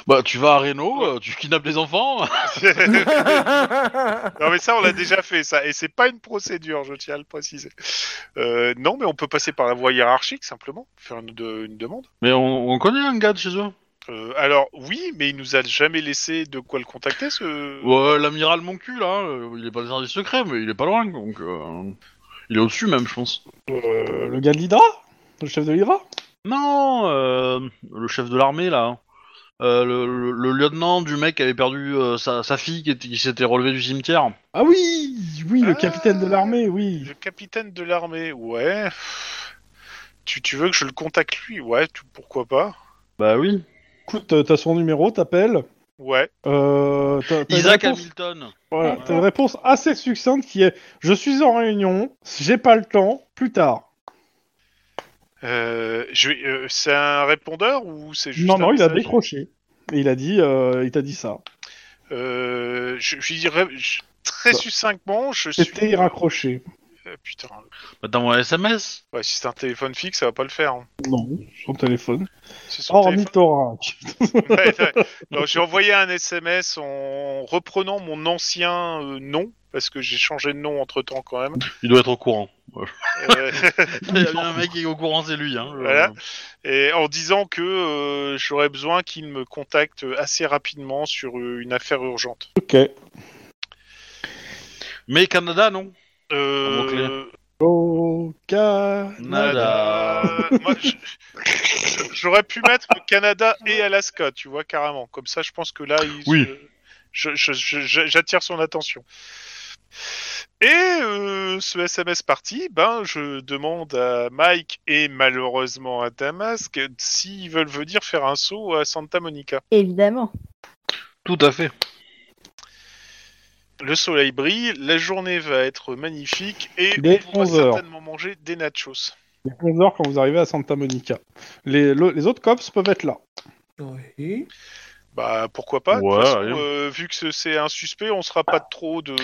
[SPEAKER 1] Bah, tu vas à Reno, euh, tu kidnappes les enfants.
[SPEAKER 4] non mais ça on l'a déjà fait ça et c'est pas une procédure je tiens à le préciser. Euh, non mais on peut passer par la voie hiérarchique simplement faire une, de- une demande.
[SPEAKER 1] Mais on, on connaît un gars de chez eux.
[SPEAKER 4] Euh, alors oui mais il nous a jamais laissé de quoi le contacter ce.
[SPEAKER 1] Ouais, l'amiral mon cul là, euh, il est pas des services secrets, mais il est pas loin, donc euh, il est au-dessus même, je pense.
[SPEAKER 2] Euh, le gars de l'Hydra Le chef de l'Hydra
[SPEAKER 1] Non, euh, le chef de l'armée là. Euh, le, le- le lieutenant du mec qui avait perdu euh, sa, sa fille qui, était- qui s'était relevée du cimetière.
[SPEAKER 2] Ah oui Oui, le
[SPEAKER 4] Ah.
[SPEAKER 2] capitaine de l'armée, oui.
[SPEAKER 4] Le capitaine de l'armée ouais. Tu, tu veux que je le contacte lui ouais tu- pourquoi pas
[SPEAKER 1] Bah oui.
[SPEAKER 2] Écoute, euh, t'as son numéro, t'appelles.
[SPEAKER 4] ouais.
[SPEAKER 2] Euh, t'as- t'as une
[SPEAKER 1] Isaac
[SPEAKER 2] réponse-
[SPEAKER 1] Hamilton.
[SPEAKER 2] voilà, t'as une réponse assez succincte qui est Je suis en réunion, j'ai pas le temps, plus tard.
[SPEAKER 4] Euh, je vais- euh, c'est un répondeur ou c'est juste
[SPEAKER 2] Non,
[SPEAKER 4] un
[SPEAKER 2] non, il a
[SPEAKER 4] message
[SPEAKER 2] décroché. Et il a dit, euh, il t'a dit ça.
[SPEAKER 4] Euh, je, je dirais je- très
[SPEAKER 2] Bah.
[SPEAKER 4] succinctement je suis.
[SPEAKER 2] C'était raccroché.
[SPEAKER 4] Euh, putain.
[SPEAKER 1] Bah t'envoies un SMS.
[SPEAKER 4] Ouais, si c'est un téléphone fixe, ça va pas le faire. hein.
[SPEAKER 2] Non, son téléphone.
[SPEAKER 4] C'est
[SPEAKER 2] Oh,
[SPEAKER 4] son téléphone.
[SPEAKER 2] Ornithorynque.
[SPEAKER 4] Ouais, ouais. Non, j'ai envoyé un SMS en reprenant mon ancien euh, nom, parce que j'ai changé de nom entre temps quand même.
[SPEAKER 1] Il doit être au courant.
[SPEAKER 4] Euh,
[SPEAKER 1] Il y a bien un mec qui est au courant, c'est lui. Hein.
[SPEAKER 4] Voilà. et en disant que euh, j'aurais besoin qu'il me contacte assez rapidement sur euh, une affaire urgente.
[SPEAKER 2] Ok.
[SPEAKER 1] Mais Canada, non.
[SPEAKER 4] Euh,
[SPEAKER 1] Un mot-clé.
[SPEAKER 2] Au
[SPEAKER 1] Nada.
[SPEAKER 4] euh, moi, je- J'aurais pu mettre le Canada et Alaska, tu vois, carrément. Comme ça, je pense que là, il se-
[SPEAKER 1] Oui.
[SPEAKER 4] je- je- je- je- j'attire son attention. Et euh, ce SMS parti, ben, je demande à Mike et malheureusement à Damask s'ils veulent venir faire un saut à Santa Monica.
[SPEAKER 3] Évidemment.
[SPEAKER 1] Tout à fait.
[SPEAKER 4] Le soleil brille, la journée va être magnifique et
[SPEAKER 2] Il est
[SPEAKER 4] on pourra
[SPEAKER 2] 11 heures.
[SPEAKER 4] certainement manger des nachos.
[SPEAKER 2] Il est 11h quand vous arrivez à Santa Monica. Les, le- les autres cops peuvent être là.
[SPEAKER 5] Oui.
[SPEAKER 4] Bah pourquoi pas. De toute
[SPEAKER 1] Ouais,
[SPEAKER 4] façon,
[SPEAKER 1] allez. Ah.
[SPEAKER 4] euh, vu que ce- c'est un suspect, on sera pas trop de.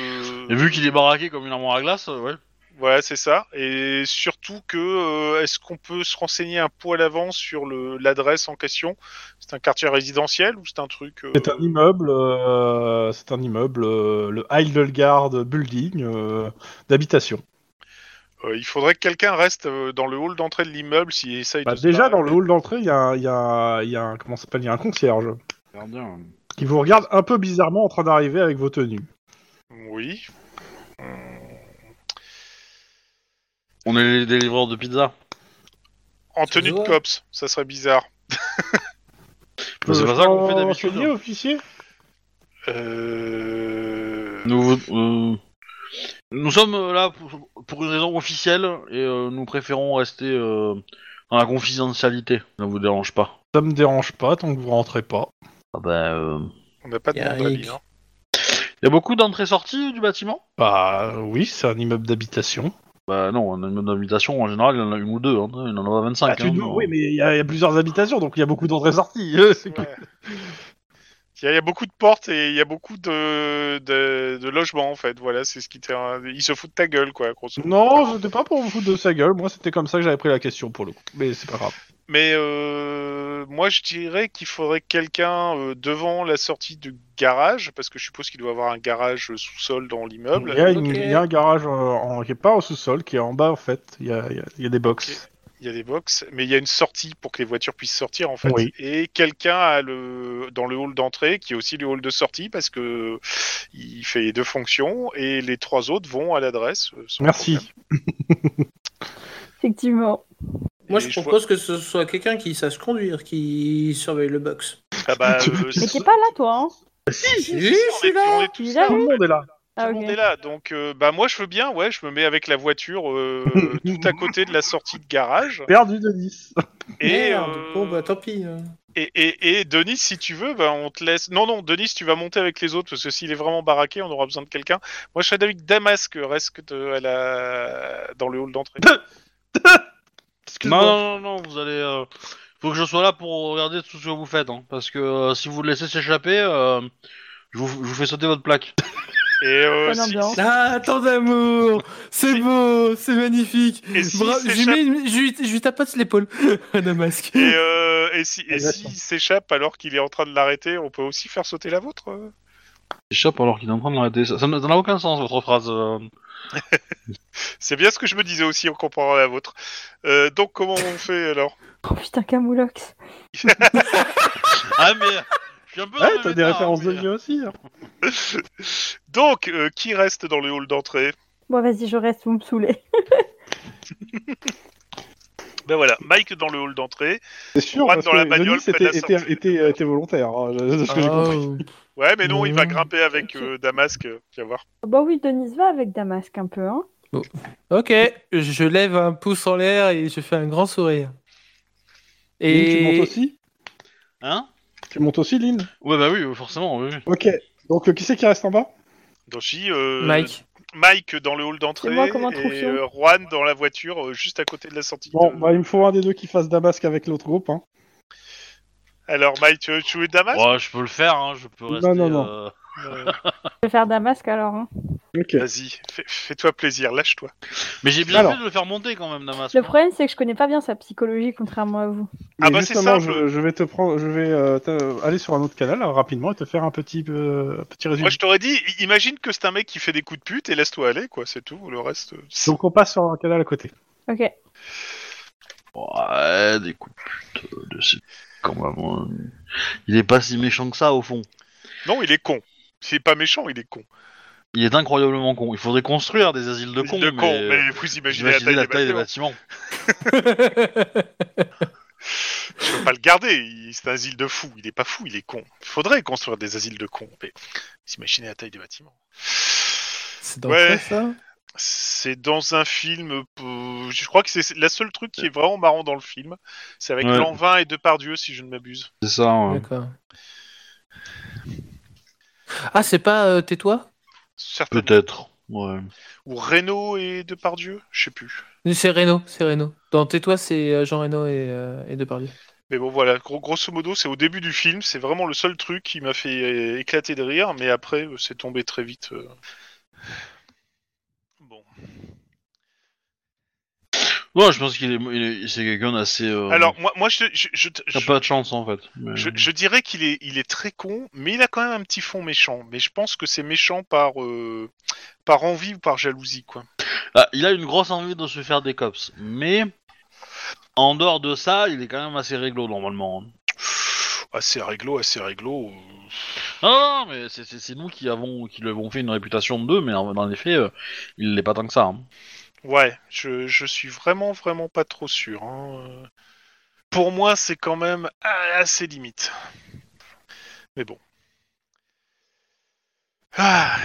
[SPEAKER 1] Et vu qu'il est baraqué comme une armoire à glace, euh, ouais.
[SPEAKER 4] Voilà, c'est ça. Et surtout que, euh, est-ce qu'on peut se renseigner un poil avant sur le- l'adresse en question C'est un quartier résidentiel ou c'est un truc euh,
[SPEAKER 2] C'est un immeuble, euh, c'est un immeuble, euh, le Heidelgard Building euh, d'habitation.
[SPEAKER 4] euh, Il faudrait que quelqu'un reste euh, dans le hall d'entrée de l'immeuble s'il essaye
[SPEAKER 2] Bah,
[SPEAKER 4] de. se
[SPEAKER 2] déjà
[SPEAKER 4] barrer.
[SPEAKER 2] dans le hall d'entrée, il y a, un- il y a un- il y a un comment ça s'appelle, il y a un concierge qui vous regarde un peu bizarrement en train d'arriver avec vos tenues.
[SPEAKER 4] Oui.
[SPEAKER 1] On est les délivreurs de pizza.
[SPEAKER 4] En
[SPEAKER 5] Ça
[SPEAKER 4] tenue
[SPEAKER 5] se
[SPEAKER 4] de
[SPEAKER 5] voit.
[SPEAKER 4] cops, ça serait bizarre.
[SPEAKER 1] Mais Bah, c'est
[SPEAKER 2] Euh,
[SPEAKER 1] pas ça qu'on fait
[SPEAKER 2] euh,
[SPEAKER 1] d'habitude. hein.
[SPEAKER 2] renseigner, officier
[SPEAKER 4] Euh...
[SPEAKER 1] Nous, vous- euh, nous sommes euh, là pour, pour une raison officielle et euh, nous préférons rester euh, dans la confidentialité. Ça vous dérange pas
[SPEAKER 2] Ça me dérange pas tant que vous rentrez pas.
[SPEAKER 1] Ah ben, euh,
[SPEAKER 4] On n'a pas de
[SPEAKER 5] Y a
[SPEAKER 4] nom d'habit,
[SPEAKER 5] Rick.
[SPEAKER 4] hein.
[SPEAKER 1] y a beaucoup d'entrées-sorties du bâtiment
[SPEAKER 2] Bah oui, c'est un immeuble d'habitation.
[SPEAKER 1] Bah non, en une habitation en général, il y en a une ou deux. hein. Il y en a 25.
[SPEAKER 2] Bah, tu
[SPEAKER 1] hein,
[SPEAKER 2] dis-
[SPEAKER 1] donc.
[SPEAKER 2] oui, mais il y, a il y a plusieurs habitations, donc il y a beaucoup d'entrées-sorties. C'est
[SPEAKER 4] Ouais. Il y, a- il y a beaucoup de portes et il y a beaucoup de, de, de logements, en fait. Voilà, c'est ce qui t'est... Ils se foutent de ta gueule, quoi, grosso modo.
[SPEAKER 2] Non, c'était pas pour vous foutre de sa gueule. Moi, c'était comme ça que j'avais pris la question pour le coup. Mais c'est pas grave.
[SPEAKER 4] Mais euh, moi, je dirais qu'il faudrait quelqu'un euh, devant la sortie du garage, parce que je suppose qu'il doit avoir un garage euh, sous-sol dans
[SPEAKER 2] Il
[SPEAKER 4] l'immeuble.
[SPEAKER 2] y a, une-
[SPEAKER 5] Ok.
[SPEAKER 2] il y a un garage euh, en- qui est pas au sous-sol, qui est en bas en fait. Il y a, il y a- il y a des boxes.
[SPEAKER 4] Il y a des box, mais il y a une sortie pour que les voitures puissent sortir en fait.
[SPEAKER 2] Oui.
[SPEAKER 4] Et quelqu'un a le dans le hall d'entrée qui est aussi le hall de sortie parce que il fait les deux fonctions et les trois autres vont à l'adresse. euh, sans
[SPEAKER 2] Merci.
[SPEAKER 4] problème.
[SPEAKER 3] Effectivement.
[SPEAKER 5] Moi,
[SPEAKER 4] Et
[SPEAKER 5] je
[SPEAKER 4] je vois-
[SPEAKER 5] propose que ce soit quelqu'un qui sache conduire, qui surveille le box.
[SPEAKER 4] Ah bah, euh,
[SPEAKER 3] Mais
[SPEAKER 4] c'est-
[SPEAKER 3] t'es pas là, toi, hein
[SPEAKER 5] Si,
[SPEAKER 4] on est- on est
[SPEAKER 3] Tu
[SPEAKER 4] tous
[SPEAKER 3] es
[SPEAKER 4] là.
[SPEAKER 3] là,
[SPEAKER 2] Tout le monde est là.
[SPEAKER 3] Ah,
[SPEAKER 4] Tout le monde
[SPEAKER 3] ok.
[SPEAKER 4] est là, donc euh, bah moi je veux bien, ouais, je me mets avec la voiture euh, tout à côté de la sortie de garage
[SPEAKER 2] Perdu de 10.
[SPEAKER 4] et
[SPEAKER 5] Merde,
[SPEAKER 4] euh,
[SPEAKER 5] bon, bah tant pis. euh.
[SPEAKER 4] Et, et, et Denis, si tu veux, ben on te laisse. Non, non, Denis, tu vas monter avec les autres parce que s'il est vraiment baraqué, on aura besoin de quelqu'un. Moi, je serais avec Damasque, reste que de- à la... dans le hall d'entrée.
[SPEAKER 1] Non,
[SPEAKER 2] Excuse-moi.
[SPEAKER 1] non, non, non, vous allez. euh, Faut que je sois là pour regarder tout ce que vous faites, hein, parce que euh, si vous le laissez s'échapper, euh, je, vous, je vous fais sauter votre plaque.
[SPEAKER 4] Et, euh,
[SPEAKER 3] Bonne
[SPEAKER 4] si-
[SPEAKER 3] ambiance.
[SPEAKER 5] Ah, tant d'amour C'est beau, c'est magnifique
[SPEAKER 4] et si
[SPEAKER 5] Bra-
[SPEAKER 4] il
[SPEAKER 5] je, lui
[SPEAKER 4] s'échappe-
[SPEAKER 5] mets une- je lui- je lui tapote l'épaule à Damasque.
[SPEAKER 4] et, euh, et si et
[SPEAKER 2] Exactement.
[SPEAKER 4] s'il s'échappe alors qu'il est en train de l'arrêter, on peut aussi faire sauter la vôtre. euh
[SPEAKER 1] S'échappe alors qu'il est en train de l'arrêter. Ça ça n'a ça n'a aucun sens votre phrase. euh.
[SPEAKER 4] C'est bien ce que je me disais aussi en comparant la vôtre. Euh, donc comment on fait alors
[SPEAKER 3] Oh putain, Camoulox.
[SPEAKER 1] Ah mais. Je suis un peu. dans
[SPEAKER 2] Ouais,
[SPEAKER 1] le
[SPEAKER 2] t'as des
[SPEAKER 1] méta,
[SPEAKER 2] références
[SPEAKER 1] mais-
[SPEAKER 2] de vieux aussi. hein.
[SPEAKER 4] Donc euh, qui reste dans le hall d'entrée
[SPEAKER 3] Bon, vas-y, je reste, vous me saoulez.
[SPEAKER 4] Ben voilà, Mike dans le hall d'entrée.
[SPEAKER 2] C'est sûr,
[SPEAKER 4] Juan
[SPEAKER 2] parce
[SPEAKER 4] dans
[SPEAKER 2] que
[SPEAKER 4] la bagnole,
[SPEAKER 2] Denis
[SPEAKER 4] près de la
[SPEAKER 2] était, était,
[SPEAKER 4] sortie.
[SPEAKER 2] était- était volontaire, hein, de ce que
[SPEAKER 5] Ah,
[SPEAKER 2] j'ai compris.
[SPEAKER 5] Oh.
[SPEAKER 4] Ouais, mais non, il va
[SPEAKER 5] Mhm.
[SPEAKER 4] grimper avec
[SPEAKER 3] Ok.
[SPEAKER 4] euh, Damasque. Tu vas voir.
[SPEAKER 3] Bah oui, Denise va avec Damasque un peu, hein.
[SPEAKER 5] Ok, je lève un pouce en l'air et je fais un grand sourire.
[SPEAKER 2] Lynn, tu montes
[SPEAKER 5] Et
[SPEAKER 2] aussi
[SPEAKER 1] Hein
[SPEAKER 2] Tu montes aussi, Lynn
[SPEAKER 1] Ouais bah oui, forcément. Oui. oui.
[SPEAKER 2] Ok. Donc, euh, qui c'est qui reste en bas
[SPEAKER 4] Doshi, euh,
[SPEAKER 5] Mike.
[SPEAKER 4] Mike dans le hall d'entrée
[SPEAKER 3] C'est moi comme
[SPEAKER 4] et
[SPEAKER 3] intrusion.
[SPEAKER 4] euh, Juan dans la voiture euh, juste à côté de la sortie.
[SPEAKER 2] Bon,
[SPEAKER 4] de-
[SPEAKER 2] bah, il me faut un des deux qui fasse Damasque avec l'autre groupe. Hein.
[SPEAKER 4] Alors Mike, tu veux jouer Damas
[SPEAKER 1] Ouais, je peux le faire. Hein, je peux
[SPEAKER 2] Non,
[SPEAKER 1] rester.
[SPEAKER 2] non, non.
[SPEAKER 1] euh,
[SPEAKER 3] Je vais faire Damasque alors, hein.
[SPEAKER 2] Ok.
[SPEAKER 4] Vas-y, fais- fais-toi plaisir, lâche-toi.
[SPEAKER 1] Mais j'ai bien
[SPEAKER 2] Alors.
[SPEAKER 1] fait de le faire monter quand même, Damas.
[SPEAKER 3] Le problème, c'est que je connais pas bien sa psychologie, contrairement à vous.
[SPEAKER 4] Ah
[SPEAKER 2] Mais
[SPEAKER 4] bah, c'est
[SPEAKER 2] justement,
[SPEAKER 4] simple.
[SPEAKER 2] je, je vais te prendre, je vais euh, te- aller sur un autre canal là, rapidement et te faire un petit, euh, un petit résumé.
[SPEAKER 4] Moi je t'aurais dit, i- imagine que c'est un mec qui fait des coups de pute et laisse-toi aller, quoi, c'est tout, le reste... euh, c'est-
[SPEAKER 2] Donc on passe sur un canal à côté.
[SPEAKER 3] Ok.
[SPEAKER 1] Ouais, des coups de pute, euh, de ces- quand même. euh, Il est pas si méchant que ça au fond.
[SPEAKER 4] Non, il est con. C'est pas méchant, il est con.
[SPEAKER 1] Il est incroyablement con. Il faudrait construire des asiles de cons.
[SPEAKER 4] de con,
[SPEAKER 1] mais-
[SPEAKER 4] mais vous imaginez la
[SPEAKER 1] Imaginez
[SPEAKER 4] taille,
[SPEAKER 1] la
[SPEAKER 4] des
[SPEAKER 1] taille des
[SPEAKER 4] bâtiments.
[SPEAKER 1] bâtiments.
[SPEAKER 4] Je peux pas le garder, il- c'est un asile de fou, il est pas fou, il est con. Faudrait construire des asiles de cons, mais vous imaginez la taille des bâtiments.
[SPEAKER 5] C'est dans
[SPEAKER 4] Ouais.
[SPEAKER 5] quoi, ça
[SPEAKER 4] C'est dans un film. euh, Je crois que c'est la seule truc qui est vraiment marrant dans le film. C'est avec
[SPEAKER 1] Ouais.
[SPEAKER 4] Lanvin et Depardieu, si je ne m'abuse.
[SPEAKER 1] C'est ça. hein. ouais.
[SPEAKER 5] D'accord. Ah, c'est pas euh, tais-toi
[SPEAKER 4] Certainement.
[SPEAKER 1] Peut-être. Ouais.
[SPEAKER 4] Ou Renault et Depardieu, je sais plus.
[SPEAKER 5] C'est Reno, c'est Reno. Dans tais-toi, c'est euh, Jean Reno et, euh, et Depardieu.
[SPEAKER 4] Mais bon, voilà. Gros, grosso modo, c'est au début du film. C'est vraiment le seul truc qui m'a fait euh, éclater de rire. Mais après, euh, c'est tombé très vite. euh. Bon.
[SPEAKER 1] Ouais, je pense qu'il est, il est- c'est quelqu'un d'assez. euh,
[SPEAKER 4] Alors, moi, moi, je, je, je,
[SPEAKER 1] qui a
[SPEAKER 4] je-
[SPEAKER 1] pas de chance en fait. mais-
[SPEAKER 4] Je, je dirais qu'il est, il est très con, mais il a quand même un petit fond méchant. Mais je pense que c'est méchant par, euh, par envie ou par jalousie, quoi.
[SPEAKER 1] Ah, il a une grosse envie de se faire des cops, mais en dehors de ça, il est quand même assez réglo normalement. hein.
[SPEAKER 4] Assez réglo, assez réglo.
[SPEAKER 1] Ah, non, mais c'est- c'est c'est nous qui avons qui lui avons fait une réputation de deux, mais en- dans les faits, euh, il l'est pas tant que ça. hein.
[SPEAKER 4] Ouais, je, je suis vraiment, vraiment pas trop sûr. hein. Euh, Pour moi, c'est quand même à- assez limite. Mais bon. Ah.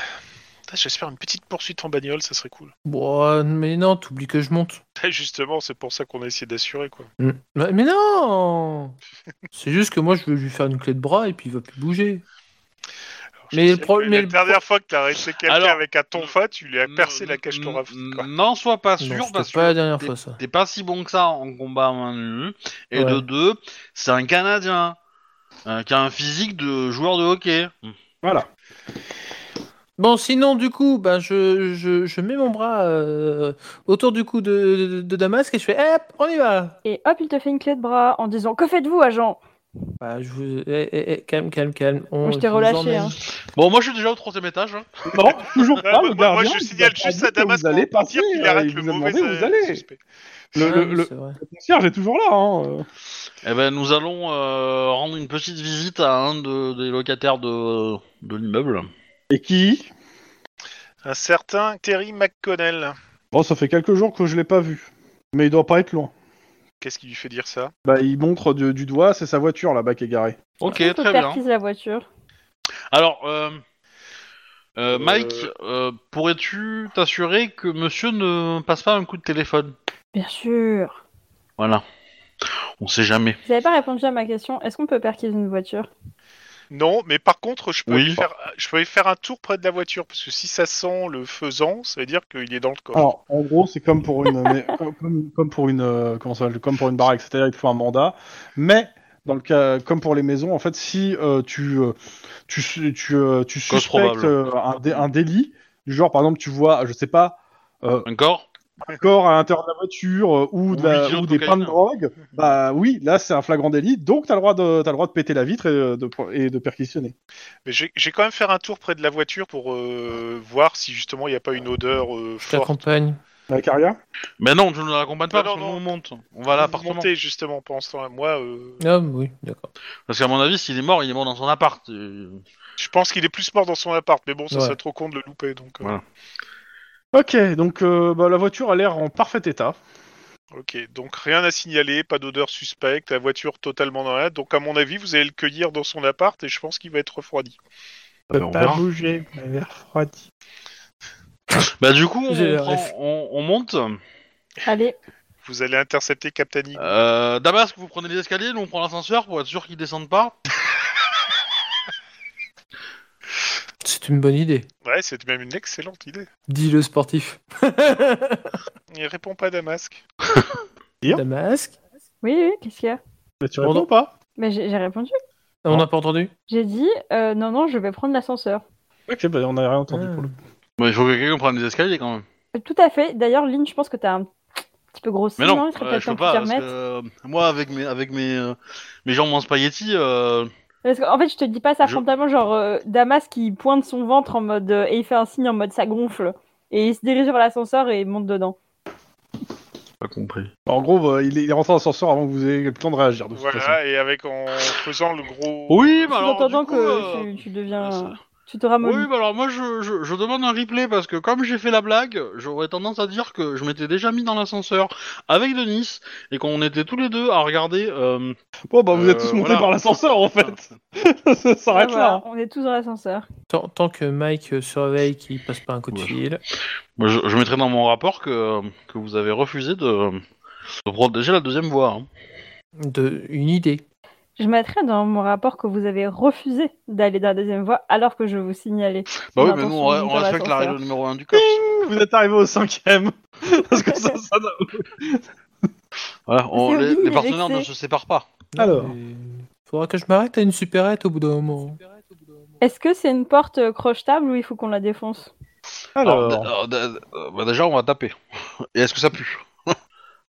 [SPEAKER 4] Putain, J'espère une petite poursuite en bagnole, ça serait cool.
[SPEAKER 5] Bon, euh, mais non, t'oublies que je monte.
[SPEAKER 4] Justement, c'est pour ça qu'on a essayé d'assurer, quoi.
[SPEAKER 5] Mm. Mais mais non C'est juste que moi, je veux lui faire une clé de bras et puis il va plus bouger.
[SPEAKER 4] Alors,
[SPEAKER 5] Mais
[SPEAKER 4] je
[SPEAKER 5] le
[SPEAKER 4] sais
[SPEAKER 5] pro-
[SPEAKER 4] que
[SPEAKER 5] mais
[SPEAKER 4] la
[SPEAKER 5] le
[SPEAKER 4] dernière fois que t'as arrêté quelqu'un
[SPEAKER 1] Alors,
[SPEAKER 4] avec un tonfa, tu lui as percé
[SPEAKER 1] N-
[SPEAKER 4] la cage
[SPEAKER 1] n-
[SPEAKER 4] thoracique. quoi.
[SPEAKER 1] n- N'en sois pas
[SPEAKER 5] Non,
[SPEAKER 1] sûr
[SPEAKER 5] c'était
[SPEAKER 1] parce
[SPEAKER 5] pas la
[SPEAKER 1] que
[SPEAKER 5] dernière fois, ça.
[SPEAKER 1] t'es pas si bon que ça en combat à main nue. hein, Et
[SPEAKER 5] Ouais.
[SPEAKER 1] de deux, c'est un Canadien. euh, qui a un physique de joueur de hockey.
[SPEAKER 2] Voilà.
[SPEAKER 5] Bon, sinon, du coup, ben, je, je, je mets mon bras euh, autour du cou de, de, de Damasque et je fais Hop, on y va
[SPEAKER 3] Et hop, il te fait une clé de bras en disant Que faites-vous, agent
[SPEAKER 5] Bah, je vous... eh, eh, eh, Calme, calme, calme. On,
[SPEAKER 3] Moi, je t'ai
[SPEAKER 5] vous
[SPEAKER 3] relâché,
[SPEAKER 5] emmène.
[SPEAKER 3] hein.
[SPEAKER 1] Bon, moi je suis déjà au troisième étage. hein.
[SPEAKER 2] Non, toujours pas.
[SPEAKER 4] bah, moi,
[SPEAKER 2] Ah, le
[SPEAKER 4] moi, moi,
[SPEAKER 2] gardien,
[SPEAKER 4] je
[SPEAKER 2] il
[SPEAKER 4] signale
[SPEAKER 2] a pas
[SPEAKER 4] juste
[SPEAKER 2] dit
[SPEAKER 4] à
[SPEAKER 2] que vous
[SPEAKER 4] Damas
[SPEAKER 2] allez
[SPEAKER 4] pour
[SPEAKER 2] partir,
[SPEAKER 4] dire qu'il arrête
[SPEAKER 2] il
[SPEAKER 4] le
[SPEAKER 2] vous a
[SPEAKER 4] mauvais
[SPEAKER 2] demandé où vous
[SPEAKER 4] euh,
[SPEAKER 2] allez.
[SPEAKER 4] suspect.
[SPEAKER 2] Le,
[SPEAKER 5] Ah
[SPEAKER 2] le-
[SPEAKER 5] oui,
[SPEAKER 2] le-
[SPEAKER 5] c'est vrai.
[SPEAKER 2] le concierge est toujours là. Hein. euh.
[SPEAKER 1] Eh ben, nous allons euh, rendre une petite visite à un de- des locataires de, de l'immeuble.
[SPEAKER 2] Et qui
[SPEAKER 4] Un certain Terry McConnell.
[SPEAKER 2] Bon, ça fait quelques jours que je l'ai pas vu. Mais il doit pas être loin.
[SPEAKER 4] Qu'est-ce qui lui fait dire ça
[SPEAKER 2] Bah, il montre du, du doigt, c'est sa voiture là-bas qui est garée.
[SPEAKER 1] Ok,
[SPEAKER 3] Il te
[SPEAKER 1] très bien.
[SPEAKER 3] perquise la voiture.
[SPEAKER 1] Alors, euh, euh, Mike, euh, pourrais-tu t'assurer que monsieur ne passe pas un coup de téléphone
[SPEAKER 3] Bien sûr.
[SPEAKER 1] Voilà. On sait jamais.
[SPEAKER 3] Vous n'avez pas répondu à ma question. Est-ce qu'on peut perquise une voiture
[SPEAKER 4] Non, mais par contre, je peux,
[SPEAKER 1] Oui.
[SPEAKER 4] aller faire, je peux aller faire un tour près de la voiture, parce que si ça sent le faisant, ça veut dire qu'il est dans le corps.
[SPEAKER 2] Alors, en gros, c'est comme pour une, mais- comme- comme, comme pour une, euh, comment ça s'appelle comme pour une baraque, c'est-à-dire il te faut un mandat. Mais dans le cas, comme pour les maisons, en fait, si euh, tu, euh, tu, su- tu, euh, tu
[SPEAKER 1] Cause
[SPEAKER 2] suspectes
[SPEAKER 1] probable.
[SPEAKER 2] euh, un, dé- un délit, du genre par exemple, tu vois, je sais pas, euh,
[SPEAKER 1] Encore
[SPEAKER 2] un corps à l'intérieur de la voiture euh, ou, de
[SPEAKER 1] Ou huit
[SPEAKER 2] la-
[SPEAKER 1] kilos
[SPEAKER 2] ou
[SPEAKER 1] de
[SPEAKER 2] des pains de
[SPEAKER 1] cocaïne.
[SPEAKER 2] drogue, bah oui, là c'est un flagrant délit, donc t'as le droit de, t'as le droit de péter la vitre et euh, de, et de perquisitionner.
[SPEAKER 4] Mais j'ai j'ai quand même faire un tour près de la voiture pour euh, voir si justement il n'y a pas une odeur euh,
[SPEAKER 5] Je
[SPEAKER 4] forte.
[SPEAKER 5] t'accompagne.
[SPEAKER 2] La carrière
[SPEAKER 1] Mais non, tu ne l'accompagnes pas
[SPEAKER 4] Non,
[SPEAKER 1] parce
[SPEAKER 4] non,
[SPEAKER 1] que nous,
[SPEAKER 4] non.
[SPEAKER 1] on monte. On va à
[SPEAKER 4] Vous
[SPEAKER 1] l'appartement.
[SPEAKER 4] montez, justement pendant ce temps-là. Moi, euh,
[SPEAKER 5] Ah, oui, d'accord.
[SPEAKER 1] Parce qu'à mon avis, s'il est mort, il est mort dans son appart. Euh,
[SPEAKER 4] je pense qu'il est plus mort dans son appart, mais bon, ça
[SPEAKER 5] Ouais.
[SPEAKER 4] serait trop con de le louper. Donc, euh,
[SPEAKER 1] Voilà.
[SPEAKER 2] Ok, donc euh, bah, la voiture a l'air en parfait état.
[SPEAKER 4] ok. Donc rien à signaler, pas d'odeur suspecte, la voiture totalement dans la. Donc à mon avis, vous allez le cueillir dans son appart et je pense qu'il va être refroidi.
[SPEAKER 1] bah,
[SPEAKER 2] Ah,
[SPEAKER 1] on verra.
[SPEAKER 2] bouger, elle est refroidie.
[SPEAKER 1] Bah du coup, on,
[SPEAKER 5] J'ai la
[SPEAKER 1] prend-
[SPEAKER 5] ref.
[SPEAKER 1] on- on monte.
[SPEAKER 3] Allez,
[SPEAKER 4] Vous allez intercepter Captain Eagle.
[SPEAKER 1] Euh, Damasque, vous prenez les escaliers, nous on prend l'ascenseur pour être sûr qu'il descende pas.
[SPEAKER 5] C'est une bonne idée.
[SPEAKER 4] Ouais, c'est même une excellente idée.
[SPEAKER 5] Dis le sportif.
[SPEAKER 4] Il répond pas à Damasque.
[SPEAKER 5] Damasque
[SPEAKER 3] oui, oui, qu'est-ce qu'il y a
[SPEAKER 2] Mais tu
[SPEAKER 5] Bon,
[SPEAKER 2] réponds
[SPEAKER 5] non.
[SPEAKER 2] pas
[SPEAKER 3] Mais j'ai j'ai répondu.
[SPEAKER 5] On n'a pas entendu
[SPEAKER 3] J'ai dit euh, non, non, je vais prendre l'ascenseur.
[SPEAKER 2] Ok, bah, on n'a rien entendu
[SPEAKER 5] Ah.
[SPEAKER 2] pour le
[SPEAKER 1] Bon, il faut que quelqu'un prenne les escaliers quand même.
[SPEAKER 3] Euh, Tout à fait. D'ailleurs, Lynn, je pense que t'as un petit peu grossi.
[SPEAKER 1] Mais non,
[SPEAKER 3] il serait
[SPEAKER 1] euh,
[SPEAKER 3] peut-être
[SPEAKER 1] je peux
[SPEAKER 3] temps
[SPEAKER 1] pas.
[SPEAKER 3] que
[SPEAKER 1] Parce
[SPEAKER 3] tu t'y
[SPEAKER 1] que,
[SPEAKER 3] remettes.
[SPEAKER 1] euh, moi, avec mes, avec mes, euh, mes jambes en spaghetti, euh,
[SPEAKER 3] Parce qu'en fait, je te dis pas ça
[SPEAKER 1] Je-
[SPEAKER 3] frontalement, genre euh, Damas qui pointe son ventre en mode euh, et il fait un signe en mode ça gonfle. Et il se dirige vers l'ascenseur et il monte dedans.
[SPEAKER 1] pas compris.
[SPEAKER 2] En gros, bah, il est il est rentré dans l'ascenseur avant que vous ayez le temps de réagir. De toute façon.
[SPEAKER 4] Voilà, et avec en faisant le gros.
[SPEAKER 1] Oui, bah
[SPEAKER 3] en
[SPEAKER 1] alors.
[SPEAKER 3] entendant
[SPEAKER 1] du coup,
[SPEAKER 3] que
[SPEAKER 1] euh,
[SPEAKER 3] tu, tu deviens.
[SPEAKER 1] euh, ça-
[SPEAKER 3] Tu te ramollis.
[SPEAKER 1] Oui, bah alors moi je, je, je demande un replay parce que comme j'ai fait la blague, j'aurais tendance à dire que je m'étais déjà mis dans l'ascenseur avec Denis et qu'on était tous les deux à regarder. euh,
[SPEAKER 2] Bon, bah vous êtes
[SPEAKER 1] Euh,
[SPEAKER 2] tous montés
[SPEAKER 1] voilà.
[SPEAKER 2] par l'ascenseur en fait. ça
[SPEAKER 3] Ah,
[SPEAKER 2] s'arrête
[SPEAKER 3] voilà,
[SPEAKER 2] là.
[SPEAKER 3] On est tous dans l'ascenseur.
[SPEAKER 5] tant, tant que Mike euh, surveille qu'il passe pas un coup de
[SPEAKER 1] Ouais.
[SPEAKER 5] fil.
[SPEAKER 1] moi, je, je mettrai dans mon rapport que, que vous avez refusé de, de protéger la deuxième voie. hein.
[SPEAKER 5] De, une idée.
[SPEAKER 3] Je mettrai dans mon rapport que vous avez refusé d'aller dans la deuxième voie alors que je vous signalais.
[SPEAKER 1] Bah oui,
[SPEAKER 3] Mon
[SPEAKER 1] mais nous on,
[SPEAKER 3] intention
[SPEAKER 1] on
[SPEAKER 3] dans
[SPEAKER 1] respecte la
[SPEAKER 3] l'ascenseur.
[SPEAKER 1] règle numéro 1 du code.
[SPEAKER 2] hein. Vous êtes arrivé au cinquième. Parce que ça, ça n'a-
[SPEAKER 1] Voilà, on-
[SPEAKER 3] C'est
[SPEAKER 1] les,
[SPEAKER 3] horrible,
[SPEAKER 1] les partenaires
[SPEAKER 3] vexé.
[SPEAKER 1] ne se séparent pas.
[SPEAKER 5] Non,
[SPEAKER 2] Alors.
[SPEAKER 5] mais Faudra que je m'arrête à une supérette au bout d'un moment.
[SPEAKER 3] Est-ce que c'est une porte euh, crochetable ou il faut qu'on la défonce
[SPEAKER 2] Alors,
[SPEAKER 1] d- d- euh, bah, déjà on va taper. Et est-ce que ça pue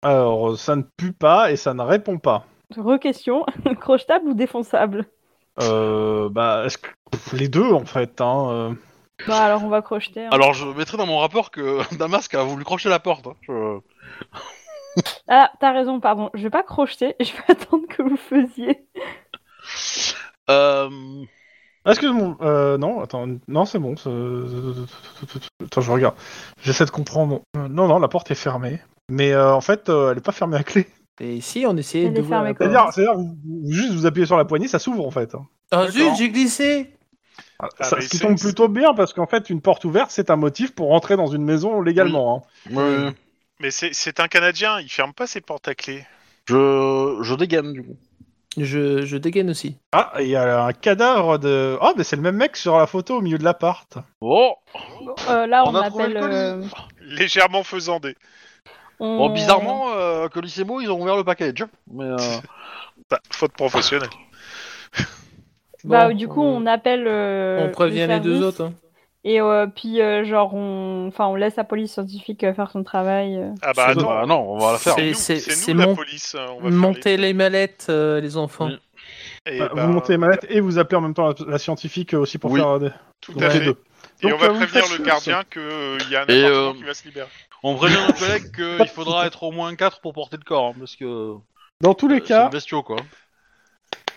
[SPEAKER 2] alors, ça ne pue pas et ça ne répond pas.
[SPEAKER 3] Re-question, crochetable ou défonçable
[SPEAKER 2] Euh, bah, est-ce que... les deux en fait. Hein, euh.
[SPEAKER 3] Bah alors on va crocheter. hein.
[SPEAKER 1] Alors je mettrai dans mon rapport que Damasque a voulu crocher la porte. hein. Je-
[SPEAKER 3] Ah, t'as raison, pardon. Je vais pas crocheter, je vais attendre que vous faisiez.
[SPEAKER 1] Euh...
[SPEAKER 2] Excuse-moi. Euh, non, attends. Non, c'est bon. c'est- Attends, je regarde. J'essaie de comprendre. Euh, Non, non, la porte est fermée. Mais euh, en fait, euh, elle est pas fermée à clé.
[SPEAKER 5] Et si on essayait
[SPEAKER 3] Elle
[SPEAKER 5] de
[SPEAKER 3] est
[SPEAKER 5] voir
[SPEAKER 3] fermée,
[SPEAKER 5] la
[SPEAKER 3] quoi.
[SPEAKER 5] porte.
[SPEAKER 2] C'est-à-dire, c'est-à-dire, vous- vous- juste vous appuyez sur la poignée, ça s'ouvre en fait.
[SPEAKER 5] Ah zut,
[SPEAKER 4] D'accord.
[SPEAKER 5] j'ai glissé
[SPEAKER 4] Ah,
[SPEAKER 2] Ça,
[SPEAKER 4] mais
[SPEAKER 2] ce qui
[SPEAKER 4] c'est-
[SPEAKER 2] tombe plutôt bien parce qu'en fait, une porte ouverte, c'est un motif pour rentrer dans une maison légalement. hein.
[SPEAKER 1] Ouais,
[SPEAKER 4] Mais c'est c'est un Canadien, il ferme pas ses portes à clé.
[SPEAKER 1] je, je dégaine du coup.
[SPEAKER 5] je, je dégaine aussi.
[SPEAKER 2] Ah, il y a un cadavre de. Ah, mais c'est le même mec sur la photo au milieu de l'appart.
[SPEAKER 1] Oh,
[SPEAKER 3] Bon, euh, là, on,
[SPEAKER 1] on, a trouvé
[SPEAKER 3] appelle.
[SPEAKER 1] le
[SPEAKER 3] euh,
[SPEAKER 1] colis.
[SPEAKER 4] Légèrement faisandé.
[SPEAKER 3] on-
[SPEAKER 1] Bon, bizarrement, hein. euh, Colissimo, ils ont ouvert le package. Mais, euh,
[SPEAKER 4] Bah, faute professionnelle.
[SPEAKER 3] bah,
[SPEAKER 5] Bon,
[SPEAKER 3] du coup,
[SPEAKER 5] euh,
[SPEAKER 3] on appelle. euh,
[SPEAKER 5] on prévient les deux
[SPEAKER 3] service
[SPEAKER 5] autres. hein.
[SPEAKER 3] Et euh, puis, euh, genre, on... Enfin, on laisse la police scientifique euh, faire son travail. euh.
[SPEAKER 4] Ah bah
[SPEAKER 5] C'est
[SPEAKER 4] attends,
[SPEAKER 1] Bah, non, on va la faire.
[SPEAKER 5] C'est-
[SPEAKER 4] nous-
[SPEAKER 5] c'est
[SPEAKER 4] nous la
[SPEAKER 5] mon-
[SPEAKER 4] police. hein, on va faire les-
[SPEAKER 5] Montez les mallettes, euh, les enfants.
[SPEAKER 1] Oui.
[SPEAKER 4] Et
[SPEAKER 2] Bah,
[SPEAKER 4] bah,
[SPEAKER 2] Vous montez les mallettes et vous appelez en même temps la, la scientifique euh, aussi pour
[SPEAKER 1] Oui.
[SPEAKER 2] faire des...
[SPEAKER 4] Tout
[SPEAKER 2] donc
[SPEAKER 4] à
[SPEAKER 2] les
[SPEAKER 4] fait.
[SPEAKER 2] deux.
[SPEAKER 4] Et
[SPEAKER 2] Donc,
[SPEAKER 4] on va
[SPEAKER 2] euh, vous
[SPEAKER 4] prévenir
[SPEAKER 2] faites
[SPEAKER 4] le
[SPEAKER 2] ce-
[SPEAKER 4] gardien qu'il il y a un
[SPEAKER 1] Et,
[SPEAKER 4] appartement
[SPEAKER 1] euh,
[SPEAKER 4] qui va se libérer.
[SPEAKER 1] On prévient nos collègues qu'il faudra être au moins 4 pour porter le corps, hein, parce que
[SPEAKER 2] Dans tous les
[SPEAKER 1] euh,
[SPEAKER 2] cas,
[SPEAKER 1] c'est bestiaux quoi.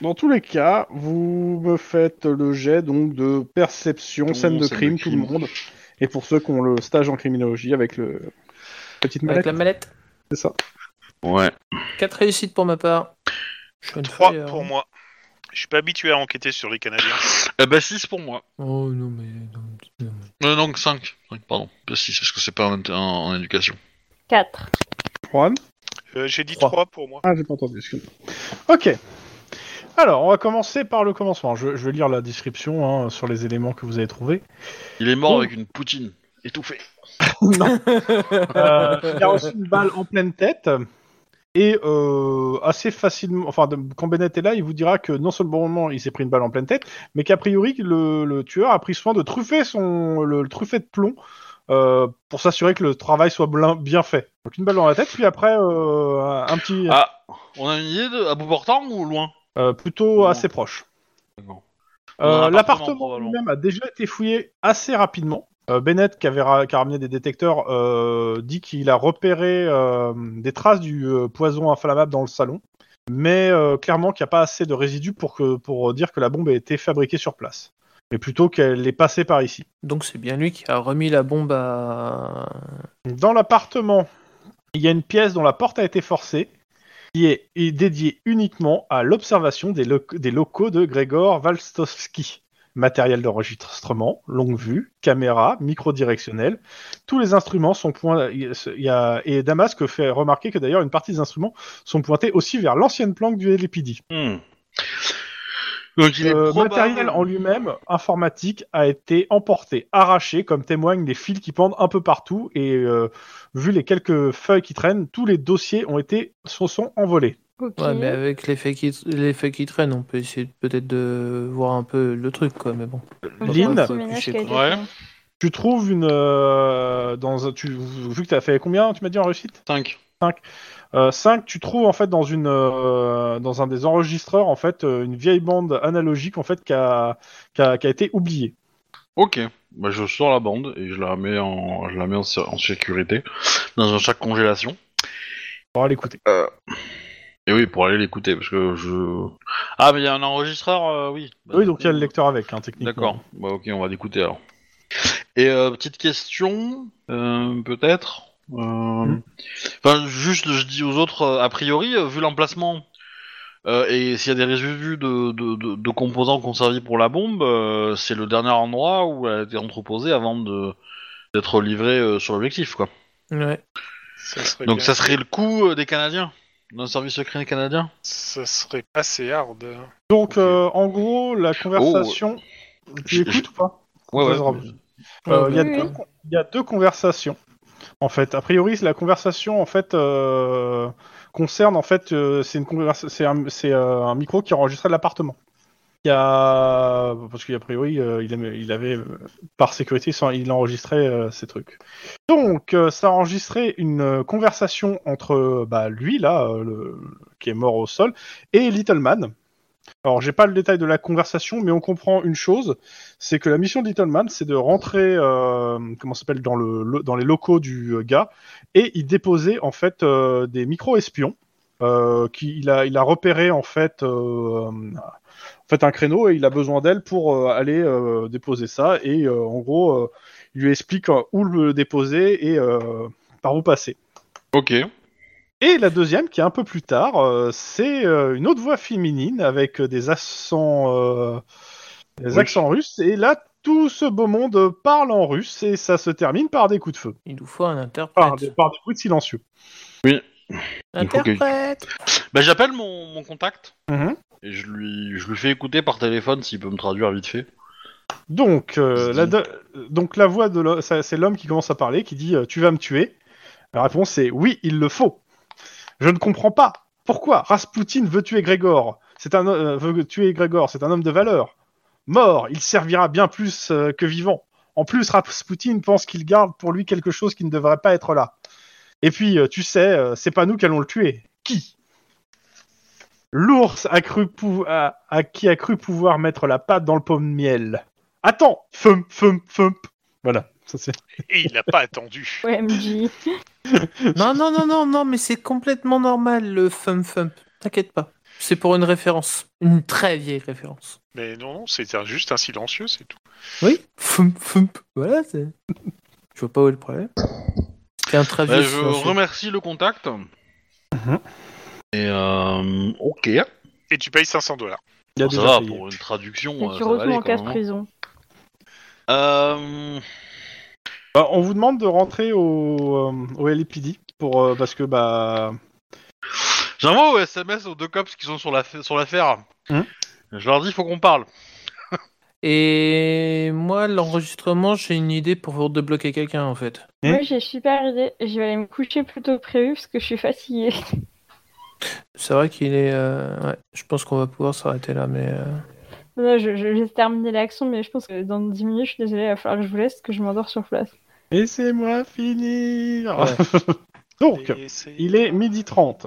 [SPEAKER 2] dans tous les cas, vous me faites le jet donc de perception,
[SPEAKER 1] Tout
[SPEAKER 2] scène
[SPEAKER 1] le
[SPEAKER 2] de
[SPEAKER 1] monde, scène
[SPEAKER 2] crime,
[SPEAKER 1] de
[SPEAKER 2] tout le
[SPEAKER 1] crime.
[SPEAKER 2] monde. Et pour ceux qui ont le stage en criminologie avec le petite
[SPEAKER 5] Avec
[SPEAKER 2] mallette,
[SPEAKER 5] la mallette.
[SPEAKER 2] c'est ça.
[SPEAKER 1] Ouais.
[SPEAKER 5] 4 réussites pour ma part. Je suis une
[SPEAKER 4] 3
[SPEAKER 5] feuille, euh.
[SPEAKER 4] pour moi. Je suis pas habitué à enquêter sur les Canadiens.
[SPEAKER 1] Eh ben 6 pour moi.
[SPEAKER 5] Oh non, mais. non, non, mais-
[SPEAKER 1] Euh, donc 5. pardon. Pas 6, parce que c'est pas en, en- en éducation.
[SPEAKER 3] Quatre.
[SPEAKER 2] Juan
[SPEAKER 4] Euh, J'ai dit
[SPEAKER 5] Trois.
[SPEAKER 4] 3 pour moi.
[SPEAKER 2] Ah, j'ai pas entendu, excuse-moi. Ok. Alors, on va commencer par le commencement. Je, je vais lire la description hein, sur les éléments que vous avez trouvés.
[SPEAKER 1] Il est mort
[SPEAKER 2] Oh.
[SPEAKER 1] avec une poutine étouffée.
[SPEAKER 2] Euh, il a reçu une balle en pleine tête. Et euh, assez facilement, enfin, de- quand Bennett est là, il vous dira que non seulement il s'est pris une balle en pleine tête, mais qu'a priori le, le tueur a pris soin de truffer son le, le truffet de plomb euh, pour s'assurer que le travail soit blin- bien fait. Donc une balle dans la tête, puis après euh, un un petit,
[SPEAKER 1] Ah, on a une idée de à bout portant ou loin
[SPEAKER 2] euh, plutôt
[SPEAKER 1] Bon.
[SPEAKER 2] assez proche.
[SPEAKER 1] Dans un
[SPEAKER 2] Euh,
[SPEAKER 1] appartement,
[SPEAKER 2] L'appartement
[SPEAKER 1] probablement.
[SPEAKER 2] lui-même a déjà été fouillé assez rapidement. Euh, Bennett, qui, avait ra- qui a ramené des détecteurs, euh, dit qu'il a repéré euh, des traces du euh, poison inflammable dans le salon, mais euh, clairement qu'il n'y a pas assez de résidus pour, que, pour dire que la bombe a été fabriquée sur place, mais plutôt qu'elle est passée par ici.
[SPEAKER 5] Donc c'est bien lui qui a remis la bombe à.
[SPEAKER 2] Dans l'appartement, il y a une pièce dont la porte a été forcée, qui est, est dédiée uniquement à l'observation des, loc- des locaux de Grégor Valstowski. Matériel d'enregistrement, longue vue, caméra, micro directionnel. Tous les instruments sont pointés. Et Damasque fait remarquer que d'ailleurs une partie des instruments sont pointés aussi vers l'ancienne planque du Lépidi.
[SPEAKER 1] Hmm. Donc il est
[SPEAKER 2] Le
[SPEAKER 1] probable-
[SPEAKER 2] Euh, matériel en lui-même, informatique, a été emporté, arraché, comme témoignent les fils qui pendent un peu partout. Et euh, vu les quelques feuilles qui traînent, tous les dossiers ont été se sont envolés.
[SPEAKER 3] Ok.
[SPEAKER 5] Ouais, mais avec les faits, qui... les faits qui traînent, on peut essayer de- peut-être de voir un peu le truc, quoi. Mais bon.
[SPEAKER 3] On fait
[SPEAKER 2] Lynn
[SPEAKER 3] un petit ménage qui a été
[SPEAKER 1] Ouais.
[SPEAKER 3] fait.
[SPEAKER 2] Tu trouves une euh, dans un- tu vu que t'as fait combien tu m'as dit en réussite
[SPEAKER 1] 5.
[SPEAKER 2] 5, tu trouves en fait dans une euh, dans un des enregistreurs en fait euh, une vieille bande analogique en fait qui a, qui a, qui a été oubliée.
[SPEAKER 1] Ok. Bah, je sors la bande et je la mets en, je la mets en, sé- en sécurité dans un sac congélation.
[SPEAKER 2] On va l'écouter.
[SPEAKER 1] Et oui, pour aller l'écouter parce que je. Ah mais il y a un enregistreur, euh, oui. Bah,
[SPEAKER 2] Oui donc il y a le lecteur avec hein, techniquement.
[SPEAKER 1] D'accord. Bah ok, on va l'écouter alors. Et euh, petite question, euh, peut-être. euh, Enfin, juste, je dis aux autres, euh, a priori, euh, vu l'emplacement euh, et s'il y a des résidus de, de, de, de composants conservés pour la bombe, euh, c'est le dernier endroit où elle a été entreposée avant de d'être livrée euh, sur l'objectif, quoi.
[SPEAKER 5] Ouais.
[SPEAKER 4] Ça serait,
[SPEAKER 1] Donc
[SPEAKER 4] bien-
[SPEAKER 1] ça serait le coup euh, des Canadiens, d'un service secret canadien.
[SPEAKER 4] ça serait assez hard.
[SPEAKER 1] Ok.
[SPEAKER 2] Donc
[SPEAKER 1] Oh.
[SPEAKER 2] euh, en gros la conversation. Tu
[SPEAKER 1] Je-
[SPEAKER 2] écoutes ou pas
[SPEAKER 1] Ouais,
[SPEAKER 2] Ça sera- Euh,
[SPEAKER 5] Ouais,
[SPEAKER 2] Il y a
[SPEAKER 5] bah,
[SPEAKER 3] Oui,
[SPEAKER 2] deux con- il y, a deux conversations. En fait, a priori, c'est la conversation en fait euh, concerne en fait euh, c'est une conversa- c'est un, c'est, euh, un micro qui enregistrait de l'appartement. Il y a parce qu'a priori euh, il, aimait- il avait euh, par sécurité sans- il enregistrait euh, ces trucs. Donc euh, ça a enregistré une euh, conversation entre euh, bah, lui là euh, le- qui est mort au sol et Little Man. Alors j'ai pas le détail de la conversation mais on comprend une chose c'est que la mission de Little Man, c'est de rentrer, euh, comment ça s'appelle, dans, le, lo- dans les locaux du euh, gars et y déposer en fait euh, des micro-espions. Euh, qui, il, a, il a repéré en fait, euh, en fait un créneau et il a besoin d'elle pour euh, aller euh, déposer ça et euh, en gros euh, il lui explique euh, où le déposer et euh, par où passer.
[SPEAKER 1] Ok.
[SPEAKER 2] Et la deuxième qui est un peu plus tard, euh, c'est euh, une autre voix féminine avec euh, des accents euh, des
[SPEAKER 1] Russe.
[SPEAKER 2] accents russes. Et là, tout ce beau monde parle en russe et ça se termine par des coups de feu,
[SPEAKER 5] Il nous faut un
[SPEAKER 2] par,
[SPEAKER 5] interprète.
[SPEAKER 2] des, par des bruits silencieux.
[SPEAKER 1] Il faut que-
[SPEAKER 5] Interprète
[SPEAKER 1] Bah j'appelle mon, mon contact.
[SPEAKER 2] Mhm.
[SPEAKER 1] Et je lui, je lui fais écouter par téléphone s'il peut me traduire vite fait.
[SPEAKER 2] Donc, euh,
[SPEAKER 1] Dis.
[SPEAKER 2] la de- donc la voix de l'ho- ça- c'est l'homme qui commence à parler, qui dit euh, Tu vas me tuer La réponse est Oui, il le faut. Je ne comprends pas. Pourquoi Rasputin veut tuer Grégor C'est un euh, veut tuer Grégor, c'est un homme de valeur. Mort, il servira bien plus euh, que vivant. En plus, Rasputin pense qu'il garde pour lui quelque chose qui ne devrait pas être là. Et puis, euh, tu sais, euh, c'est pas nous qui allons le tuer. Qui L'ours a cru pou- a- a- qui a cru pouvoir mettre la patte dans le pot de miel. Attends, fump, fump, fump. Voilà, ça c'est.
[SPEAKER 4] Et il n'a pas attendu.
[SPEAKER 3] OMG.
[SPEAKER 5] Non, non, non, non, non, mais c'est complètement normal le Fum Fump. T'inquiète pas. C'est pour une référence. Une très vieille référence.
[SPEAKER 4] Mais non, non, c'était un- juste un silencieux, c'est tout.
[SPEAKER 5] Oui Fump Fump. Voilà, c'est. Je vois pas où est le problème. C'est un très
[SPEAKER 1] Bah,
[SPEAKER 5] vieux.
[SPEAKER 1] je
[SPEAKER 5] silencieux.
[SPEAKER 1] remercie le contact. Et euh, ok,
[SPEAKER 4] Et tu payes 500 dollars.
[SPEAKER 2] Il a
[SPEAKER 1] ça
[SPEAKER 2] déjà
[SPEAKER 1] va
[SPEAKER 2] payé.
[SPEAKER 1] pour une traduction.
[SPEAKER 3] Et
[SPEAKER 1] euh,
[SPEAKER 3] tu
[SPEAKER 1] ça va
[SPEAKER 3] retournes
[SPEAKER 1] aller,
[SPEAKER 3] en
[SPEAKER 1] quand
[SPEAKER 3] casse
[SPEAKER 1] même.
[SPEAKER 3] prison.
[SPEAKER 1] Euh,
[SPEAKER 2] Bah, on vous demande de rentrer au, euh, au LAPD pour euh, parce que bah
[SPEAKER 1] J'envoie au SMS aux deux cops qui sont sur la sur l'affaire.
[SPEAKER 2] Hein
[SPEAKER 1] je leur dis faut qu'on parle.
[SPEAKER 5] Et moi, l'enregistrement, j'ai une idée pour vous débloquer quelqu'un en fait.
[SPEAKER 2] Hmm.
[SPEAKER 3] Moi, j'ai super idée. Je vais aller me coucher plus tôt que prévu parce que je suis fatiguée.
[SPEAKER 5] C'est vrai qu'il est. euh, ouais, je pense qu'on va pouvoir s'arrêter là, mais. euh,
[SPEAKER 3] Là, je- je- j'ai terminé l'action, mais je pense que dans 10 minutes, je suis désolée, il va falloir que je vous laisse parce que je m'endors sur place.
[SPEAKER 2] laissez-moi finir.
[SPEAKER 5] Ouais.
[SPEAKER 2] Donc,
[SPEAKER 4] Et c'est- euh,
[SPEAKER 2] il est midi 30.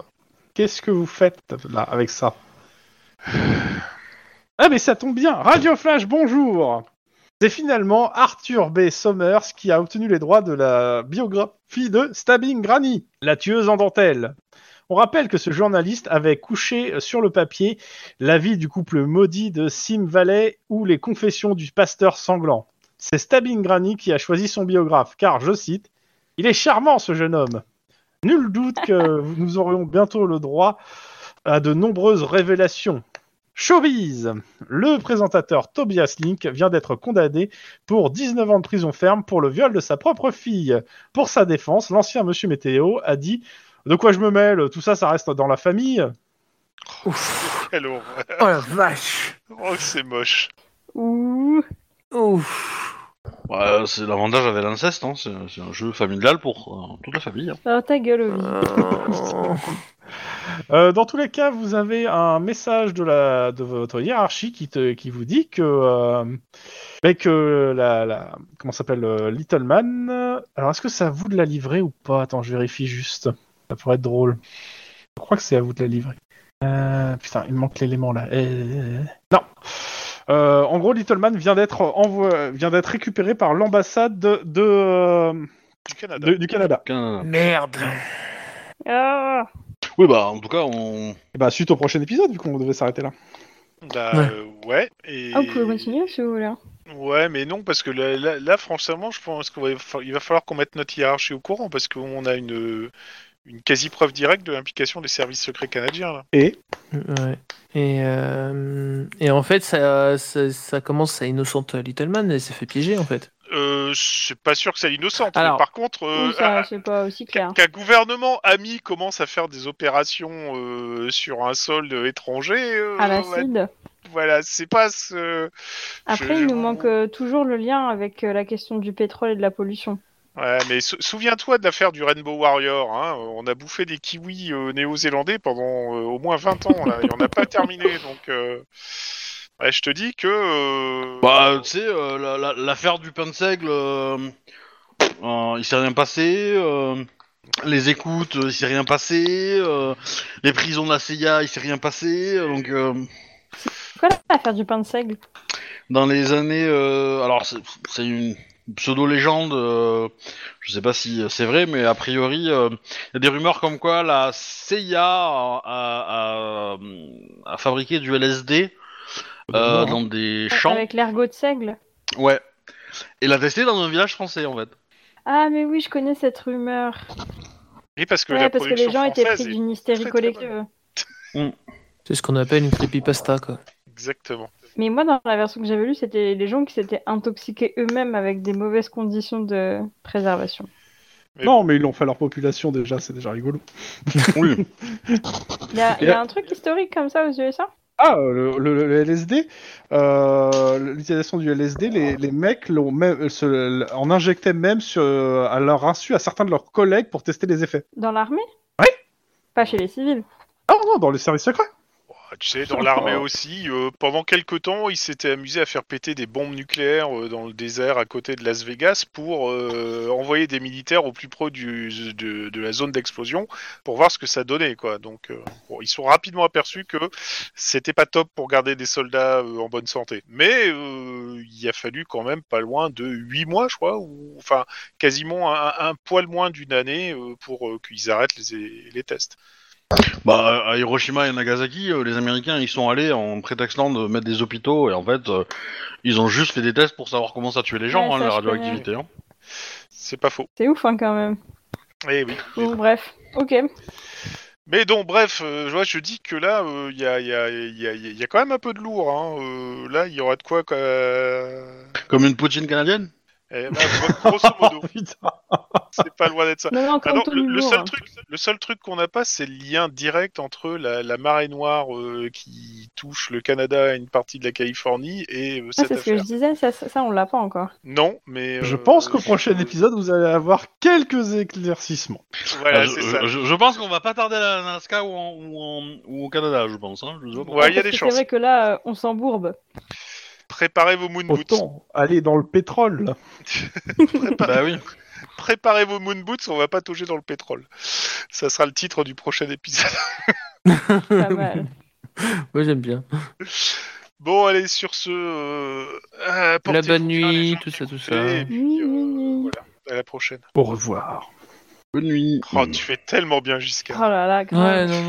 [SPEAKER 2] Qu'est-ce que vous faites là avec ça Ah mais ça tombe bien. Radio Flash, bonjour. C'est finalement Arthur B. Somers qui a obtenu les droits de la biographie de Stabbing Granny, la tueuse en dentelle. On rappelle que ce journaliste avait couché sur le papier la vie du couple maudit de Sim Valley ou les confessions du pasteur sanglant. C'est Stabbing Granny qui a choisi son biographe, car, je cite, Il est charmant ce jeune homme. Nul doute que nous aurions bientôt le droit à de nombreuses révélations. Showbiz Le présentateur Tobias Link vient d'être condamné pour 19 ans de prison ferme pour le viol de sa propre fille. Pour sa défense, l'ancien monsieur Météo a dit De quoi je me mêle Tout ça, ça reste dans la famille.
[SPEAKER 5] Ouf
[SPEAKER 4] Quelle horreur.
[SPEAKER 5] Oh la vache
[SPEAKER 4] Oh, c'est moche.
[SPEAKER 3] Ouh.
[SPEAKER 5] Ouf
[SPEAKER 1] Bah, c'est l'avantage avec l'inceste, hein, c'est c'est un jeu familial pour euh, toute la famille. hein.
[SPEAKER 3] Alors, ta gueule, Ovi.
[SPEAKER 5] Euh,
[SPEAKER 2] Euh, dans tous les cas, vous avez un message de, la, de votre hiérarchie qui, te, qui vous dit que, euh, mais que la, la comment ça s'appelle euh, Little Man. euh, Alors est-ce que c'est à vous de la livrer ou pas Attends, je vérifie juste. Ça pourrait être drôle. Je crois que c'est à vous de la livrer. Euh, putain, il me manque l'élément là. Eh, eh, eh. Non. Euh, en gros, Little Man vient d'être envo- vient d'être récupéré par l'ambassade de, de, euh,
[SPEAKER 4] Du Canada.
[SPEAKER 2] de- du Canada.
[SPEAKER 1] Qu'un-
[SPEAKER 5] Merde
[SPEAKER 3] Ah.
[SPEAKER 1] Oui, bah, en tout cas, on.
[SPEAKER 2] Et bah, suite au prochain épisode, vu qu'on devait s'arrêter là.
[SPEAKER 4] Bah,
[SPEAKER 5] Ouais.
[SPEAKER 4] euh, ouais. Et...
[SPEAKER 3] Ah, vous pouvez continuer si vous voulez. hein.
[SPEAKER 4] Ouais, mais non, parce que là, là, là, franchement, je pense qu'il va, fa- il va falloir qu'on mette notre hiérarchie au courant, parce qu'on a une, une quasi-preuve directe de l'implication des services secrets canadiens. Là.
[SPEAKER 5] Ouais. Et, euh, et en fait, ça, ça, ça commence à innocente Little Man et s'est fait piéger en fait.
[SPEAKER 4] Euh, je suis pas sûr que c'est l'innocente. mais
[SPEAKER 5] Alors-
[SPEAKER 4] par contre, euh,
[SPEAKER 3] Oui, ça,
[SPEAKER 4] ah,
[SPEAKER 3] c'est pas aussi clair.
[SPEAKER 4] qu'un qu'un gouvernement ami commence à faire des opérations euh, sur un sol étranger, euh,
[SPEAKER 1] Ah,
[SPEAKER 3] À
[SPEAKER 4] ouais,
[SPEAKER 3] l'acide.
[SPEAKER 4] voilà, c'est pas ce...
[SPEAKER 3] Après,
[SPEAKER 4] je-
[SPEAKER 3] il
[SPEAKER 4] je-
[SPEAKER 3] nous manque euh, toujours le lien avec euh, la question du pétrole et de la pollution.
[SPEAKER 4] Ouais, mais sou- souviens-toi de l'affaire du Rainbow Warrior. Hein. euh, On a bouffé des kiwis euh, néo-zélandais pendant euh, au moins 20 ans, là, et on n'a pas terminé. Donc, euh, ouais, je te dis que. euh,
[SPEAKER 1] Bah, tu sais, euh, la- la- l'affaire du pain de seigle, euh, euh, il s'est rien passé. euh, les écoutes, euh, il s'est rien passé. euh, les prisons de la CIA, il s'est rien passé. euh, donc, euh,
[SPEAKER 3] Quoi l'affaire du pain de seigle
[SPEAKER 1] dans les années. euh, alors, c'est- c'est une pseudo-légende, euh, je sais pas si c'est vrai, mais a priori, euh, il y a des rumeurs comme quoi la CIA a, a- a- a fabriqué du LSD euh, dans des champs.
[SPEAKER 3] Avec l'ergot de seigle
[SPEAKER 1] Ouais. Et l'a testé dans un village français, en fait.
[SPEAKER 3] Ah, mais oui, je connais cette rumeur.
[SPEAKER 4] Oui, parce que
[SPEAKER 3] Ouais,
[SPEAKER 4] la
[SPEAKER 3] parce que
[SPEAKER 4] production
[SPEAKER 3] les gens étaient
[SPEAKER 4] française.
[SPEAKER 3] pris d'une hystérie
[SPEAKER 4] très, très
[SPEAKER 3] collective.
[SPEAKER 5] C'est ce qu'on appelle une creepypasta quoi.
[SPEAKER 4] est- Exactement.
[SPEAKER 3] Mais moi, dans la version que j'avais lue, c'était les gens qui s'étaient intoxiqués eux-mêmes avec des mauvaises conditions de préservation.
[SPEAKER 4] Mais
[SPEAKER 2] non, mais ils l'ont fait à leur population déjà, c'est déjà rigolo.
[SPEAKER 1] Oui.
[SPEAKER 3] Il y a, il y a un truc historique comme ça aux USA
[SPEAKER 2] Ah, euh, le, le- le LSD, euh, l'utilisation du LSD, les, les mecs l'ont même, euh, se- en injectaient même sur, euh, à leur insu à certains de leurs collègues pour tester les effets.
[SPEAKER 3] Dans l'armée
[SPEAKER 2] Ouais.
[SPEAKER 3] Pas chez les civils.
[SPEAKER 2] Ah non, dans les services secrets.
[SPEAKER 4] Oh, tu sais, dans l'armée aussi, euh, pendant quelques temps, ils s'étaient amusés à faire péter des bombes nucléaires euh, dans le désert à côté de Las Vegas pour euh, envoyer des militaires au plus près du, de, de la zone d'explosion pour voir ce que ça donnait, quoi. Donc, euh, bon, ils sont rapidement aperçus que c'était pas top pour garder des soldats euh, en bonne santé. Mais euh, il a fallu quand même pas loin de 8 mois, je crois, ou enfin quasiment un, un poil moins d'une année euh, pour euh, qu'ils arrêtent les, les tests.
[SPEAKER 1] Bah, à Hiroshima et Nagasaki, euh, les Américains, ils sont allés en prétextant de mettre des hôpitaux, et en fait, euh, ils ont juste fait des tests pour savoir comment ça tuait les gens,
[SPEAKER 3] Ouais,
[SPEAKER 1] hein,
[SPEAKER 3] ça,
[SPEAKER 1] la
[SPEAKER 3] je
[SPEAKER 1] radioactivité. hein.
[SPEAKER 4] C'est pas faux.
[SPEAKER 3] C'est ouf hein, quand même.
[SPEAKER 4] Eh oui. Bah,
[SPEAKER 3] Bon, bref, ok.
[SPEAKER 4] Mais donc, bref, euh, je vois, je dis que là, euh, il y, a, il y, a, il y, a, il y a quand même un peu de lourd. Hein. Euh, là, il y aura de quoi. quoi...
[SPEAKER 1] Comme une poutine canadienne
[SPEAKER 4] Eh ben, grosso
[SPEAKER 2] Oh,
[SPEAKER 4] modo,
[SPEAKER 2] Ah, Putain.
[SPEAKER 4] c'est pas loin d'être ça.
[SPEAKER 3] Non, non,
[SPEAKER 4] Ah
[SPEAKER 3] comme
[SPEAKER 4] non,
[SPEAKER 3] tout
[SPEAKER 4] le,
[SPEAKER 3] le,
[SPEAKER 4] le
[SPEAKER 3] jour,
[SPEAKER 4] seul
[SPEAKER 3] hein.
[SPEAKER 4] truc, le seul truc qu'on n'a pas, c'est le lien direct entre la, la marée noire euh, qui touche le Canada et une partie de la Californie et euh,
[SPEAKER 3] Ah,
[SPEAKER 4] cette
[SPEAKER 3] c'est ce que
[SPEAKER 4] affaire.
[SPEAKER 3] je disais, ça, ça, ça, on l'a pas encore.
[SPEAKER 4] Non, mais euh,
[SPEAKER 2] Je pense qu'au
[SPEAKER 4] je-
[SPEAKER 2] prochain épisode, vous allez avoir quelques éclaircissements.
[SPEAKER 4] Voilà,
[SPEAKER 1] Ah,
[SPEAKER 4] c'est
[SPEAKER 1] je,
[SPEAKER 4] ça.
[SPEAKER 1] je- je pense qu'on va pas tarder à l'Alaska ou, en- ou, en- ou au Canada, je pense. hein, je sais pas.
[SPEAKER 4] Ouais, il y a
[SPEAKER 3] Parce
[SPEAKER 4] des
[SPEAKER 3] que
[SPEAKER 4] chances.
[SPEAKER 3] C'est vrai que là, euh, on s'embourbe.
[SPEAKER 4] Préparez vos moon boots.
[SPEAKER 2] Autant aller dans le pétrole.
[SPEAKER 1] Bah oui.
[SPEAKER 4] Préparez vos moon boots, on va pas toucher dans le pétrole. Ça sera le titre du prochain épisode.
[SPEAKER 3] Pas mal.
[SPEAKER 5] Moi j'aime bien.
[SPEAKER 4] Bon, allez sur ce. euh, euh,
[SPEAKER 5] La
[SPEAKER 4] portez-vous
[SPEAKER 5] bonne
[SPEAKER 4] bien, les
[SPEAKER 5] nuit,
[SPEAKER 4] gens
[SPEAKER 5] tout ça, tout
[SPEAKER 4] qui
[SPEAKER 5] ça.
[SPEAKER 4] écoutez, et puis,
[SPEAKER 3] Oui, oui,
[SPEAKER 4] euh,
[SPEAKER 3] oui.
[SPEAKER 4] voilà, à la prochaine.
[SPEAKER 2] Au revoir.
[SPEAKER 1] Bonne nuit.
[SPEAKER 4] Oh, tu fais tellement bien, Giscard.
[SPEAKER 3] Oh là là,
[SPEAKER 5] Ouais,
[SPEAKER 3] grave.
[SPEAKER 5] non, non.